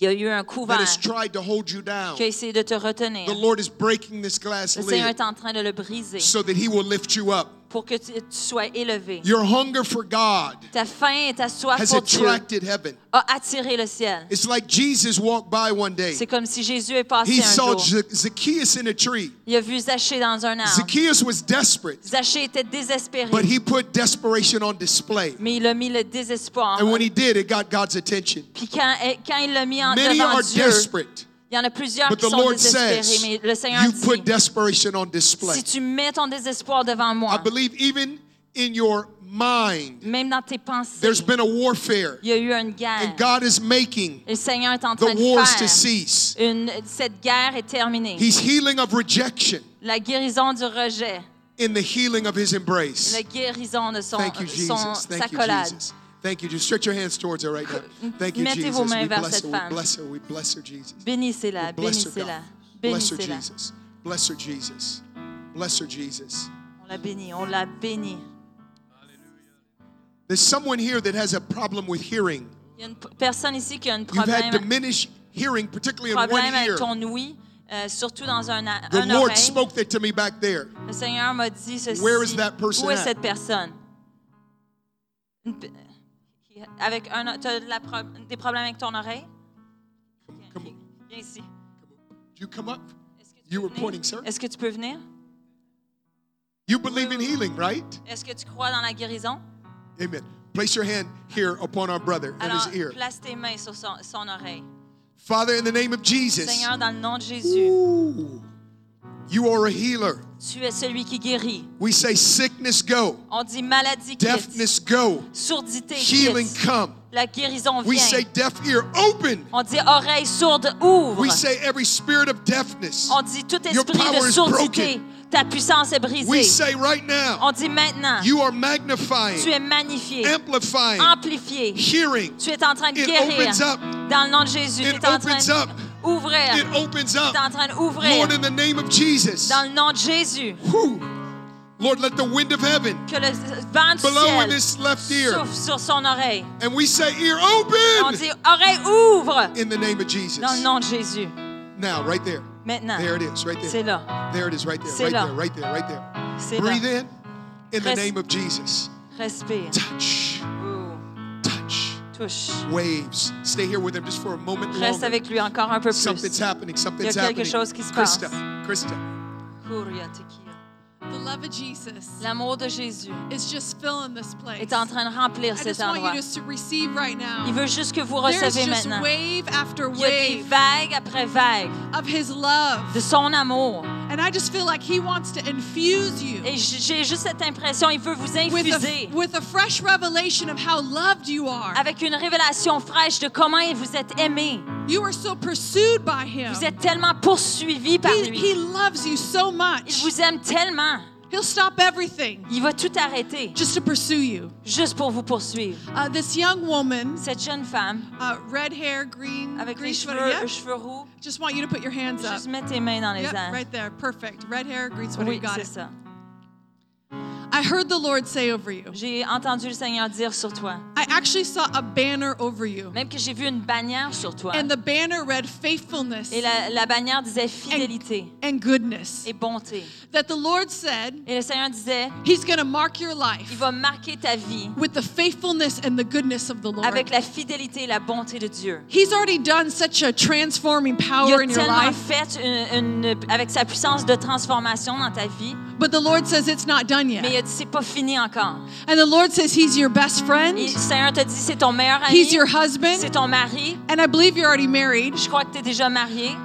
S3: Il y a eu un
S2: that
S3: couvert
S2: has tried to hold you down.
S3: qui a essayé de te retenir.
S2: The Lord is breaking this glass
S3: Le Seigneur
S2: lid
S3: est en train de le briser
S2: so that He will lift you up.
S3: pour que tu, tu sois élevé.
S2: Your hunger for God
S3: Ta faim et ta soif
S2: has
S3: pour Dieu
S2: attracted heaven.
S3: a attiré le ciel.
S2: It's like Jesus walked by one day.
S3: C'est comme si Jésus est passé
S2: He
S3: un
S2: saw
S3: jour.
S2: Za- Zacchaeus in a tree.
S3: Il a vu Zachée dans un arbre.
S2: Zacchaeus was desperate,
S3: Zachée était désespéré,
S2: but he put desperation on display.
S3: mais il a mis le désespoir.
S2: And when he did, it got God's attention.
S3: Puis quand, et- quand il l'a mis en
S2: Many
S3: devant
S2: are
S3: Dieu,
S2: desperate,
S3: il y en a plusieurs
S2: but
S3: qui
S2: the
S3: sont
S2: Lord
S3: désespérés.
S2: says,
S3: mais le Seigneur
S2: You put
S3: dit,
S2: desperation on display.
S3: si tu mets ton désespoir devant
S2: I
S3: moi,
S2: believe even in your mind,
S3: même dans tes pensées,
S2: there's been a warfare,
S3: il y a eu une guerre.
S2: and God is making
S3: Et le Seigneur est en train
S2: the
S3: de
S2: wars to
S3: faire.
S2: cease.
S3: Une, cette guerre est terminée.
S2: He's healing of rejection
S3: La guérison du rejet.
S2: in the healing of his embrace.
S3: La guérison de son,
S2: Thank you,
S3: son
S2: Jesus.
S3: sa
S2: Thank you,
S3: collade.
S2: Jesus. Thank you, Jesus. Stretch your hands towards her right now. Thank you,
S3: Mettez
S2: Jesus.
S3: vos mains
S2: We
S3: vers
S2: bless
S3: cette
S2: her. We
S3: femme.
S2: bless her. We bless her, Jesus.
S3: Bénissez-la,
S2: Bless her,
S3: bénissez-la,
S2: God. Bless her,
S3: bénissez-la.
S2: Jesus. Bless her, Jesus. Bless her, Jesus.
S3: On la bénit, on la bénit.
S2: There's someone here that has a problem with hearing.
S3: Il y a une p- personne ici qui a un
S2: You've
S3: problème,
S2: had diminished hearing, particularly in
S3: problème
S2: one
S3: avec
S2: ear.
S3: ton ouïe, euh, surtout dans un, a-
S2: The
S3: un
S2: Lord
S3: oreille.
S2: spoke that to me back there.
S3: Le Seigneur m'a dit ceci.
S2: Where is that person
S3: Où est
S2: at?
S3: cette personne? une p- avec un, o- t'as de la pro- des problèmes avec ton oreille? Viens,
S2: Come
S3: viens-
S2: on.
S3: viens ici.
S2: You come up.
S3: Est-ce que tu
S2: You
S3: peux
S2: were
S3: venir?
S2: pointing, sir.
S3: Est-ce que tu peux venir?
S2: You believe in healing, right?
S3: Est-ce que tu crois dans la guérison?
S2: Amen. Place your hand here upon our brother at
S3: Alors,
S2: his ear.
S3: place tes mains sur son, son oreille.
S2: Father, in the name of Jesus,
S3: Seigneur, dans le nom de Jésus,
S2: ooh, you are a healer.
S3: tu es celui qui guérit.
S2: We say sickness go,
S3: On dit maladie quitte,
S2: deafness go,
S3: sourdité
S2: healing
S3: quitte,
S2: come.
S3: la guérison
S2: We say
S3: vient.
S2: deaf ear open.
S3: On dit oreille sourde ouvre.
S2: We say every spirit of deafness.
S3: On dit tout
S2: Your
S3: esprit
S2: power
S3: de
S2: is
S3: sourdité, ta puissance est
S2: We
S3: brisée.
S2: say right now,
S3: On dit maintenant,
S2: you are
S3: tu
S2: magnifying,
S3: es magnifié,
S2: amplifying,
S3: amplifié.
S2: hearing.
S3: Tu es en train de
S2: It
S3: guérir.
S2: opens up.
S3: Dans le nom de Jésus, tu
S2: It
S3: es en train
S2: opens up.
S3: d'ouvrir.
S2: It opens
S3: Tu es en
S2: up.
S3: train d'ouvrir.
S2: Lord, in the name of Jesus.
S3: Dans le nom de Jésus,
S2: Whew. Lord, let the wind of heaven
S3: que le vent du
S2: blow
S3: ciel
S2: in this left ear.
S3: souffle sur son oreille.
S2: And we say, ear
S3: On
S2: open
S3: dit oreille ouvre
S2: in the name
S3: dans
S2: of
S3: le
S2: Jesus.
S3: nom de Jésus.
S2: Now, right there.
S3: Maintenant,
S2: There it is, right
S3: c'est
S2: there.
S3: là,
S2: There it is, right there,
S3: C'est
S2: right
S3: là.
S2: there, right there, right there.
S3: c'est là.
S2: Breathe in in the
S3: Res-
S2: name of Jesus.
S3: Respire.
S2: Touch,
S3: Oh,
S2: touch,
S3: touche.
S2: waves. Stay here with him just for a moment
S3: Reste
S2: longer.
S3: avec lui encore un peu plus.
S2: Something's happening, something's
S3: quelque
S2: happening.
S3: chose qui se
S2: Krista, Krista,
S3: Kuria tekia.
S5: The love of Jesus
S3: L'amour de Jésus
S5: is just filling this place.
S3: est en train de
S5: I
S3: remplir
S5: just
S3: cet
S5: want you
S3: endroit.
S5: just to receive right now.
S3: Il veut juste que vous
S5: There's
S3: recevez
S5: just
S3: maintenant.
S5: wave after
S3: Il y a des
S5: wave
S3: vagues après vagues
S5: of His love,
S3: de son amour.
S5: and I just feel like He wants to infuse you
S3: Et j- j'ai juste cette impression, il veut vous
S5: with
S3: infuser
S5: a, with a fresh revelation of how loved you are.
S3: avec une révélation fraîche de comment vous êtes aimé.
S5: You are so pursued by Him.
S3: Vous êtes tellement poursuivi par
S5: He,
S3: lui.
S5: he loves you so
S3: Il
S5: much.
S3: vous aime tellement.
S5: He'll stop everything
S3: Il va tout arrêter
S5: just to pursue you.
S3: juste pour vous poursuivre.
S5: Uh, this young woman,
S3: Cette jeune femme
S5: uh, red hair, green,
S3: avec
S5: green
S3: les
S5: sweater.
S3: cheveux, euh,
S5: yeah?
S3: cheveux roux,
S5: Just want you to put your hands up.
S3: juste mets tes mains dans les
S5: Yep,
S3: airs.
S5: right there. Perfect. Red hair, green sweater.
S3: Oui,
S5: you got
S3: c'est
S5: it.
S3: ça.
S5: I heard the Lord say over you.
S3: J'ai entendu le Seigneur dire sur toi,
S5: I actually saw a banner over you.
S3: même que j'ai vu une bannière sur toi.
S5: And the banner read faithfulness
S3: Et la, la bannière disait fidélité
S5: and goodness.
S3: et bonté.
S5: That the Lord said
S3: Et le Seigneur disait,
S5: He's going to mark your
S3: il
S5: life
S3: va marquer ta vie
S5: with the faithfulness and the goodness of the Lord.
S3: avec la fidélité et la bonté de Dieu.
S5: He's already done such a transforming
S3: Il
S5: power
S3: a
S5: in your
S3: tellement
S5: life.
S3: fait une- une- avec sa puissance de transformation dans ta vie,
S5: But the Lord says it's not done yet.
S3: mais il a dit c'est pas fini encore.
S5: And the Lord says He's your best friend.
S3: Et le Seigneur te dit c'est ton meilleur ami,
S5: He's your
S3: c'est
S5: husband.
S3: ton mari.
S5: And I believe you're already married.
S3: Je crois que tu es déjà marié,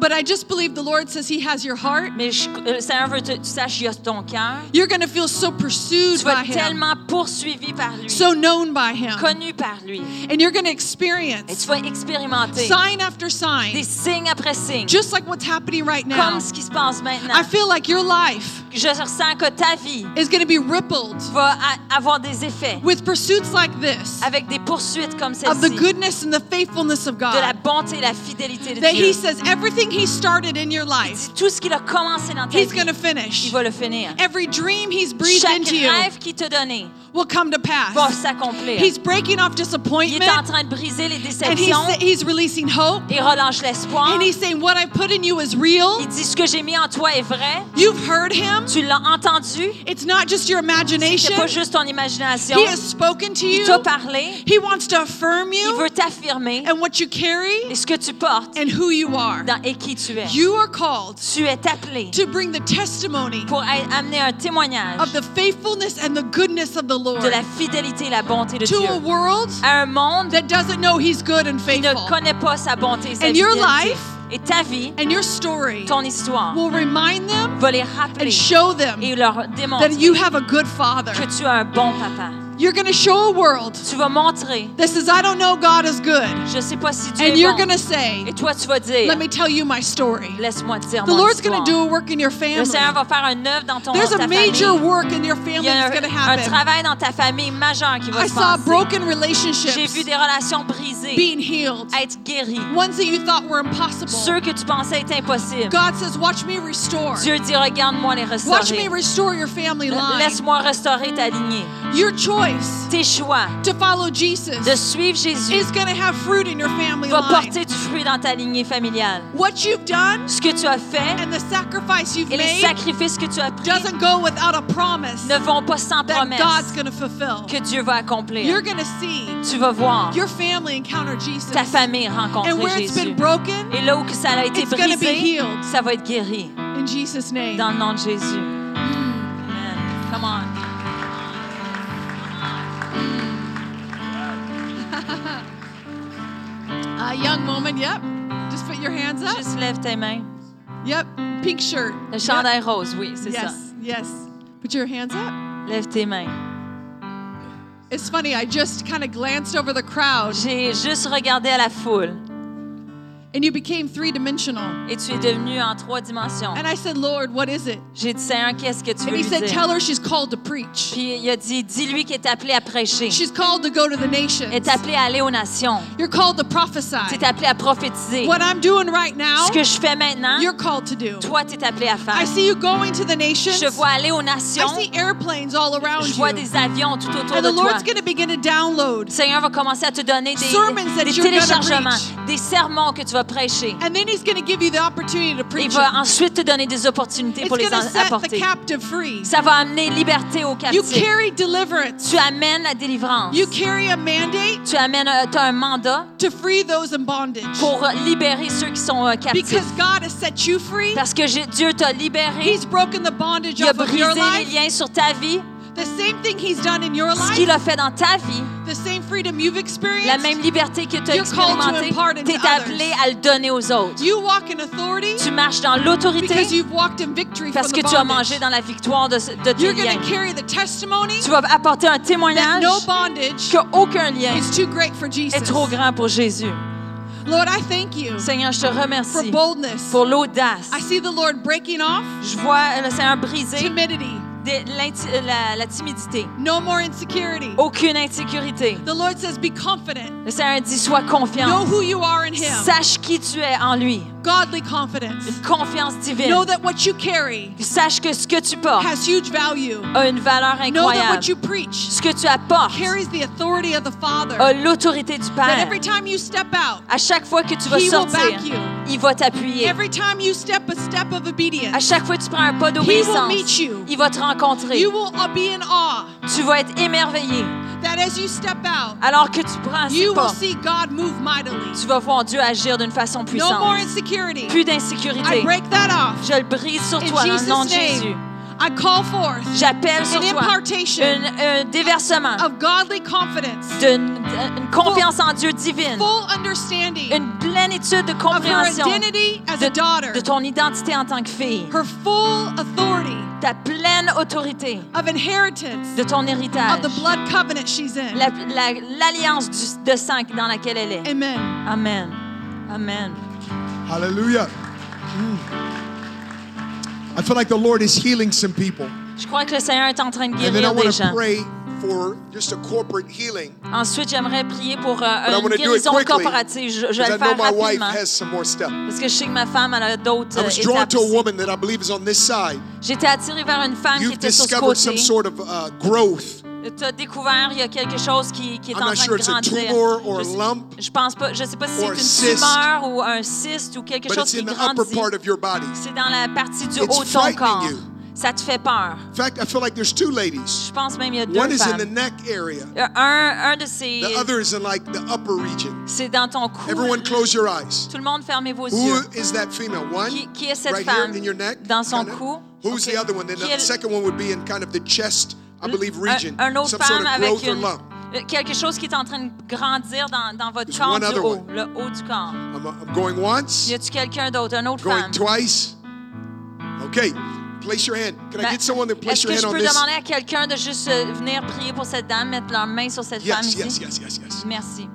S5: But I just believe the Lord says He has your heart.
S3: mais je- le Seigneur veut que tu saches il a ton cœur.
S5: You're going to feel so pursued
S3: Tu vas
S5: by
S3: être
S5: Him,
S3: tellement poursuivi par lui,
S5: so known by Him.
S3: connu par lui,
S5: And you're going to
S3: et tu
S5: experience
S3: vas expérimenter
S5: sign after
S3: des
S5: sign,
S3: signes après signes,
S5: just like what's happening right now.
S3: comme ce qui se passe maintenant.
S5: I feel like your life
S3: Je ressens que ta vie
S5: is going to be rippled
S3: va a- avoir des effets
S5: with pursuits like this
S3: avec des poursuites comme
S5: of the
S3: celle-ci, de
S5: goodness and the faithfulness of
S3: la
S5: God.
S3: bonté et la fidélité de
S5: That
S3: Dieu.
S5: He says everything He started in your
S3: Il
S5: life,
S3: dit, tout ce qu'il a commencé dans ta
S5: He's going
S3: vie,
S5: to finish.
S3: il va le finir.
S5: Every dream He's breathed
S3: Chaque
S5: into you
S3: rêve qu'il t'a donné
S5: will come to
S3: va
S5: pass.
S3: s'accomplir.
S5: He's breaking off
S3: Il est en
S5: disappointment
S3: train de briser les
S5: and He's,
S3: déceptions
S5: he's releasing hope.
S3: et relâche l'espoir.
S5: And he's saying, What I've put in you is real.
S3: Il dit ce que j'ai mis en toi est vrai.
S5: You've heard him.
S3: Tu l'as entendu.
S5: It's not just your imagination.
S3: C'est pas juste ton imagination.
S5: He has spoken to
S3: Il t'a
S5: you.
S3: parlé.
S5: He wants to affirm
S3: Il
S5: you
S3: veut t'affirmer
S5: and what you carry
S3: et ce que tu portes
S5: and who you are.
S3: dans- et qui tu es.
S5: You are called
S3: Tu es appelé
S5: to bring the testimony
S3: pour a- amener un témoignage
S5: of the faithfulness and the goodness of the Lord
S3: de la fidélité et la bonté de
S5: to
S3: Dieu
S5: a world
S3: à un monde
S5: that doesn't know He's good and
S3: qui ne
S5: faithful.
S3: connaît pas sa bonté et sa
S5: And your
S3: fidélité.
S5: life
S3: Et ta vie,
S5: and your story
S3: ton histoire,
S5: will remind them
S3: va les rappeler
S5: and show them
S3: et leur démontrer
S5: that you have a good father.
S3: que tu as un bon papa.
S5: You're going to show a world
S3: Tu vas montrer,
S5: that says, I don't know God is good.
S3: je sais pas si Dieu
S5: And
S3: est
S5: you're
S3: bon.
S5: going to say,
S3: Et toi, tu vas dire,
S5: Let me tell you my story.
S3: laisse-moi te dire
S5: The
S3: mon
S5: Lord's going
S3: histoire.
S5: to do a work in your
S3: Le
S5: family.
S3: Seigneur va faire un œuvre dans ton
S5: There's
S3: ta
S5: a major
S3: famille.
S5: work in your
S3: Il
S5: family
S3: y a
S5: that's going to
S3: un, un
S5: happen.
S3: travail dans ta famille majeur qui va
S5: I
S3: se
S5: saw
S3: passer.
S5: broken
S3: J'ai vu
S5: relationships
S3: des relations brisées
S5: being healed,
S3: être guéries.
S5: ones that you thought were impossible.
S3: Ceux que tu pensais étaient impossibles.
S5: God says, Watch me restore.
S3: Dieu dit, regarde-moi les
S5: Watch
S3: restaurer.
S5: me restore your family line.
S3: Laisse-moi restaurer ta lignée.
S5: Your choice
S3: Tes choix
S5: to follow
S3: de
S5: Jesus
S3: suivre Jésus
S5: is going to have fruit in your family
S3: va
S5: line.
S3: porter du fruit dans ta lignée familiale.
S5: What you've done
S3: Ce que tu as fait
S5: and the sacrifice you've
S3: et les
S5: made
S3: sacrifices que tu as pris
S5: doesn't go without a promise
S3: ne
S5: that
S3: vont pas sans
S5: God's
S3: promesse
S5: going to fulfill.
S3: que Dieu va accomplir.
S5: You're going to see
S3: Tu vas voir
S5: your family encounter Jesus.
S3: ta famille
S5: And where
S3: rencontrer
S5: it's
S3: Jésus.
S5: been broken,
S3: Et là où que ça a été
S5: It's gonna be
S3: brisé,
S5: healed.
S3: ça va être guéri
S5: in Jesus' name.
S3: dans le nom de Jésus.
S5: Hmm.
S3: Amen. Come on.
S5: A young woman, yep. Just put your hands up.
S3: Juste lève tes mains.
S5: Yep. Pink shirt.
S3: Le
S5: Yep.
S3: chandail rose, oui, c'est ça.
S5: Yes, yes. Put your hands up.
S3: Lève tes mains.
S5: It's funny, I just kind of glanced over the crowd
S3: J'ai juste regardé à la foule
S5: and you became three dimensional.
S3: et tu es devenu en trois dimensions.
S5: And I said, Lord, what is it?
S3: J'ai dit, Seigneur, qu'est-ce que tu veux
S5: And
S3: lui
S5: he said,
S3: dire?
S5: Tell her she's called to preach.
S3: Puis il a dit, dis-lui qu'il est appelé à prêcher,
S5: She's called to go to the nations.
S3: est appelé à aller aux nations,
S5: You're called to
S3: tu
S5: prophesy.
S3: es appelé à prophétiser.
S5: What I'm doing right now,
S3: Ce que je fais maintenant,
S5: you're called to do.
S3: toi, tu es appelé à
S5: I
S3: faire.
S5: see you going to the nations.
S3: Je vois aller aux
S5: I
S3: nations,
S5: see airplanes all around
S3: je
S5: you.
S3: vois des avions tout autour
S5: And the
S3: de toi.
S5: Lord's going to begin to download.
S3: Le Seigneur va commencer à te donner
S5: Sermons that
S3: des, des
S5: you're gonna
S3: téléchargements,
S5: preach.
S3: des sermons que tu vas prêcher.
S5: And then he's going to give you the opportunity to
S3: Il
S5: preach.
S3: va
S5: it.
S3: ensuite te donner des opportunités
S5: It's
S3: pour
S5: going
S3: les
S5: to
S3: en-
S5: set the
S3: apporter.
S5: captive free.
S3: Ça va amener liberté aux
S5: You
S3: captifs.
S5: carry deliverance.
S3: Tu amènes la délivrance.
S5: You carry a mandate
S3: Tu amènes euh, t'as un mandat
S5: to free those in bondage.
S3: pour euh, libérer ceux qui sont euh, captifs.
S5: Because God has set you free.
S3: Parce que j'ai- Dieu t'a libéré.
S5: He's broken the bondage
S3: Il a
S5: off of
S3: brisé
S5: your
S3: les
S5: life.
S3: liens sur ta vie.
S5: The same thing he's done in your
S3: Ce qu'il
S5: life.
S3: a fait dans ta vie,
S5: The same freedom you've
S3: la
S5: experienced.
S3: même liberté que tu as
S5: You're called to
S3: expérimentée,
S5: impart it
S3: tu
S5: to
S3: es appelé
S5: others.
S3: à le donner aux autres.
S5: You walk in authority
S3: Tu marches dans l'autorité
S5: because you've walked in victory from
S3: parce
S5: the
S3: que tu as mangé
S5: bondage.
S3: dans la victoire de, ce- de tes
S5: You're going
S3: liens.
S5: to carry the testimony
S3: Tu vas apporter un
S5: that
S3: témoignage
S5: no bondage
S3: qu'aucun lien
S5: is too great for
S3: est
S5: Jesus.
S3: trop grand pour Jésus.
S5: Lord, I thank you
S3: Seigneur, je te
S5: for
S3: remercie
S5: boldness.
S3: pour l'audace.
S5: I see the Lord breaking off
S3: Je vois le Seigneur briser
S5: timidity.
S3: de l'inti- la, la timidité,
S5: No more insecurity.
S3: aucune insécurité.
S5: The Lord says, Be confident.
S3: Le Seigneur dit sois
S5: Know
S3: confiant.
S5: who you are in Him.
S3: Sache qui tu es en lui.
S5: Godly confidence.
S3: Une confiance divine.
S5: Know that what you carry
S3: Sache que ce que tu portes
S5: has huge value.
S3: a une valeur
S5: Know that
S3: incroyable.
S5: what you preach
S3: Ce que tu apportes
S5: carries the authority of the Father.
S3: a l'autorité du
S5: That
S3: Père.
S5: every time you step out,
S3: À chaque fois que tu vas
S5: He will
S3: sortir,
S5: back you.
S3: il va t'appuyer.
S5: every time you step a step of
S3: À
S5: obedience,
S3: chaque fois que tu prends un pas
S5: He will
S3: d'obéissance,
S5: meet you.
S3: il va te rencontrer.
S5: you will uh, be in awe
S3: Tu vas être émerveillé.
S5: that as you step out,
S3: Alors que tu prends ce
S5: you will
S3: pas,
S5: see God move mightily.
S3: tu vas voir Dieu agir d'une façon
S5: No more
S3: puissante.
S5: insecurity.
S3: Plus
S5: I
S3: d'insécurité.
S5: break that off.
S3: Je le brise sur
S5: In
S3: toi dans le nom de
S5: Jesus'
S3: Jésus.
S5: name, I call forth
S3: J'appelle sur
S5: an
S3: toi
S5: impartation
S3: une- un déversement
S5: of godly confidence,
S3: d'une une confiance en Dieu divine,
S5: full understanding
S3: une plénitude de
S5: of her
S3: compréhension
S5: identity as
S3: de,
S5: a daughter,
S3: de ton identité en tant que fille,
S5: her full authority
S3: ta pleine autorité
S5: of inheritance
S3: de ton
S5: of
S3: héritage,
S5: the blood covenant she's in.
S3: la- la- l'alliance du- de sang dans laquelle elle est.
S5: Amen.
S3: Amen. Amen.
S2: Hallelujah. Mm. I feel like the Lord is healing some people.
S3: Je crois que le Seigneur est en train de
S2: And then I
S3: guérir des
S2: want to
S3: gens.
S2: pray for just a corporate healing.
S3: Ensuite, j'aimerais prier pour euh,
S2: But I'm
S3: une
S2: going to do it
S3: guérison
S2: quickly.
S3: corporative. Je, je vais
S2: I
S3: le
S2: know
S3: faire
S2: my wife
S3: rapidement
S2: has some more stuff.
S3: parce que je sais que ma femme elle a d'autres
S2: I
S3: euh,
S2: was drawn
S3: étapes.
S2: to a
S3: ici.
S2: woman that I believe is on this side.
S3: J'étais attirée vers une femme qui
S2: You've
S3: était sur ce
S2: discovered
S3: côté.
S2: some sort of uh, growth.
S3: Tu as découvert il y a quelque chose qui, qui est
S2: I'm
S3: en
S2: not
S3: train
S2: sure
S3: de
S2: it's a
S3: grandir.
S2: tumor or a
S3: je, sais-
S2: lump
S3: je pense pas, je sais pas si
S2: or a
S3: c'est une
S2: cyst.
S3: tumeur ou un cyste ou quelque
S2: But
S3: chose
S2: it's
S3: qui
S2: in the upper
S3: grandit.
S2: part of your body.
S3: C'est dans la partie du
S2: It's
S3: haut de ton
S2: frightening
S3: corps.
S2: you.
S3: Ça te fait peur.
S2: In fact, I feel like there's two ladies.
S3: Je pense même il y a
S2: One
S3: deux
S2: is in the
S3: femmes.
S2: neck area.
S3: Un, un de ces,
S2: The other is in like the upper region.
S3: c'est dans ton cou.
S2: Everyone close your eyes.
S3: Tout le monde fermez vos
S2: Who
S3: yeux.
S2: is that female? One
S3: Qui- qui est cette
S2: right
S3: femme?
S2: here in your neck.
S3: Dans son
S2: Kinda.
S3: cou?
S2: Who's
S3: Ok.
S2: the other one? Then
S3: Qui
S2: the
S3: est-
S2: second one would be in kind of the chest, I believe, region.
S3: Un, un autre
S2: Some
S3: femme
S2: sort of growth
S3: avec
S2: or
S3: une,
S2: lump.
S3: euh, quelque chose qui est en train de grandir dans, dans votre
S2: There's
S3: corps
S2: one
S3: du
S2: other
S3: haut,
S2: one.
S3: le haut du corps.
S2: I'm, uh, I'm going once,
S3: Y a-tu quelqu'un d'autre, une autre femme?
S2: going twice. Okay, place your hand. Can I
S3: Ben,
S2: get someone to place
S3: Est-ce
S2: your
S3: que
S2: hand
S3: je
S2: on
S3: peux
S2: this?
S3: demander à quelqu'un de juste euh, venir prier pour cette dame, mettre leur main sur cette femme
S2: Yes, yes,
S3: ici?
S2: yes, yes, yes.
S3: Merci.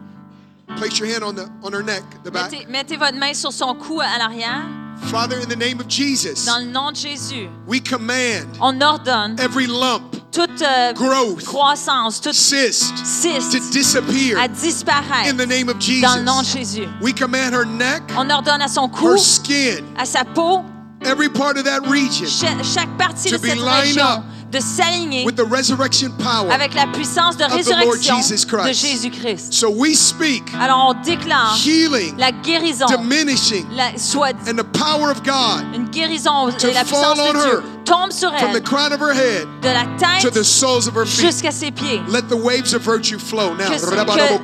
S2: Place your hand on the on her neck, the back.
S3: Mettez, mettez votre main sur son cou à l'arrière.
S2: Father, in the name of Jesus,
S3: Dans le nom de Jésus,
S2: we command
S3: on ordonne
S2: every lump,
S3: toute euh,
S2: Growth.
S3: croissance, toute
S2: cyst, to
S3: cyste
S2: disappear
S3: à
S2: in the
S3: disparaître
S2: name of
S3: dans le nom de
S2: Jesus.
S3: Jésus.
S2: We command her neck,
S3: On ordonne à son cou,
S2: her skin,
S3: à sa peau,
S2: every part of that region
S3: cha- chaque partie
S2: to
S3: de
S2: be
S3: cette
S2: lined
S3: région
S2: up
S3: de s'aligner
S2: with the resurrection power.
S3: avec la puissance de
S2: the Lord
S3: résurrection
S2: Jesus Christ.
S3: de Jésus-Christ.
S2: So we speak
S3: Alors on déclare
S2: healing,
S3: la guérison,
S2: diminishing,
S3: la, soit
S2: and the power of God
S3: une guérison et la
S2: fall
S3: puissance
S2: on
S3: de
S2: her.
S3: Dieu tombe sur
S2: from the
S3: elle,
S2: crown of her head
S3: de la
S2: to the
S3: tête
S2: soles of her feet.
S3: jusqu'à ses pieds.
S2: Let the waves of virtue flow now.
S3: Que,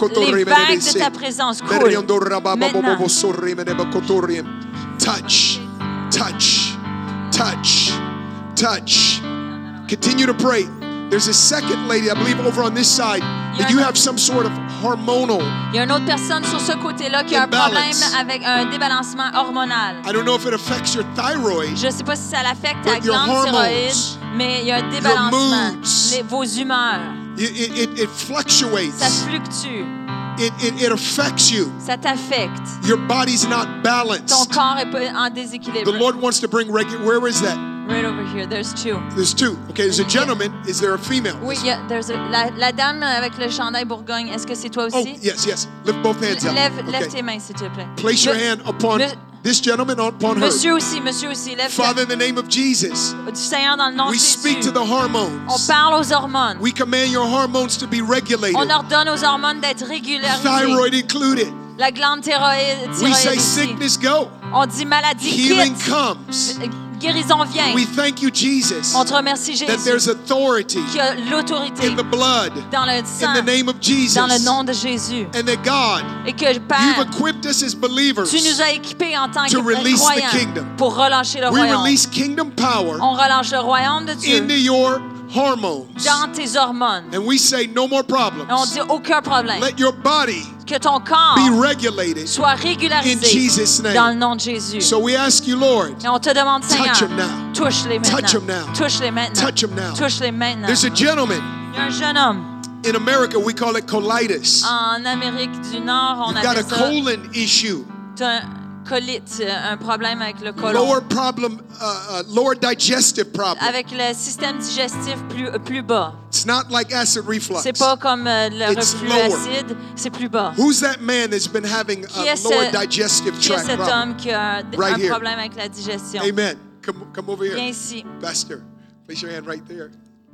S3: que les vagues de ta présence coulent. Maintenant,
S2: Touch, touch, touch, touch. Continue to pray. There's a second lady, I believe, over on this side, that you have some sort of hormonal.
S3: il y a une autre personne sur ce côté-là qui a un problème
S2: Imbalance.
S3: avec un débalancement hormonal.
S2: I don't know if it affects your thyroid,
S3: Je ne sais pas si ça l'affecte ta
S2: But your
S3: glande
S2: hormones,
S3: thyroïde, mais il y a un débalancement.
S2: moods,
S3: Les- vos humeurs,
S2: it, it, it, it
S3: ça
S2: fluctuates,
S3: fluctue,
S2: it, it, it affects you.
S3: ça t'affecte.
S2: Your body's not
S3: Ton
S2: balanced.
S3: corps est pas en
S2: The
S3: déséquilibre.
S2: Lord wants to bring regular. Where is that?
S3: Right over here, there's two.
S2: There's two. Okay, there's a gentleman. Is there a female?
S3: Oui, il y a- there's a- la, la dame avec le chandail Bourgogne, est-ce que c'est toi
S2: Oh,
S3: aussi?
S2: yes, yes. Lift both hands up.
S3: Lève, lève
S2: Okay.
S3: tes mains, s'il te plaît.
S2: Place your
S3: Me-
S2: hand upon
S3: me-
S2: this gentleman, upon her.
S3: Monsieur aussi, monsieur aussi, lève ta-
S2: Father, in the name of Jesus,
S3: du Seigneur dans le nom
S2: we
S3: de
S2: speak
S3: Jésus.
S2: to the
S3: On
S2: hormones.
S3: parle aux hormones.
S2: We command your hormones to be regulated,
S3: On ordonne aux hormones d'être régulières.
S2: thyroid included.
S3: La glande thyroïde.
S2: We
S3: thyroïde
S2: say
S3: aussi.
S2: sickness go,
S3: On dit maladie
S2: healing
S3: quitte.
S2: comes.
S3: Euh, Guérison vient.
S2: We thank you, Jesus,
S3: On te remercie,
S2: that
S3: Jésus,
S2: there's authority
S3: qui a l'autorité
S2: in the blood,
S3: dans le
S2: in
S3: sang,
S2: the name of
S3: dans le
S2: Jesus,
S3: nom de Jésus.
S2: and that God,
S3: Et que, Père,
S2: you've equipped us as
S3: tu
S2: believers.
S3: nous as équipés en tant que
S2: to release the
S3: croyants
S2: kingdom.
S3: pour relâcher le
S2: We
S3: royaume.
S2: release kingdom power
S3: On relâche le royaume de Dieu
S2: into your hormones.
S3: dans tes hormones.
S2: And we say, no more
S3: Et on
S2: problems.
S3: dit aucun problème.
S2: Let your body
S3: Que ton corps
S2: be regulated.
S3: soit
S2: In Jesus'
S3: régularisé
S2: name.
S3: dans le nom de Jésus.
S2: So we ask you, Lord,
S3: Et on te demande, Seigneur,
S2: Touch 'em now.
S3: touche-les
S2: Touch 'em
S3: maintenant.
S2: now.
S3: Touche-les maintenant.
S2: Touch 'em now.
S3: Touche-les maintenant.
S2: there's a gentleman
S3: Il y a un jeune homme
S2: in America, we call it colitis.
S3: en Amérique du Nord, on
S2: You've got a
S3: appelle ça
S2: colon issue,
S3: t'as un colite, un problème avec le colon.
S2: lower problem, uh, uh, lower digestive problem.
S3: Avec le système digestif plus, plus bas.
S2: It's not like acid reflux.
S3: C'est pas comme euh, le
S2: It's
S3: reflux
S2: lower.
S3: acide, c'est plus bas.
S2: Who's that man that's been having
S3: Qui
S2: a
S3: est, ce-
S2: lower digestive
S3: qui est
S2: tract
S3: cet
S2: problem?
S3: homme qui a un
S2: Right here.
S3: problème avec la digestion?
S2: Amen. Come, come over
S3: Viens
S2: here,
S3: ici,
S2: Pastor. Place your hand right there.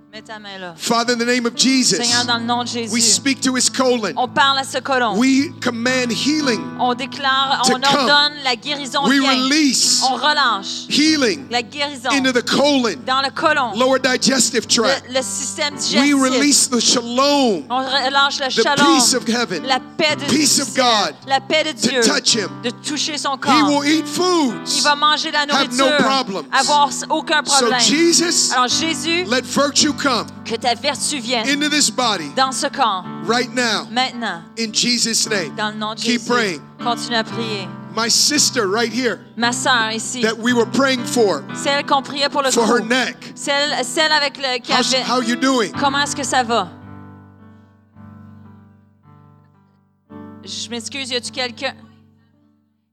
S3: mets ta main là.
S2: Father, in the name of
S3: Seigneur,
S2: Jesus,
S3: dans le nom de
S2: we
S3: Jésus,
S2: speak to his colon.
S3: on parle à ce colon.
S2: We command healing,
S3: On déclare, on
S2: To come.
S3: ordonne la guérison
S2: We
S3: vient.
S2: release.
S3: On relâche
S2: healing
S3: la guérison
S2: into the colon,
S3: dans le colon,
S2: lower digestive tract.
S3: le, le système
S2: We
S3: digestif.
S2: release the shalom,
S3: on relâche le
S2: the
S3: shalom,
S2: peace of heaven.
S3: la paix de
S2: peace
S3: Dieu,
S2: of God
S3: la paix de Dieu,
S2: touch him.
S3: de toucher son
S2: He
S3: corps.
S2: will eat
S3: Il
S2: foods.
S3: va manger la
S2: Have
S3: nourriture,
S2: no problems.
S3: avoir s- aucun
S2: So,
S3: problème.
S2: Jesus,
S3: Alors Jésus,
S2: let virtue come
S3: que ta vertu vienne
S2: into this body
S3: dans ce corps,
S2: right now,
S3: maintenant,
S2: in Jesus' name.
S3: dans le nom de
S2: Keep
S3: Jésus.
S2: praying.
S3: Continue à prier.
S2: My sister, right here,
S3: Ma sœur ici,
S2: that we were praying for,
S3: celle qu'on priait pour le
S2: for her
S3: cou,
S2: neck.
S3: celle, celle avec le qui
S2: How's,
S3: avait-
S2: how you doing?
S3: Comment est-ce que ça va? Je m'excuse, y a-tu quelqu'un?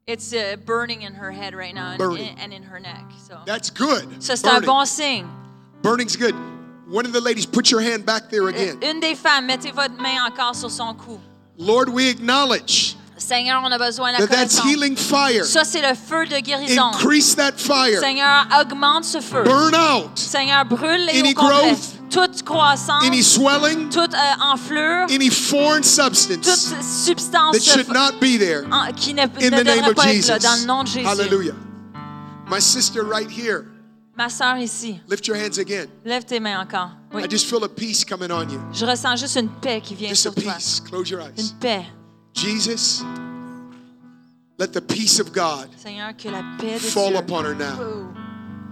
S3: It's uh, burning in her head right now and,
S2: Burning.
S3: and in her neck. So.
S2: That's good.
S3: Ça, c'est un
S2: Burning.
S3: bon signe.
S2: Burning's good. One of the ladies, put your hand back there again.
S3: Une des femmes, mettez votre main encore sur son cou.
S2: Lord, we acknowledge
S3: Seigneur, on a besoin de la
S2: that that's
S3: connaissance.
S2: healing fire.
S3: Ça, c'est le feu de guérison.
S2: Increase that fire.
S3: Seigneur, augmente ce feu.
S2: Burn out
S3: Seigneur, brûle les
S2: Any
S3: au complet.
S2: growth.
S3: toute croissance,
S2: any swelling,
S3: toute euh, enflure,
S2: any foreign
S3: toute
S2: substance
S3: substance
S2: that should not be there.
S3: en- qui ne,
S2: In
S3: ne
S2: the name
S3: devrait
S2: of
S3: pas être là,
S2: Jesus.
S3: dans le nom de Jésus.
S2: Hallelujah. My sister, right here,
S3: Ma sœur ici,
S2: lift your hands again.
S3: lève tes mains encore. Oui.
S2: I just feel a peace coming on you.
S3: Je ressens juste une paix qui vient
S2: Just a
S3: sur toi.
S2: peace. Close your eyes.
S3: Une paix.
S2: Jesus, let the peace of God
S3: Seigneur, que la paix de
S2: fall
S3: Dieu,
S2: upon her now.
S3: Oh,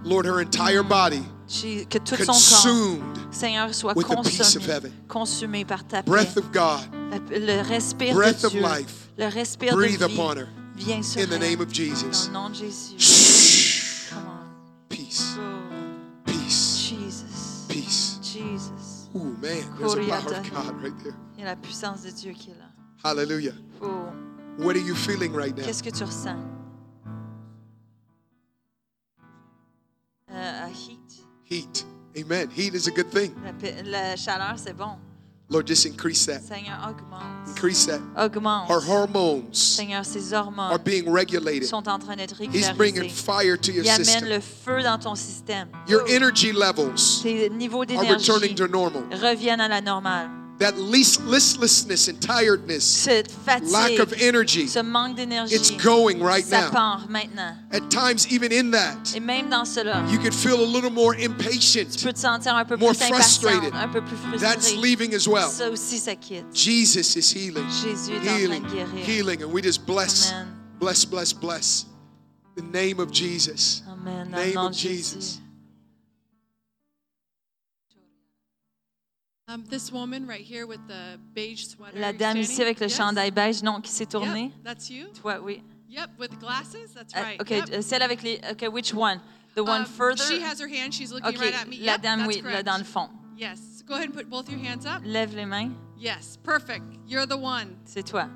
S2: Lord, her entire body
S3: Jésus, que tout son
S2: consumed.
S3: corps, Seigneur, soit
S2: with the peace of
S3: consumé,
S2: heaven.
S3: consumé par ta paix.
S2: Breath of God,
S3: La- le respire
S2: breath
S3: de
S2: of
S3: Dieu,
S2: life,
S3: le respire
S2: breathe
S3: de vie,
S2: upon her.
S3: viens sur
S2: in the
S3: elle,
S2: name of
S3: dans
S2: Jesus.
S3: le nom de Jésus.
S2: Shh.
S3: Come on.
S2: Peace,
S3: Oh,
S2: peace,
S3: Jesus,
S2: peace.
S3: Jesus.
S2: Ooh, man, there's a power of
S3: Kuriata.
S2: God right there.
S3: Il y a la puissance de Dieu qui est là.
S2: Hallelujah.
S3: Oh,
S2: What are you feeling right now?
S3: Qu'est-ce que tu ressens? Euh, à heat. Euh,
S2: Heat. Amen. Heat is a good thing.
S3: La, pa- la chaleur, c'est bon.
S2: Lord, just increase that.
S3: Seigneur, augmente.
S2: Increase that.
S3: Augmente.
S2: Our hormones
S3: Seigneur, ces
S2: are
S3: hormones
S2: being regulated.
S3: sont en train d'être
S2: He's bringing
S3: régularisées.
S2: fire to your
S3: Il amène
S2: system.
S3: le feu dans ton système.
S2: Your energy levels
S3: Tes niveaux
S2: are
S3: d'énergie
S2: returning to normal.
S3: reviennent à la normale.
S2: That least listlessness and tiredness,
S3: Cette
S2: lack of
S3: fatigue,
S2: energy,
S3: ce manque d'énergie,
S2: it's going right
S3: ça
S2: now.
S3: part maintenant.
S2: At times, even in that,
S3: Et même dans cela,
S2: you could feel a little more
S3: tu
S2: impatient.
S3: peux te sentir un peu
S2: More
S3: plus impatiente,
S2: frustrated.
S3: un peu plus
S2: That's
S3: frustré.
S2: leaving as well.
S3: Ça aussi, ça quitte.
S2: Jesus is healing.
S3: Jésus est en train
S2: Healing,
S3: de guérir.
S2: healing. And we just bless,
S3: Amen.
S2: bless, bless, bless. The name of Jesus.
S3: Amen. Dans le
S2: Name
S3: nom de
S2: of
S3: Jésus.
S2: Jesus.
S5: Um, this woman right here with the beige sweater.
S3: La
S5: you
S3: dame ici
S5: standing?
S3: avec le
S5: Yes.
S3: chandail beige, non, qui s'est
S5: Yep,
S3: tournée.
S5: that's you.
S3: Toi, oui.
S5: Yep, with glasses. That's
S3: Euh,
S5: right.
S3: ok,
S5: Yep.
S3: euh, celle avec les. Ok, which one? The one
S5: Um,
S3: further?
S5: She has her hand. She's looking
S3: ok,
S5: right at me.
S3: la
S5: Yep,
S3: dame,
S5: that's
S3: oui, là
S5: correct.
S3: dans le fond.
S5: Yes. Go ahead and put both your hands up.
S3: Lève les mains,
S5: Yes. Perfect. You're the one.
S3: c'est toi.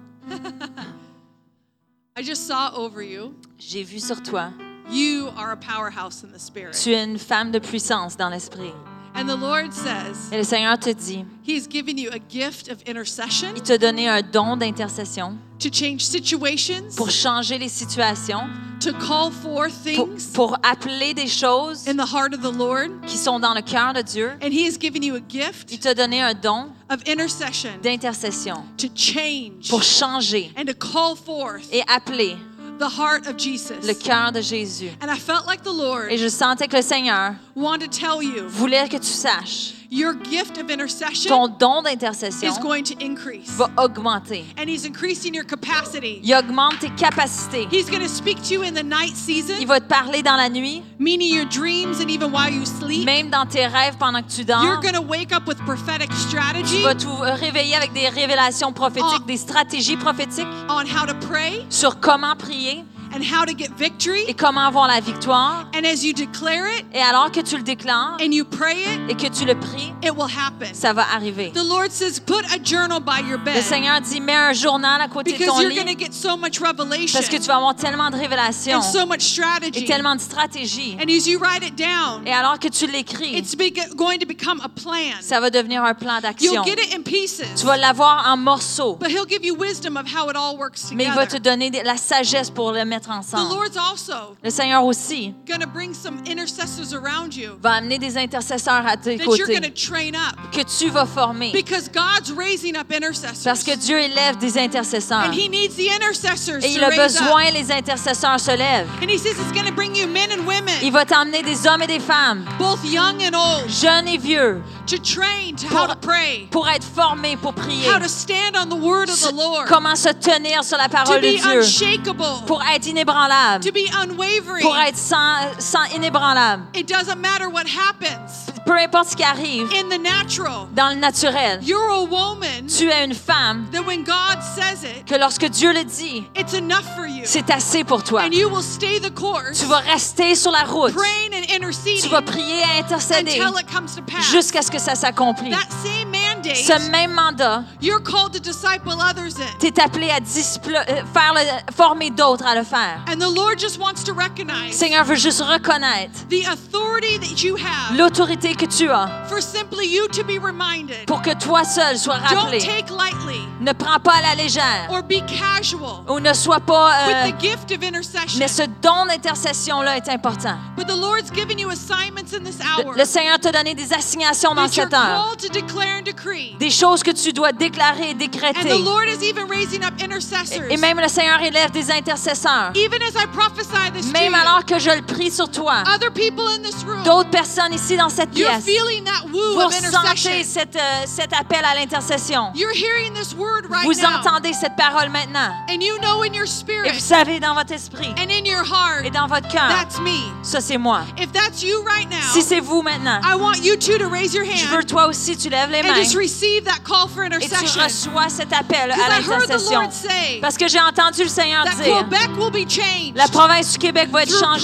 S5: I just saw over you.
S3: J'ai vu sur toi.
S5: You are a powerhouse in the spirit.
S3: Tu es une femme de puissance dans l'esprit.
S5: And the Lord says
S3: Et le Seigneur te dit,
S5: He's given you a gift of intercession
S3: il t'a donné un don d'intercession
S5: to change situations,
S3: pour changer les situations,
S5: to call forth
S3: pour,
S5: things
S3: pour appeler des choses
S5: in the heart of the Lord.
S3: qui sont dans le cœur de Dieu.
S5: And He has given you a
S3: Il
S5: gift
S3: t'a donné un don
S5: of intercession
S3: d'intercession
S5: to change
S3: pour changer
S5: and to call forth
S3: et appeler
S5: the heart of
S3: le
S5: Jesus.
S3: cœur de Jésus.
S5: And I felt like the Lord
S3: Et je sentais que le Seigneur
S5: wanted to tell you
S3: voulait que tu saches,
S5: your gift of intercession
S3: ton don d'intercession
S5: is going to increase.
S3: va augmenter.
S5: And He's increasing your capacity.
S3: Il augmente tes capacités.
S5: He's going to speak to you in the night
S3: Il
S5: season,
S3: va te parler dans la nuit,
S5: meaning your dreams and even while you sleep.
S3: même dans tes rêves pendant que tu
S5: You're
S3: dors.
S5: going to wake up with prophetic
S3: Tu
S5: strategy
S3: vas te euh, réveiller avec des révélations prophétiques,
S5: Ah.
S3: des stratégies prophétiques
S5: on how to pray
S3: sur comment prier
S5: and how to get
S3: et
S5: victory.
S3: comment avoir la victoire.
S5: And as you declare it
S3: Et alors que tu le déclares
S5: and you pray it,
S3: et que tu le pries,
S5: it will happen.
S3: ça va arriver.
S5: The Lord says, put a journal by your
S3: Le
S5: bed
S3: Seigneur dit, mets un journal à côté de
S5: because
S3: ton
S5: you're going to
S3: lit
S5: get so much
S3: parce que
S5: revelation
S3: tu vas avoir tellement de révélations
S5: and so much
S3: et
S5: strategy.
S3: tellement de stratégies.
S5: And as you write it down,
S3: Et alors que tu l'écris,
S5: it's be- going to become a plan.
S3: ça va devenir un plan
S5: You'll
S3: d'action.
S5: get it in pieces,
S3: Tu vas l'avoir en morceaux,
S5: but He'll give you wisdom of how it all works
S3: mais il va te
S5: together.
S3: donner de- la sagesse pour le mettre
S5: The
S3: ensemble.
S5: Lord's also
S3: Le Seigneur aussi
S5: going to bring some intercessors around you
S3: va amener des intercesseurs à tes
S5: that you're
S3: côtés
S5: going to train up.
S3: que tu vas former
S5: Because God's raising up intercessors.
S3: parce que Dieu élève des intercesseurs
S5: and He needs the intercessors
S3: et il
S5: to
S3: a
S5: raise up.
S3: besoin les intercesseurs se lèvent.
S5: And He says it's going to bring you men and women,
S3: Il va t'emmener des hommes et des femmes,
S5: both young and old,
S3: jeunes et vieux,
S5: to train to
S3: Pour-
S5: how to pray,
S3: pour être formés pour prier.
S5: how to stand on the word of the Lord,
S3: Comment se tenir sur la
S5: to
S3: parole de
S5: be
S3: Dieu
S5: unshakable,
S3: pour être inébranlable,
S5: to be unwavering.
S3: pour être sans, sans inébranlable.
S5: it doesn't matter what happens
S3: Peu importe ce qui arrive
S5: in the natural.
S3: dans le naturel,
S5: You're a woman
S3: tu es une femme
S5: that when God says it,
S3: que lorsque Dieu le dit,
S5: it's enough for you.
S3: c'est assez pour toi.
S5: And you will stay the course,
S3: Tu vas rester sur la route.
S5: praying and
S3: Tu
S5: interceding
S3: vas prier et intercéder
S5: until it comes to pass.
S3: jusqu'à ce que ça s'accomplisse.
S5: That same mandate,
S3: Ce même mandat,
S5: you're called to disciple others in.
S3: tu es appelé à displ- euh, faire le- former d'autres à le faire.
S5: And the Lord just wants to
S3: Le
S5: recognize
S3: Seigneur veut juste reconnaître
S5: the authority that you have
S3: l'autorité que tu as
S5: for simply you to be reminded.
S3: pour que toi seul sois
S5: Don't
S3: rappelé.
S5: take lightly
S3: Ne prends pas à la légère
S5: or be casual
S3: ou ne sois pas... euh,
S5: with the gift of intercession.
S3: mais ce don d'intercession-là est important.
S5: But the Lord's given you assignments in this hour
S3: Le Seigneur t'a donné des assignations dans
S5: that you're
S3: cette heure,
S5: called to declare and decree.
S3: des choses que tu dois déclarer et
S5: And the
S3: décréter.
S5: Lord is even raising up intercessors.
S3: Et même le Seigneur élève des intercesseurs.
S5: Even as I prophesy this to
S3: Même
S5: you,
S3: alors que je le prie sur toi,
S5: other people in this room,
S3: d'autres personnes ici dans cette
S5: you're
S3: pièce
S5: feeling that woo
S3: vous
S5: of intercession.
S3: sentez cet, euh, cet appel à l'intercession.
S5: You're hearing this word right
S3: Vous
S5: now.
S3: entendez cette parole maintenant.
S5: And you know in your
S3: Et
S5: spirit
S3: vous savez dans votre esprit
S5: and in your heart,
S3: et dans votre cœur,
S5: that's me.
S3: ça c'est moi.
S5: If that's you right now,
S3: Si c'est vous maintenant,
S5: I want you two to raise your
S3: je veux
S5: hand
S3: toi aussi, tu lèves les
S5: and
S3: mains
S5: just receive that call for
S3: et tu
S5: intercession.
S3: reçois cet appel à
S5: Because I heard the
S3: l'intercession.
S5: Lord say
S3: Parce que j'ai entendu le Seigneur
S5: that
S3: dire,
S5: Quebec will be changed
S3: la province du Québec va être
S5: through prayer and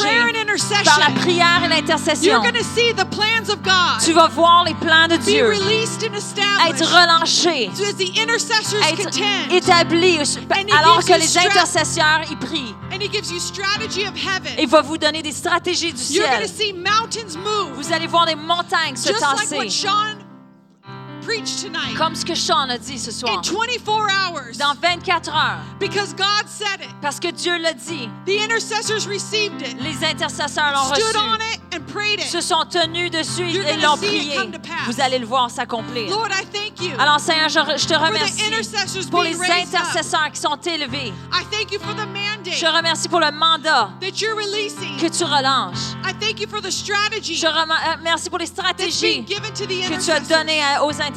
S3: changée par la
S5: intercession.
S3: prière et
S5: You're
S3: l'intercession.
S5: going to see the plans of God
S3: Tu vas voir les plans de
S5: be
S3: Dieu
S5: released and
S3: être
S5: established
S3: relancés,
S5: as the intercessors
S3: être
S5: contend.
S3: établis
S5: And he
S3: alors
S5: gives
S3: que
S5: you
S3: les
S5: stra-
S3: intercesseurs y prient.
S5: And He gives you strategy of
S3: Il
S5: heaven.
S3: va vous donner des stratégies du
S5: You're going
S3: ciel.
S5: to see mountains move
S3: Vous allez voir des montagnes se
S5: just like what
S3: tasser.
S5: Sean preached tonight
S3: Comme ce que Sean a dit ce
S5: in
S3: soir,
S5: 24 hours
S3: dans 24 heures,
S5: because God said it.
S3: parce que Dieu l'a dit,
S5: The intercessors received it,
S3: les intercesseurs l'ont
S5: stood on
S3: reçu,
S5: it, and prayed
S3: se
S5: it.
S3: sont tenus dessus
S5: You're
S3: et
S5: gonna
S3: l'ont
S5: see it
S3: prié.
S5: come to pass.
S3: Vous allez le voir s'accomplir.
S5: Lord, I thank you.
S3: Alors Seigneur, je, je te
S5: intercessors
S3: remercie pour
S5: being
S3: les
S5: raised up.
S3: intercesseurs qui sont élevés.
S5: I thank you for the mandate
S3: Je remercie pour le mandat
S5: that you're releasing.
S3: que tu relances.
S5: I thank you for the strategy
S3: Je remer- euh, merci pour les
S5: that's being
S3: stratégies
S5: given to the
S3: que tu as
S5: intercessors.
S3: données à- aux intercesseurs.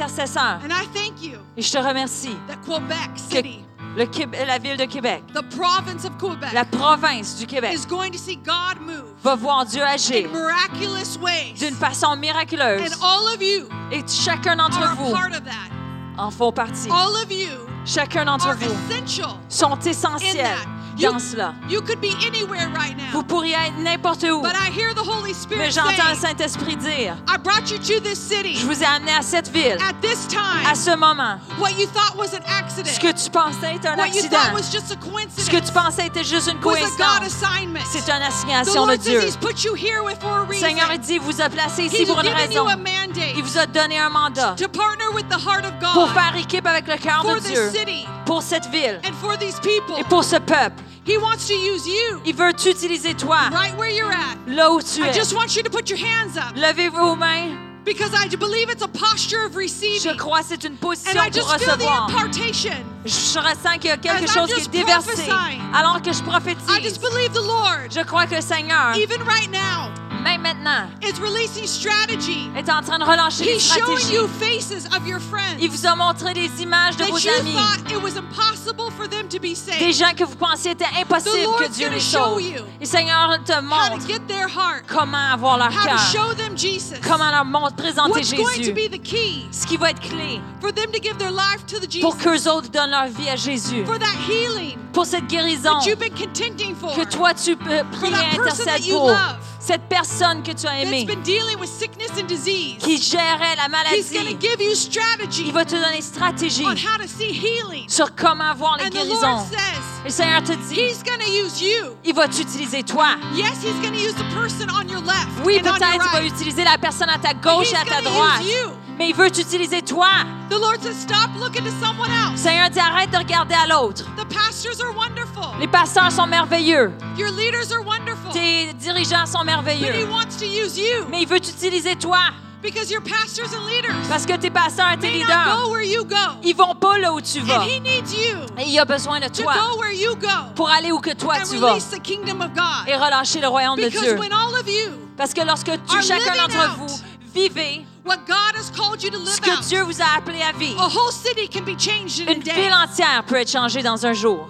S5: And I thank you
S3: Et je te remercie
S5: that Quebec
S3: que
S5: City,
S3: le Québ- la ville de Québec,
S5: the province of
S3: la
S5: Quebec,
S3: province du Québec,
S5: is going to see God move
S3: va voir Dieu agir
S5: in miraculous ways.
S3: d'une façon
S5: And
S3: miraculeuse.
S5: all of you
S3: Et chacun d'entre
S5: are a
S3: vous
S5: part of that.
S3: en font partie.
S5: All of you
S3: Chacun d'entre
S5: are
S3: vous
S5: essential
S3: sont
S5: in
S3: essentiels
S5: that.
S3: dans cela.
S5: you could be anywhere right
S3: Vous
S5: now,
S3: pourriez être n'importe où,
S5: but I hear the Holy
S3: mais
S5: Spirit
S3: j'entends le
S5: saying,
S3: Saint-Esprit dire,
S5: I brought you to this city
S3: je vous ai amené à cette ville,
S5: at this time.
S3: à ce moment.
S5: What you thought was an accident,
S3: Ce que tu pensais être un
S5: what you thought
S3: accident,
S5: was just a coincidence,
S3: ce que tu pensais était juste une
S5: was a God
S3: coïncidence,
S5: assignment.
S3: c'est une
S5: The
S3: assignation de
S5: Lord
S3: Dieu.
S5: says He's put you here with for a
S3: Le
S5: reason.
S3: Seigneur il dit, vous a placé ici
S5: He's
S3: pour une
S5: given you
S3: raison.
S5: a mandate
S3: Il vous a donné un mandat
S5: to partner with the heart of God
S3: pour faire équipe avec le cœur
S5: for
S3: de
S5: this
S3: Dieu,
S5: city
S3: pour cette ville
S5: and for these people.
S3: et pour ce peuple.
S5: He wants to use you
S3: Il veut t'utiliser toi,
S5: right where you're at.
S3: là où tu
S5: I
S3: es.
S5: just want you to put your hands up
S3: Levez vos mains.
S5: because I believe it's a posture of
S3: Je
S5: receiving.
S3: crois que c'est une
S5: And
S3: position
S5: I
S3: pour
S5: just feel the
S3: recevoir.
S5: impartation.
S3: Je ressens qu'il y a quelque
S5: As I'm
S3: chose qui
S5: just
S3: est déversé
S5: prophesying,
S3: alors que je
S5: I just
S3: prophétise.
S5: believe the Lord,
S3: Je crois que le Seigneur,
S5: even right now,
S3: même maintenant,
S5: is releasing strategy.
S3: est en train de relancer les
S5: He's showing
S3: stratégies.
S5: you faces of your friends
S3: Il vous a montré des images de
S5: that
S3: vos
S5: you
S3: amis,
S5: thought it was impossible for them to be
S3: des
S5: saved.
S3: gens que vous pensiez étaient
S5: The
S3: impossibles que
S5: Lord's
S3: Dieu
S5: gonna
S3: les
S5: show
S3: sauve.
S5: you
S3: Et le Seigneur te
S5: How to
S3: montre
S5: get their heart.
S3: comment avoir leur
S5: How to
S3: cœur,
S5: show them Jesus.
S3: comment leur montre, présenter
S5: What's going to
S3: Jésus,
S5: be the key
S3: ce qui va être clé
S5: for them to give their life to the Jesus.
S3: pour qu'eux autres donnent leur vie à Jésus,
S5: For that healing
S3: pour cette guérison
S5: that you've been contending for.
S3: que toi tu peux prier
S5: that
S3: et
S5: person that
S3: intercèdes
S5: you
S3: pour,
S5: love.
S3: cette personne que tu as
S5: That's
S3: aimée,
S5: been dealing with sickness and disease.
S3: qui gérait la
S5: He's going to
S3: maladie,
S5: give you strategy
S3: il va te donner stratégie
S5: on how to see healing.
S3: sur comment voir les
S5: And the Lord
S3: guérisons.
S5: says
S3: Et le Seigneur te dit,
S5: He's going to use you.
S3: il va t'utiliser toi.
S5: Yes, He's going to use the person on your left
S3: Oui,
S5: and on your
S3: peut-être il va
S5: right.
S3: utiliser la personne à ta gauche et à
S5: He's
S3: ta
S5: gonna
S3: droite.
S5: use you.
S3: Mais il veut t'utiliser toi.
S5: The Lord says, stop looking to someone
S3: Le
S5: else.
S3: Seigneur dit arrête de regarder à l'autre.
S5: The pastors are wonderful.
S3: Les pasteurs sont merveilleux.
S5: Your leaders are wonderful.
S3: Tes dirigeants sont
S5: But He
S3: merveilleux.
S5: wants to use you
S3: Mais il veut t'utiliser toi.
S5: because your pastors and leaders
S3: Parce que tes pasteurs et tes
S5: may not go
S3: leaders,
S5: where you go.
S3: ils vont pas là où tu vas.
S5: And He needs you
S3: Et il a besoin de
S5: to
S3: toi
S5: go where you go
S3: pour aller où que toi
S5: and
S3: tu vas
S5: release the kingdom of
S3: et
S5: God.
S3: relâcher le royaume de
S5: Because
S3: Dieu.
S5: when all of you,
S3: Parce que lorsque tu,
S5: are
S3: chacun
S5: living
S3: d'entre
S5: out
S3: vous vivez
S5: what God has called you to
S3: ce
S5: live
S3: que
S5: out,
S3: Dieu vous a appelé à
S5: a
S3: vivre,
S5: whole city can be changed in a
S3: une
S5: day.
S3: ville entière peut être changée dans un jour.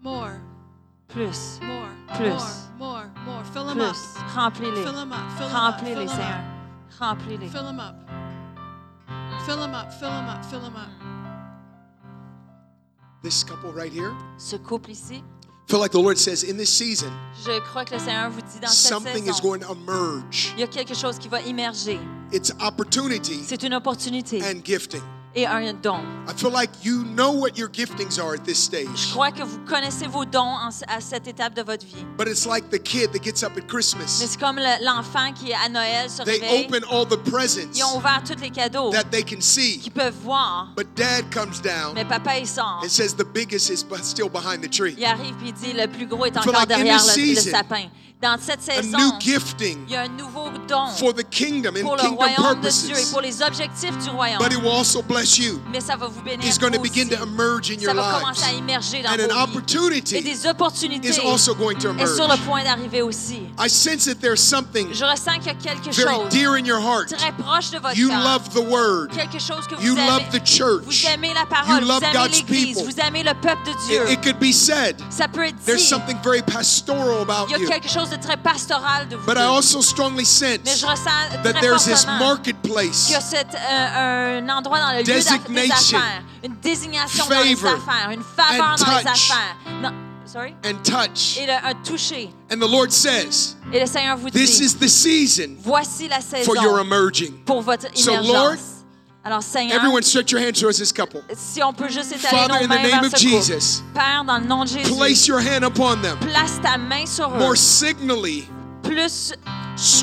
S5: More,
S3: Plus,
S5: more,
S3: Plus.
S5: more, more, more. Fill them up.
S3: plus, remplis-les.
S5: Fill them up. Fill them up. Fill
S3: Remplis-les,
S5: them
S3: Seigneur.
S5: up.
S3: Remplis-les.
S5: Fill them up. Fill them up. Fill them up. Fill them up.
S2: This couple right here,
S3: Ce couple ici,
S2: feel like the Lord says in this season,
S3: je crois que le Seigneur vous dit dans cette
S2: something is
S3: saison,
S2: going to emerge.
S3: il y a quelque chose qui va immerger.
S2: It's opportunity
S3: C'est une opportunité
S2: and gifting.
S3: et un don.
S2: I feel like you know what your giftings are at this
S3: Je
S2: stage.
S3: crois que vous connaissez vos dons en- à cette étape de votre vie.
S2: But it's like the kid that gets up at
S3: Mais
S2: Christmas.
S3: c'est comme le- l'enfant qui à Noël se
S2: They
S3: réveille.
S2: open all the presents
S3: Ils ont ouvert tous les cadeaux
S2: that they can see.
S3: qu'ils peuvent voir.
S2: But dad comes down
S3: Mais papa, il sort.
S2: and says the biggest is bu- still behind the tree.
S3: Il arrive et il dit le plus gros est
S2: feel
S3: encore
S2: like in
S3: derrière
S2: this
S3: le, le
S2: season,
S3: sapin. Dans cette
S2: A
S3: saison,
S2: new gifting
S3: il y a un nouveau don
S2: for the kingdom and
S3: pour le
S2: kingdom
S3: royaume de Dieu et
S2: purposes.
S3: pour les objectifs du royaume.
S2: But it will also bless you.
S3: Mais ça va vous bénir.
S2: It's going to
S3: vous
S2: begin to
S3: aussi.
S2: emerge in
S3: ça
S2: your
S3: va commencer à
S2: lives.
S3: immerger dans
S2: And an
S3: vos vies. Et
S2: opportunity
S3: des opportunités
S2: is also going to
S3: est sur le
S2: emerge.
S3: point d'arriver aussi.
S2: I sense that there's something
S3: Je ressens qu'il y a quelque
S2: very
S3: chose
S2: dear in your heart.
S3: très proche de votre
S2: You
S3: cœur.
S2: love the word.
S3: quelque chose que vous
S2: You
S3: aimez.
S2: love the church.
S3: vous aimez la parole,
S2: You love
S3: vous aimez
S2: God's
S3: l'Église,
S2: people.
S3: vous aimez le peuple de Dieu.
S2: It, it could be said.
S3: ça peut être
S2: There's
S3: dit.
S2: something very pastoral about
S3: Il y a
S2: you.
S3: quelque chose de très pastoral de vous.
S2: But I
S3: deux.
S2: also strongly
S3: Mais
S2: sense
S3: je ressens
S2: that
S3: très
S2: there's this
S3: fortement
S2: marketplace
S3: que c'est euh, un endroit dans le lieu d'aff- des
S2: Designation.
S3: affaires, une désignation dans les
S2: Favor.
S3: affaires, une faveur
S2: And
S3: dans les
S2: touch.
S3: affaires. Non, sorry.
S2: and touch.
S3: Et le, un toucher.
S2: And the Lord says,
S3: Et le Seigneur vous
S2: This
S3: dit,
S2: is the season
S3: voici la saison
S2: for your emerging.
S3: pour votre
S2: So,
S3: émergence.
S2: Lord,
S3: Alors Seigneur,
S2: Everyone, stretch your hand towards this couple.
S3: si on peut juste étaler
S2: Mm. Father,
S3: nos
S2: in the
S3: mains
S2: name
S3: vers
S2: of
S3: ce couple.
S2: Jesus,
S3: Père, dans le nom de Jésus,
S2: place your hand upon them
S3: place ta main sur eux
S2: more signally
S3: plus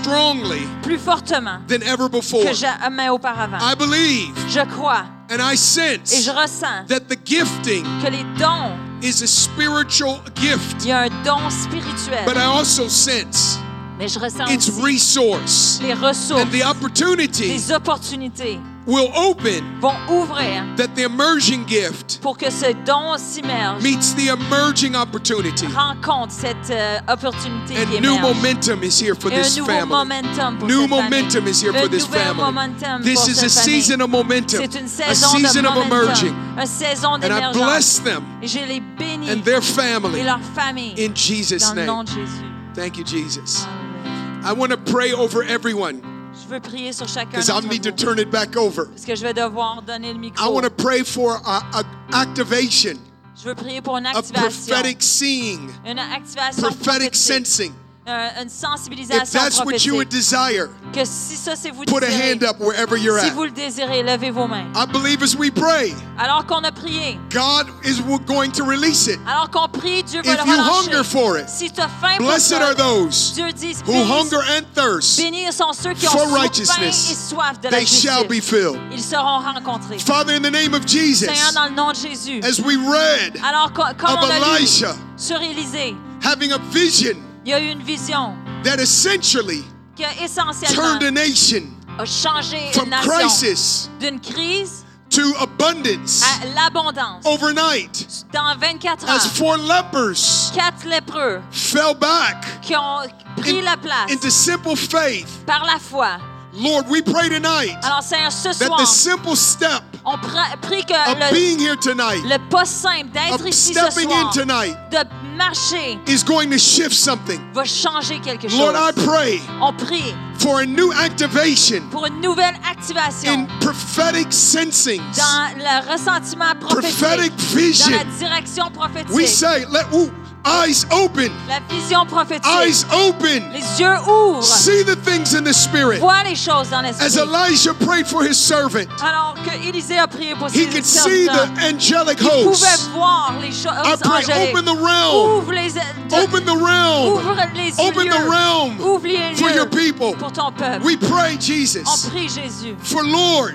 S2: strongly
S3: plus fortement
S2: than ever before.
S3: que jamais auparavant.
S2: I believe
S3: Je crois
S2: and I
S3: et
S2: sense
S3: je ressens
S2: that the gifting
S3: que les dons,
S2: is a spiritual gift,
S3: il y a un don spirituel,
S2: but I also sense
S3: mais je ressens
S2: its
S3: aussi
S2: resource
S3: les ressources,
S2: and the opportunity
S3: les opportunités
S2: will open
S3: vont ouvrir
S2: that the emerging gift
S3: pour que ce don s'immerge,
S2: meets the emerging opportunity.
S3: rencontre cette euh, opportunité qui
S2: And new
S3: émerge.
S2: momentum is here for
S3: Et un
S2: this
S3: nouveau
S2: family.
S3: momentum pour
S2: New
S3: cette famille.
S2: momentum is here
S3: Un
S2: for this
S3: nouvel
S2: family.
S3: momentum
S2: This
S3: pour
S2: is a
S3: cette famille.
S2: season of momentum,
S3: C'est une
S2: a
S3: saison
S2: season
S3: de
S2: of
S3: momentum,
S2: emerging.
S3: une saison
S2: And I
S3: d'émergence.
S2: bless them
S3: Et je les bénis
S2: and their
S3: et
S2: family
S3: leur famille
S2: in Jesus'
S3: dans le nom
S2: name.
S3: de Jésus.
S2: Thank you, Jesus.
S3: Amen.
S2: I want to pray over everyone
S3: Je veux prier sur chacun
S2: because I'll
S3: d'entre
S2: need to
S3: vous
S2: turn it back over.
S3: parce que je vais devoir donner le
S2: I
S3: micro.
S2: want to pray for a, a activation,
S3: Je veux prier pour une
S2: a
S3: activation,
S2: prophetic seeing,
S3: une activation
S2: prophetic
S3: prophétique,
S2: sensing.
S3: un- une
S2: If
S3: sensibilisation
S2: that's what you would
S3: prophétique.
S2: desire,
S3: Que si ça c'est vous
S2: put a
S3: désirez,
S2: hand up wherever you're
S3: si
S2: at.
S3: vous le désirez, levez vos mains.
S2: I believe as we pray,
S3: Alors qu'on a prié,
S2: God is going to release it.
S3: alors qu'on prie, Dieu va
S2: If
S3: le
S2: you hunger
S3: relâcher.
S2: for it,
S3: Si tu as faim pour
S2: blessed
S3: ça,
S2: are those
S3: Dieu dit,
S2: who hunger
S3: bénis,
S2: and thirst,
S3: bénis sont ceux qui ont
S2: for
S3: soif- faim et
S2: righteousness.
S3: soif de la
S2: they shall be
S3: justice.
S2: filled.
S3: Ils seront rencontrés.
S2: Father, in the name of Jesus,
S3: Seigneur, dans le nom de Jésus.
S2: as we read
S3: Alors, co- comme
S2: of
S3: on a lu
S2: Elisha
S3: sur Élisée,
S2: having a vision
S3: il y a eu une vision
S2: that essentially
S3: qui a
S2: turned a
S3: essentiellement
S2: nation
S3: a changé une
S2: from
S3: nation
S2: crisis
S3: d'une crise
S2: to abundance
S3: à l'abondance.
S2: overnight.
S3: Dans 24
S2: as
S3: heures,
S2: four lepers
S3: quatre lépreux
S2: fell back
S3: qui ont pris
S2: in-
S3: la place
S2: into simple faith.
S3: par la foi.
S2: Lord, we pray tonight
S3: Alors, Seigneur, ce
S2: that
S3: soir,
S2: the simple step
S3: on prie prie que
S2: of
S3: Ah, le,
S2: being here tonight,
S3: le pas simple d'être
S2: of
S3: ici ce
S2: stepping in
S3: soir,
S2: tonight,
S3: de marcher,
S2: is going to shift something.
S3: va changer quelque chose.
S2: Lord, I pray
S3: On prie
S2: for a new activation
S3: pour une nouvelle
S2: in
S3: activation
S2: prophetic sensings,
S3: dans le ressentiment
S2: prophetic
S3: prophétique, dans la
S2: vision.
S3: direction prophétique,
S2: We say, let ooh, eyes open,
S3: la vision prophétique.
S2: eyes open,
S3: Les yeux ouvrent,
S2: see the things in the spirit.
S3: voient les choses dans
S2: As
S3: l'esprit.
S2: Elijah prayed for his servant,
S3: Alors que Élisée a prié pour ses
S2: he could see the
S3: serviteurs,
S2: angelic
S3: il pouvait
S2: hosts.
S3: voir les choses
S2: I pray,
S3: angéliques.
S2: open the realm.
S3: Ouvre les de-
S2: Open the realm.
S3: ouvre les
S2: Open the
S3: yeux,
S2: realm
S3: ouvre les
S2: for your
S3: yeux
S2: people.
S3: pour ton peuple.
S2: We pray,
S3: On
S2: Jesus,
S3: prie Jésus.
S2: for Lord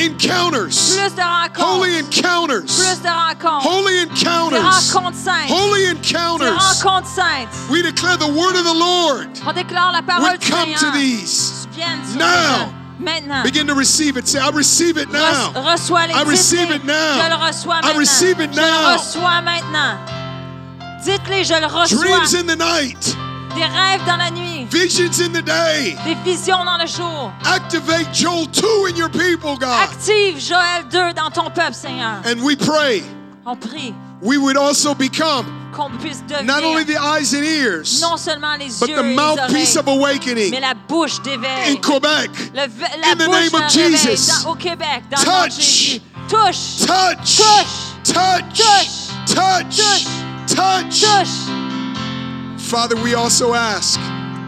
S2: encounters,
S3: Plus de
S2: holy
S3: rencontres,
S2: encounters,
S3: plus de rencontres,
S2: holy
S3: des
S2: encounters,
S3: rencontres saintes,
S2: holy
S3: des
S2: encounters.
S3: rencontres saintes.
S2: We declare the word of the Lord
S3: On déclare la parole
S2: would
S3: du
S2: come to
S3: Seigneur.
S2: these.
S3: Vienne sur
S2: Now.
S3: les gens. Maintenant.
S2: Begin to receive it. Say, I receive it
S3: Re-
S2: now.
S3: Reçois les
S2: I receive
S3: dites-les,
S2: it now.
S3: Je le reçois
S2: I
S3: maintenant.
S2: receive it
S3: Je
S2: now.
S3: le reçois maintenant. Dites-les, je le
S2: Dreams
S3: reçois.
S2: in the night,
S3: Des rêves dans la nuit,
S2: visions in the day.
S3: des visions dans le jour.
S2: Activate Joel 2 in your people, God.
S3: Active Joël 2 dans ton peuple, Seigneur.
S2: And we pray
S3: On prie
S2: we would also become
S3: qu'on puisse
S2: not only
S3: devenir
S2: the eyes and ears,
S3: non seulement les
S2: but
S3: yeux
S2: the
S3: et les
S2: mouthpiece of
S3: oreilles,
S2: awakening
S3: mais la bouche
S2: in
S3: d'éveil.
S2: Quebec.
S3: Le ve- la
S2: In the
S3: bouche
S2: name of
S3: d'un réveil
S2: Jesus.
S3: dans- au Québec, dans le nom de
S2: Touch.
S3: Jésus. Touche,
S2: Touch,
S3: Touch.
S2: touch,
S3: Touch.
S2: touch, touch.
S3: touche.
S2: Father, we also ask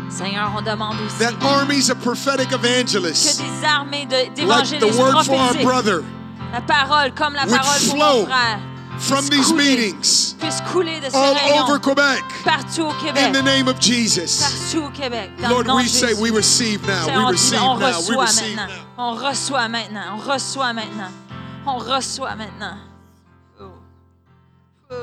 S3: Seigneur, on demande aussi
S2: that armies of prophetic
S3: que
S2: evangelists,
S3: des armées de-
S2: like
S3: d'évangélistes
S2: the word for our
S3: prophétiques
S2: brother,
S3: La parole comme la
S2: Would
S3: parole pour
S2: flow
S3: mon frère
S2: from these meetings,
S3: puisse couler de ces
S2: all over
S3: réunions
S2: Quebec,
S3: partout au
S2: in
S3: Québec.
S2: the name of Jesus.
S3: Partout au Québec. Dans
S2: Lord,
S3: le nom
S2: we
S3: de
S2: say
S3: Jésus.
S2: we receive
S3: Seigneur,
S2: now,
S3: on
S2: we
S3: dit,
S2: receive
S3: on
S2: now, we
S3: reçoit
S2: receive
S3: maintenant.
S2: now.
S3: On reçoit maintenant. On reçoit maintenant. On reçoit maintenant. Oh. Oh.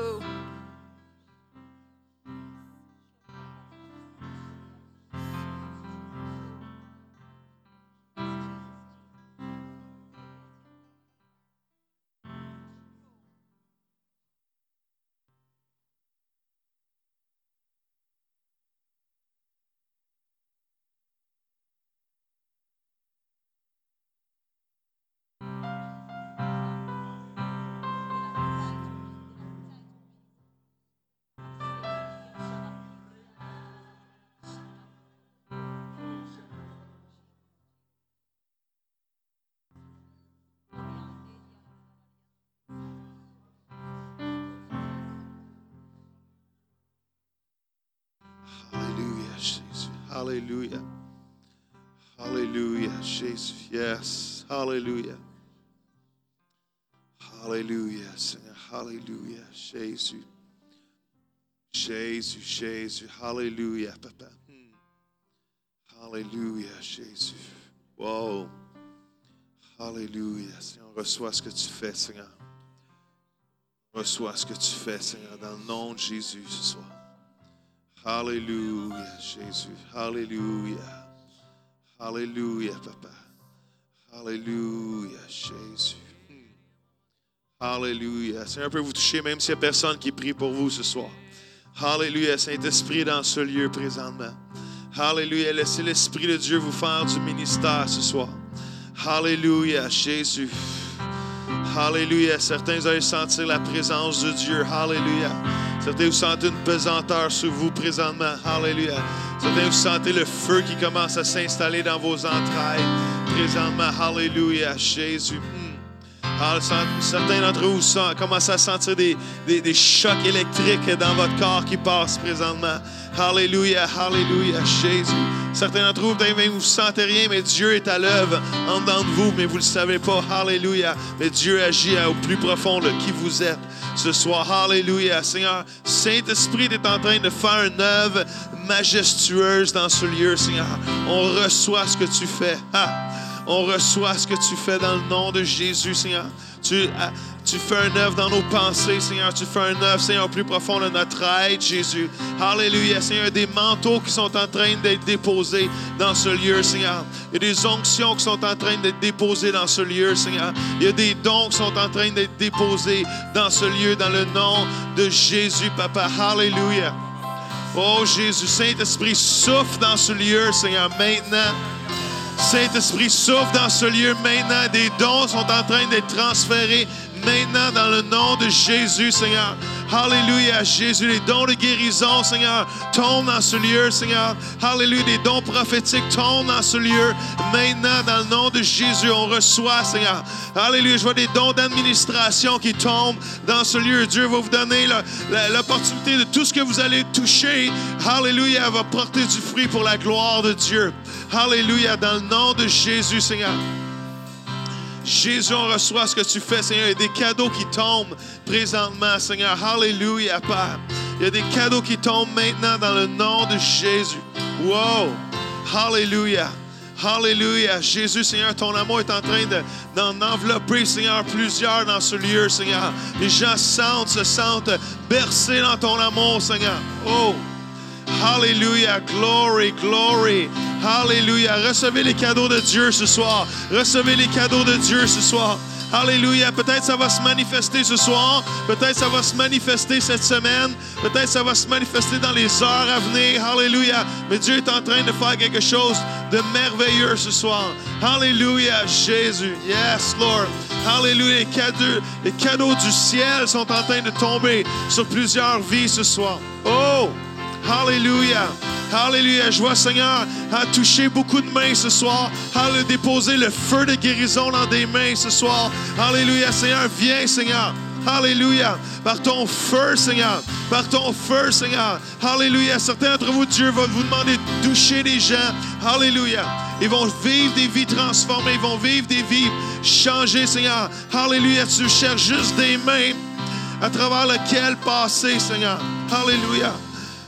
S1: Hallelujah, Jésus. Hallelujah. Hallelujah, Jésus. Yes. Hallelujah. Hallelujah, Seigneur. Hallelujah, Jésus. Jésus, Jésus. Hallelujah, Papa. Hmm. Alléluia, Jésus. Wow. Alléluia. Seigneur, on reçoit ce que tu fais, Seigneur. Reçois ce que tu fais, Seigneur, dans le nom de Jésus ce soir. Alléluia, Jésus. Alléluia. Alléluia, Papa. Alléluia, Jésus. Alléluia. Seigneur, peut vous toucher même s'il n'y a personne qui prie pour vous ce soir. Alléluia, Saint-Esprit dans ce lieu présentement. Alléluia, laissez l'Esprit de Dieu vous faire du ministère ce soir. Alléluia, Jésus. Alléluia. Certains vous allez sentir la présence de Dieu. Alléluia. Certains vous sentez une pesanteur sur vous présentement. Alléluia. Certains vous sentez le feu qui commence à s'installer dans vos entrailles présentement. Alléluia, Jésus. Hmm. Ah, cent- Certains d'entre vous sont- commencent à sentir des, des- des chocs électriques dans votre corps qui passent présentement. Alléluia, Alléluia, Jésus. Certains d'entre vous, peut-être même vous ne sentez rien, mais Dieu est à l'œuvre en dedans de vous, mais vous ne le savez pas. Alléluia. Mais Dieu agit au plus profond de qui vous êtes ce soir. Alléluia, Seigneur. Saint-Esprit est en train de faire une œuvre majestueuse dans ce lieu, Seigneur. On reçoit ce que tu fais. Ah! On reçoit ce que tu fais dans le nom de Jésus, Seigneur. Tu, ah, tu fais un œuvre dans nos pensées, Seigneur. Tu fais un œuvre, Seigneur, au plus profond de notre être, Jésus. Alléluia, Seigneur. Des manteaux qui sont en train d'être déposés dans ce lieu, Seigneur. Il y a des onctions qui sont en train d'être déposées dans ce lieu, Seigneur. Il y a des dons qui sont en train d'être déposés dans ce lieu, dans le nom de Jésus, Papa. Alléluia. Oh Jésus, Saint-Esprit, souffle dans ce lieu, Seigneur, maintenant. Saint-Esprit souffle dans ce lieu maintenant. Des dons sont en train d'être transférés maintenant dans le nom de Jésus, Seigneur. Alléluia, Jésus. Les dons de guérison, Seigneur, tombent dans ce lieu, Seigneur. Alléluia, des dons prophétiques tombent dans ce lieu maintenant dans le nom de Jésus. On reçoit, Seigneur. Alléluia, je vois des dons d'administration qui tombent dans ce lieu. Dieu va vous donner le- la- l'opportunité de tout ce que vous allez toucher. Alléluia, va porter du fruit pour la gloire de Dieu. Alléluia, dans le nom de Jésus, Seigneur. Jésus, on reçoit ce que tu fais, Seigneur. Il y a des cadeaux qui tombent présentement, Seigneur. Alléluia, Père. Il y a des cadeaux qui tombent maintenant dans le nom de Jésus. Wow! Alléluia! Alléluia! Jésus, Seigneur, ton amour est en train de- d'en envelopper, Seigneur, plusieurs dans ce lieu, Seigneur. Les gens sentent, se sentent bercés dans ton amour, Seigneur. Oh! Hallelujah, glory, glory. Hallelujah. Recevez les cadeaux de Dieu ce soir. Recevez les cadeaux de Dieu ce soir. Hallelujah. Peut-être ça va se manifester ce soir. Peut-être ça va se manifester cette semaine. Peut-être ça va se manifester dans les heures à venir. Hallelujah. Mais Dieu est en train de faire quelque chose de merveilleux ce soir. Hallelujah, Jésus. Yes, Lord. Hallelujah. Les cadeaux, les cadeaux du ciel sont en train de tomber sur plusieurs vies ce soir. Oh! Hallelujah. Hallelujah. Je vois, Seigneur, à toucher beaucoup de mains ce soir. Hallelujah. Déposer le feu de guérison dans des mains ce soir. Hallelujah. Seigneur, viens, Seigneur. Hallelujah. Par ton feu, Seigneur. Par ton feu, Seigneur. Hallelujah. Certains d'entre vous, Dieu va vous demander de toucher des gens. Hallelujah. Ils vont vivre des vies transformées. Ils vont vivre des vies changées, Seigneur. Hallelujah. Tu cherches juste des mains à travers lequel passer, Seigneur. Alléluia.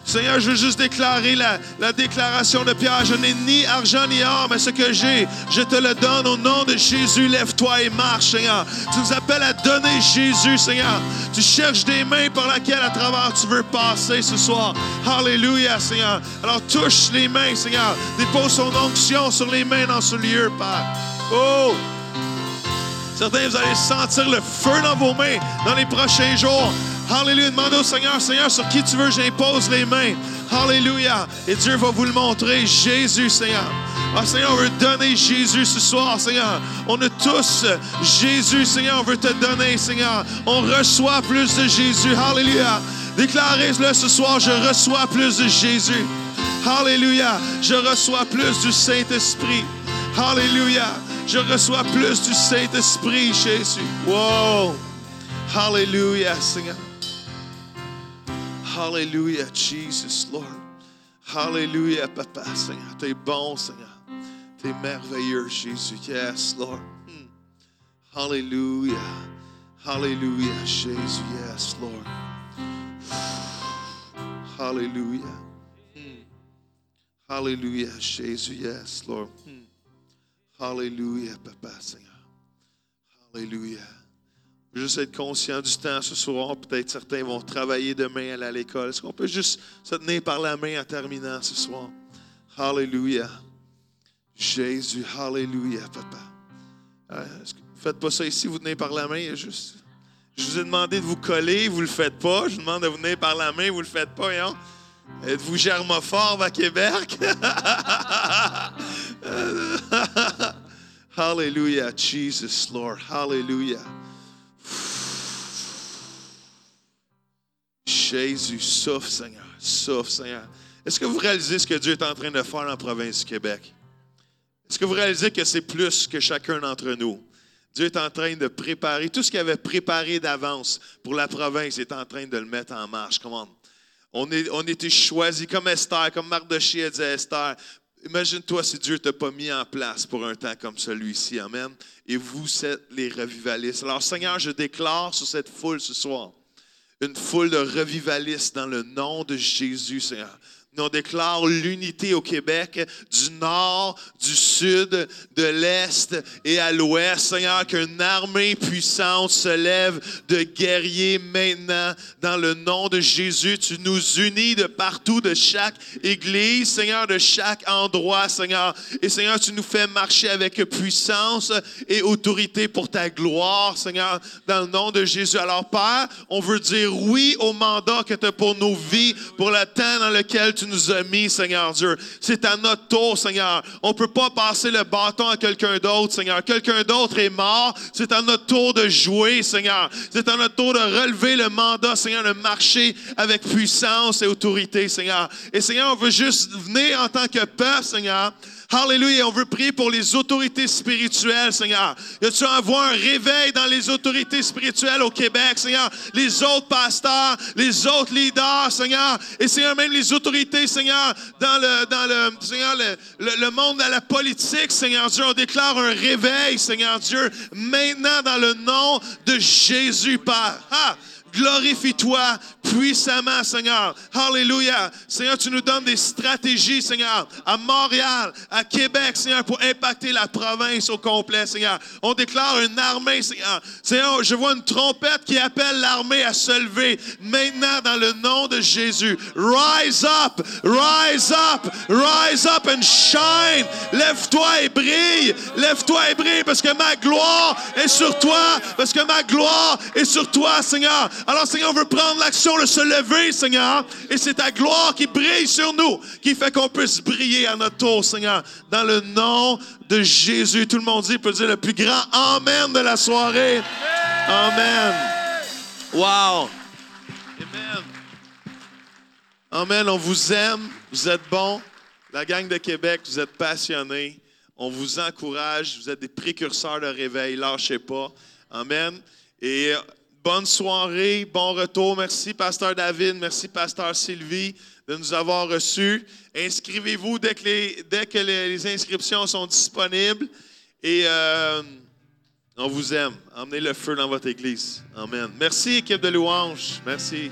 S1: Seigneur, je veux juste déclarer la, la déclaration de Pierre. Je n'ai ni argent ni or, mais ce que j'ai, je te le donne au nom de Jésus. Lève-toi et marche, Seigneur. Tu nous appelles à donner Jésus, Seigneur. Tu cherches des mains par lesquelles, à travers, tu veux passer ce soir. Alléluia, Seigneur. Alors touche les mains, Seigneur. Dépose son onction sur les mains dans ce lieu, Père. Oh! Certains, vous allez sentir le feu dans vos mains dans les prochains jours. Alléluia. Demandez au Seigneur, Seigneur, sur qui tu veux, j'impose les mains. Alléluia. Et Dieu va vous le montrer. Jésus, Seigneur. Ah, Seigneur, on veut donner Jésus ce soir, Seigneur. On a tous euh, Jésus, Seigneur. On veut te donner, Seigneur. On reçoit plus de Jésus. Alléluia. Déclarez-le ce soir, je reçois plus de Jésus. Alléluia. Je reçois plus du Saint-Esprit. Alléluia. Je reçois plus du Saint-Esprit, Jésus. Wow. Alléluia, Seigneur. Alléluia, Jesus, Lord. Alléluia, Papa, Seigneur. T'es bon, Seigneur. T'es merveilleux, Jésus. Yes, Lord. Hmm. Alléluia. Alléluia, Jésus. Yes, Lord. Alléluia. Hmm. Hallelujah, Jésus, yes, Lord. Hmm. Hallelujah, Papa, Seigneur. Hallelujah. Juste être conscient du temps ce soir. Peut-être certains vont travailler demain, aller à l'école. Est-ce qu'on peut juste se tenir par la main en terminant ce soir? Hallelujah. Jésus, Hallelujah, Papa. Euh, est-ce que- faites pas ça ici, vous tenez par la main. Juste, je vous ai demandé de vous coller, vous le faites pas. Je vous demande de vous tenir par la main, vous le faites pas. voyons. Êtes-vous germophobe à Québec? Hallelujah, Jesus, Lord. Hallelujah. Jésus, souffle, Seigneur. Souffle, Seigneur. Est-ce que vous réalisez ce que Dieu est en train de faire en province du Québec? Est-ce que vous réalisez que c'est plus que chacun d'entre nous? Dieu est en train de préparer tout ce qu'il avait préparé d'avance pour la province, il est en train de le mettre en marche. Comment? On, est, on était choisis comme Esther, comme Mardochée disait à Esther. Imagine-toi si Dieu t'a pas mis en place pour un temps comme celui-ci. Amen. Et vous êtes les revivalistes. Alors, Seigneur, je déclare sur cette foule ce soir une foule de revivalistes dans le nom de Jésus, Seigneur. Nous, on déclare l'unité au Québec, du nord, du sud, de l'est et à l'ouest. Seigneur, qu'une armée puissante se lève de guerriers maintenant. Dans le nom de Jésus, tu nous unis de partout, de chaque église, Seigneur, de chaque endroit, Seigneur. Et Seigneur, tu nous fais marcher avec puissance et autorité pour ta gloire, Seigneur, dans le nom de Jésus. Alors, Père, on veut dire oui au mandat que tu as pour nos vies, pour le temps dans lequel tu nous as mis, Seigneur Dieu. C'est à notre tour, Seigneur. On ne peut pas passer le bâton à quelqu'un d'autre, Seigneur. Quelqu'un d'autre est mort. C'est à notre tour de jouer, Seigneur. C'est à notre tour de relever le mandat, Seigneur, de marcher avec puissance et autorité, Seigneur. Et Seigneur, on veut juste venir en tant que peuple, Seigneur. Hallelujah. On veut prier pour les autorités spirituelles, Seigneur. Que tu envoies un réveil dans les autorités spirituelles au Québec, Seigneur. Les autres pasteurs, les autres leaders, Seigneur. Et Seigneur, même les autorités, Seigneur, dans le, dans le, Seigneur, le, le- le monde de la politique, Seigneur Dieu. On déclare un réveil, Seigneur Dieu, maintenant dans le nom de Jésus, Père. Ah! Glorifie-toi puissamment, Seigneur. Hallelujah. Seigneur, tu nous donnes des stratégies, Seigneur, à Montréal, à Québec, Seigneur, pour impacter la province au complet, Seigneur. On déclare une armée, Seigneur. Seigneur, je vois une trompette qui appelle l'armée à se lever maintenant dans le nom de Jésus. Rise up, rise up, rise up and shine. Lève-toi et brille. Lève-toi et brille parce que ma gloire est sur toi, parce que ma gloire est sur toi, Seigneur. Alors, Seigneur, on veut prendre l'action de se lever, Seigneur. Et c'est ta gloire qui brille sur nous, qui fait qu'on puisse briller à notre tour, Seigneur. Dans le nom de Jésus, tout le monde dit, peut dire le plus grand Amen de la soirée. Amen. Wow. Amen. Amen. On vous aime. Vous êtes bons. La gang de Québec, vous êtes passionnés. On vous encourage. Vous êtes des précurseurs de réveil. Lâchez pas. Amen. Et euh, bonne soirée. Bon retour. Merci, Pasteur David. Merci, Pasteur Sylvie, de nous avoir reçus. Inscrivez-vous dès que les, dès que les- les inscriptions sont disponibles. Et. euh, on vous aime. Emmenez le feu dans votre église. Amen. Merci, équipe de louanges. Merci.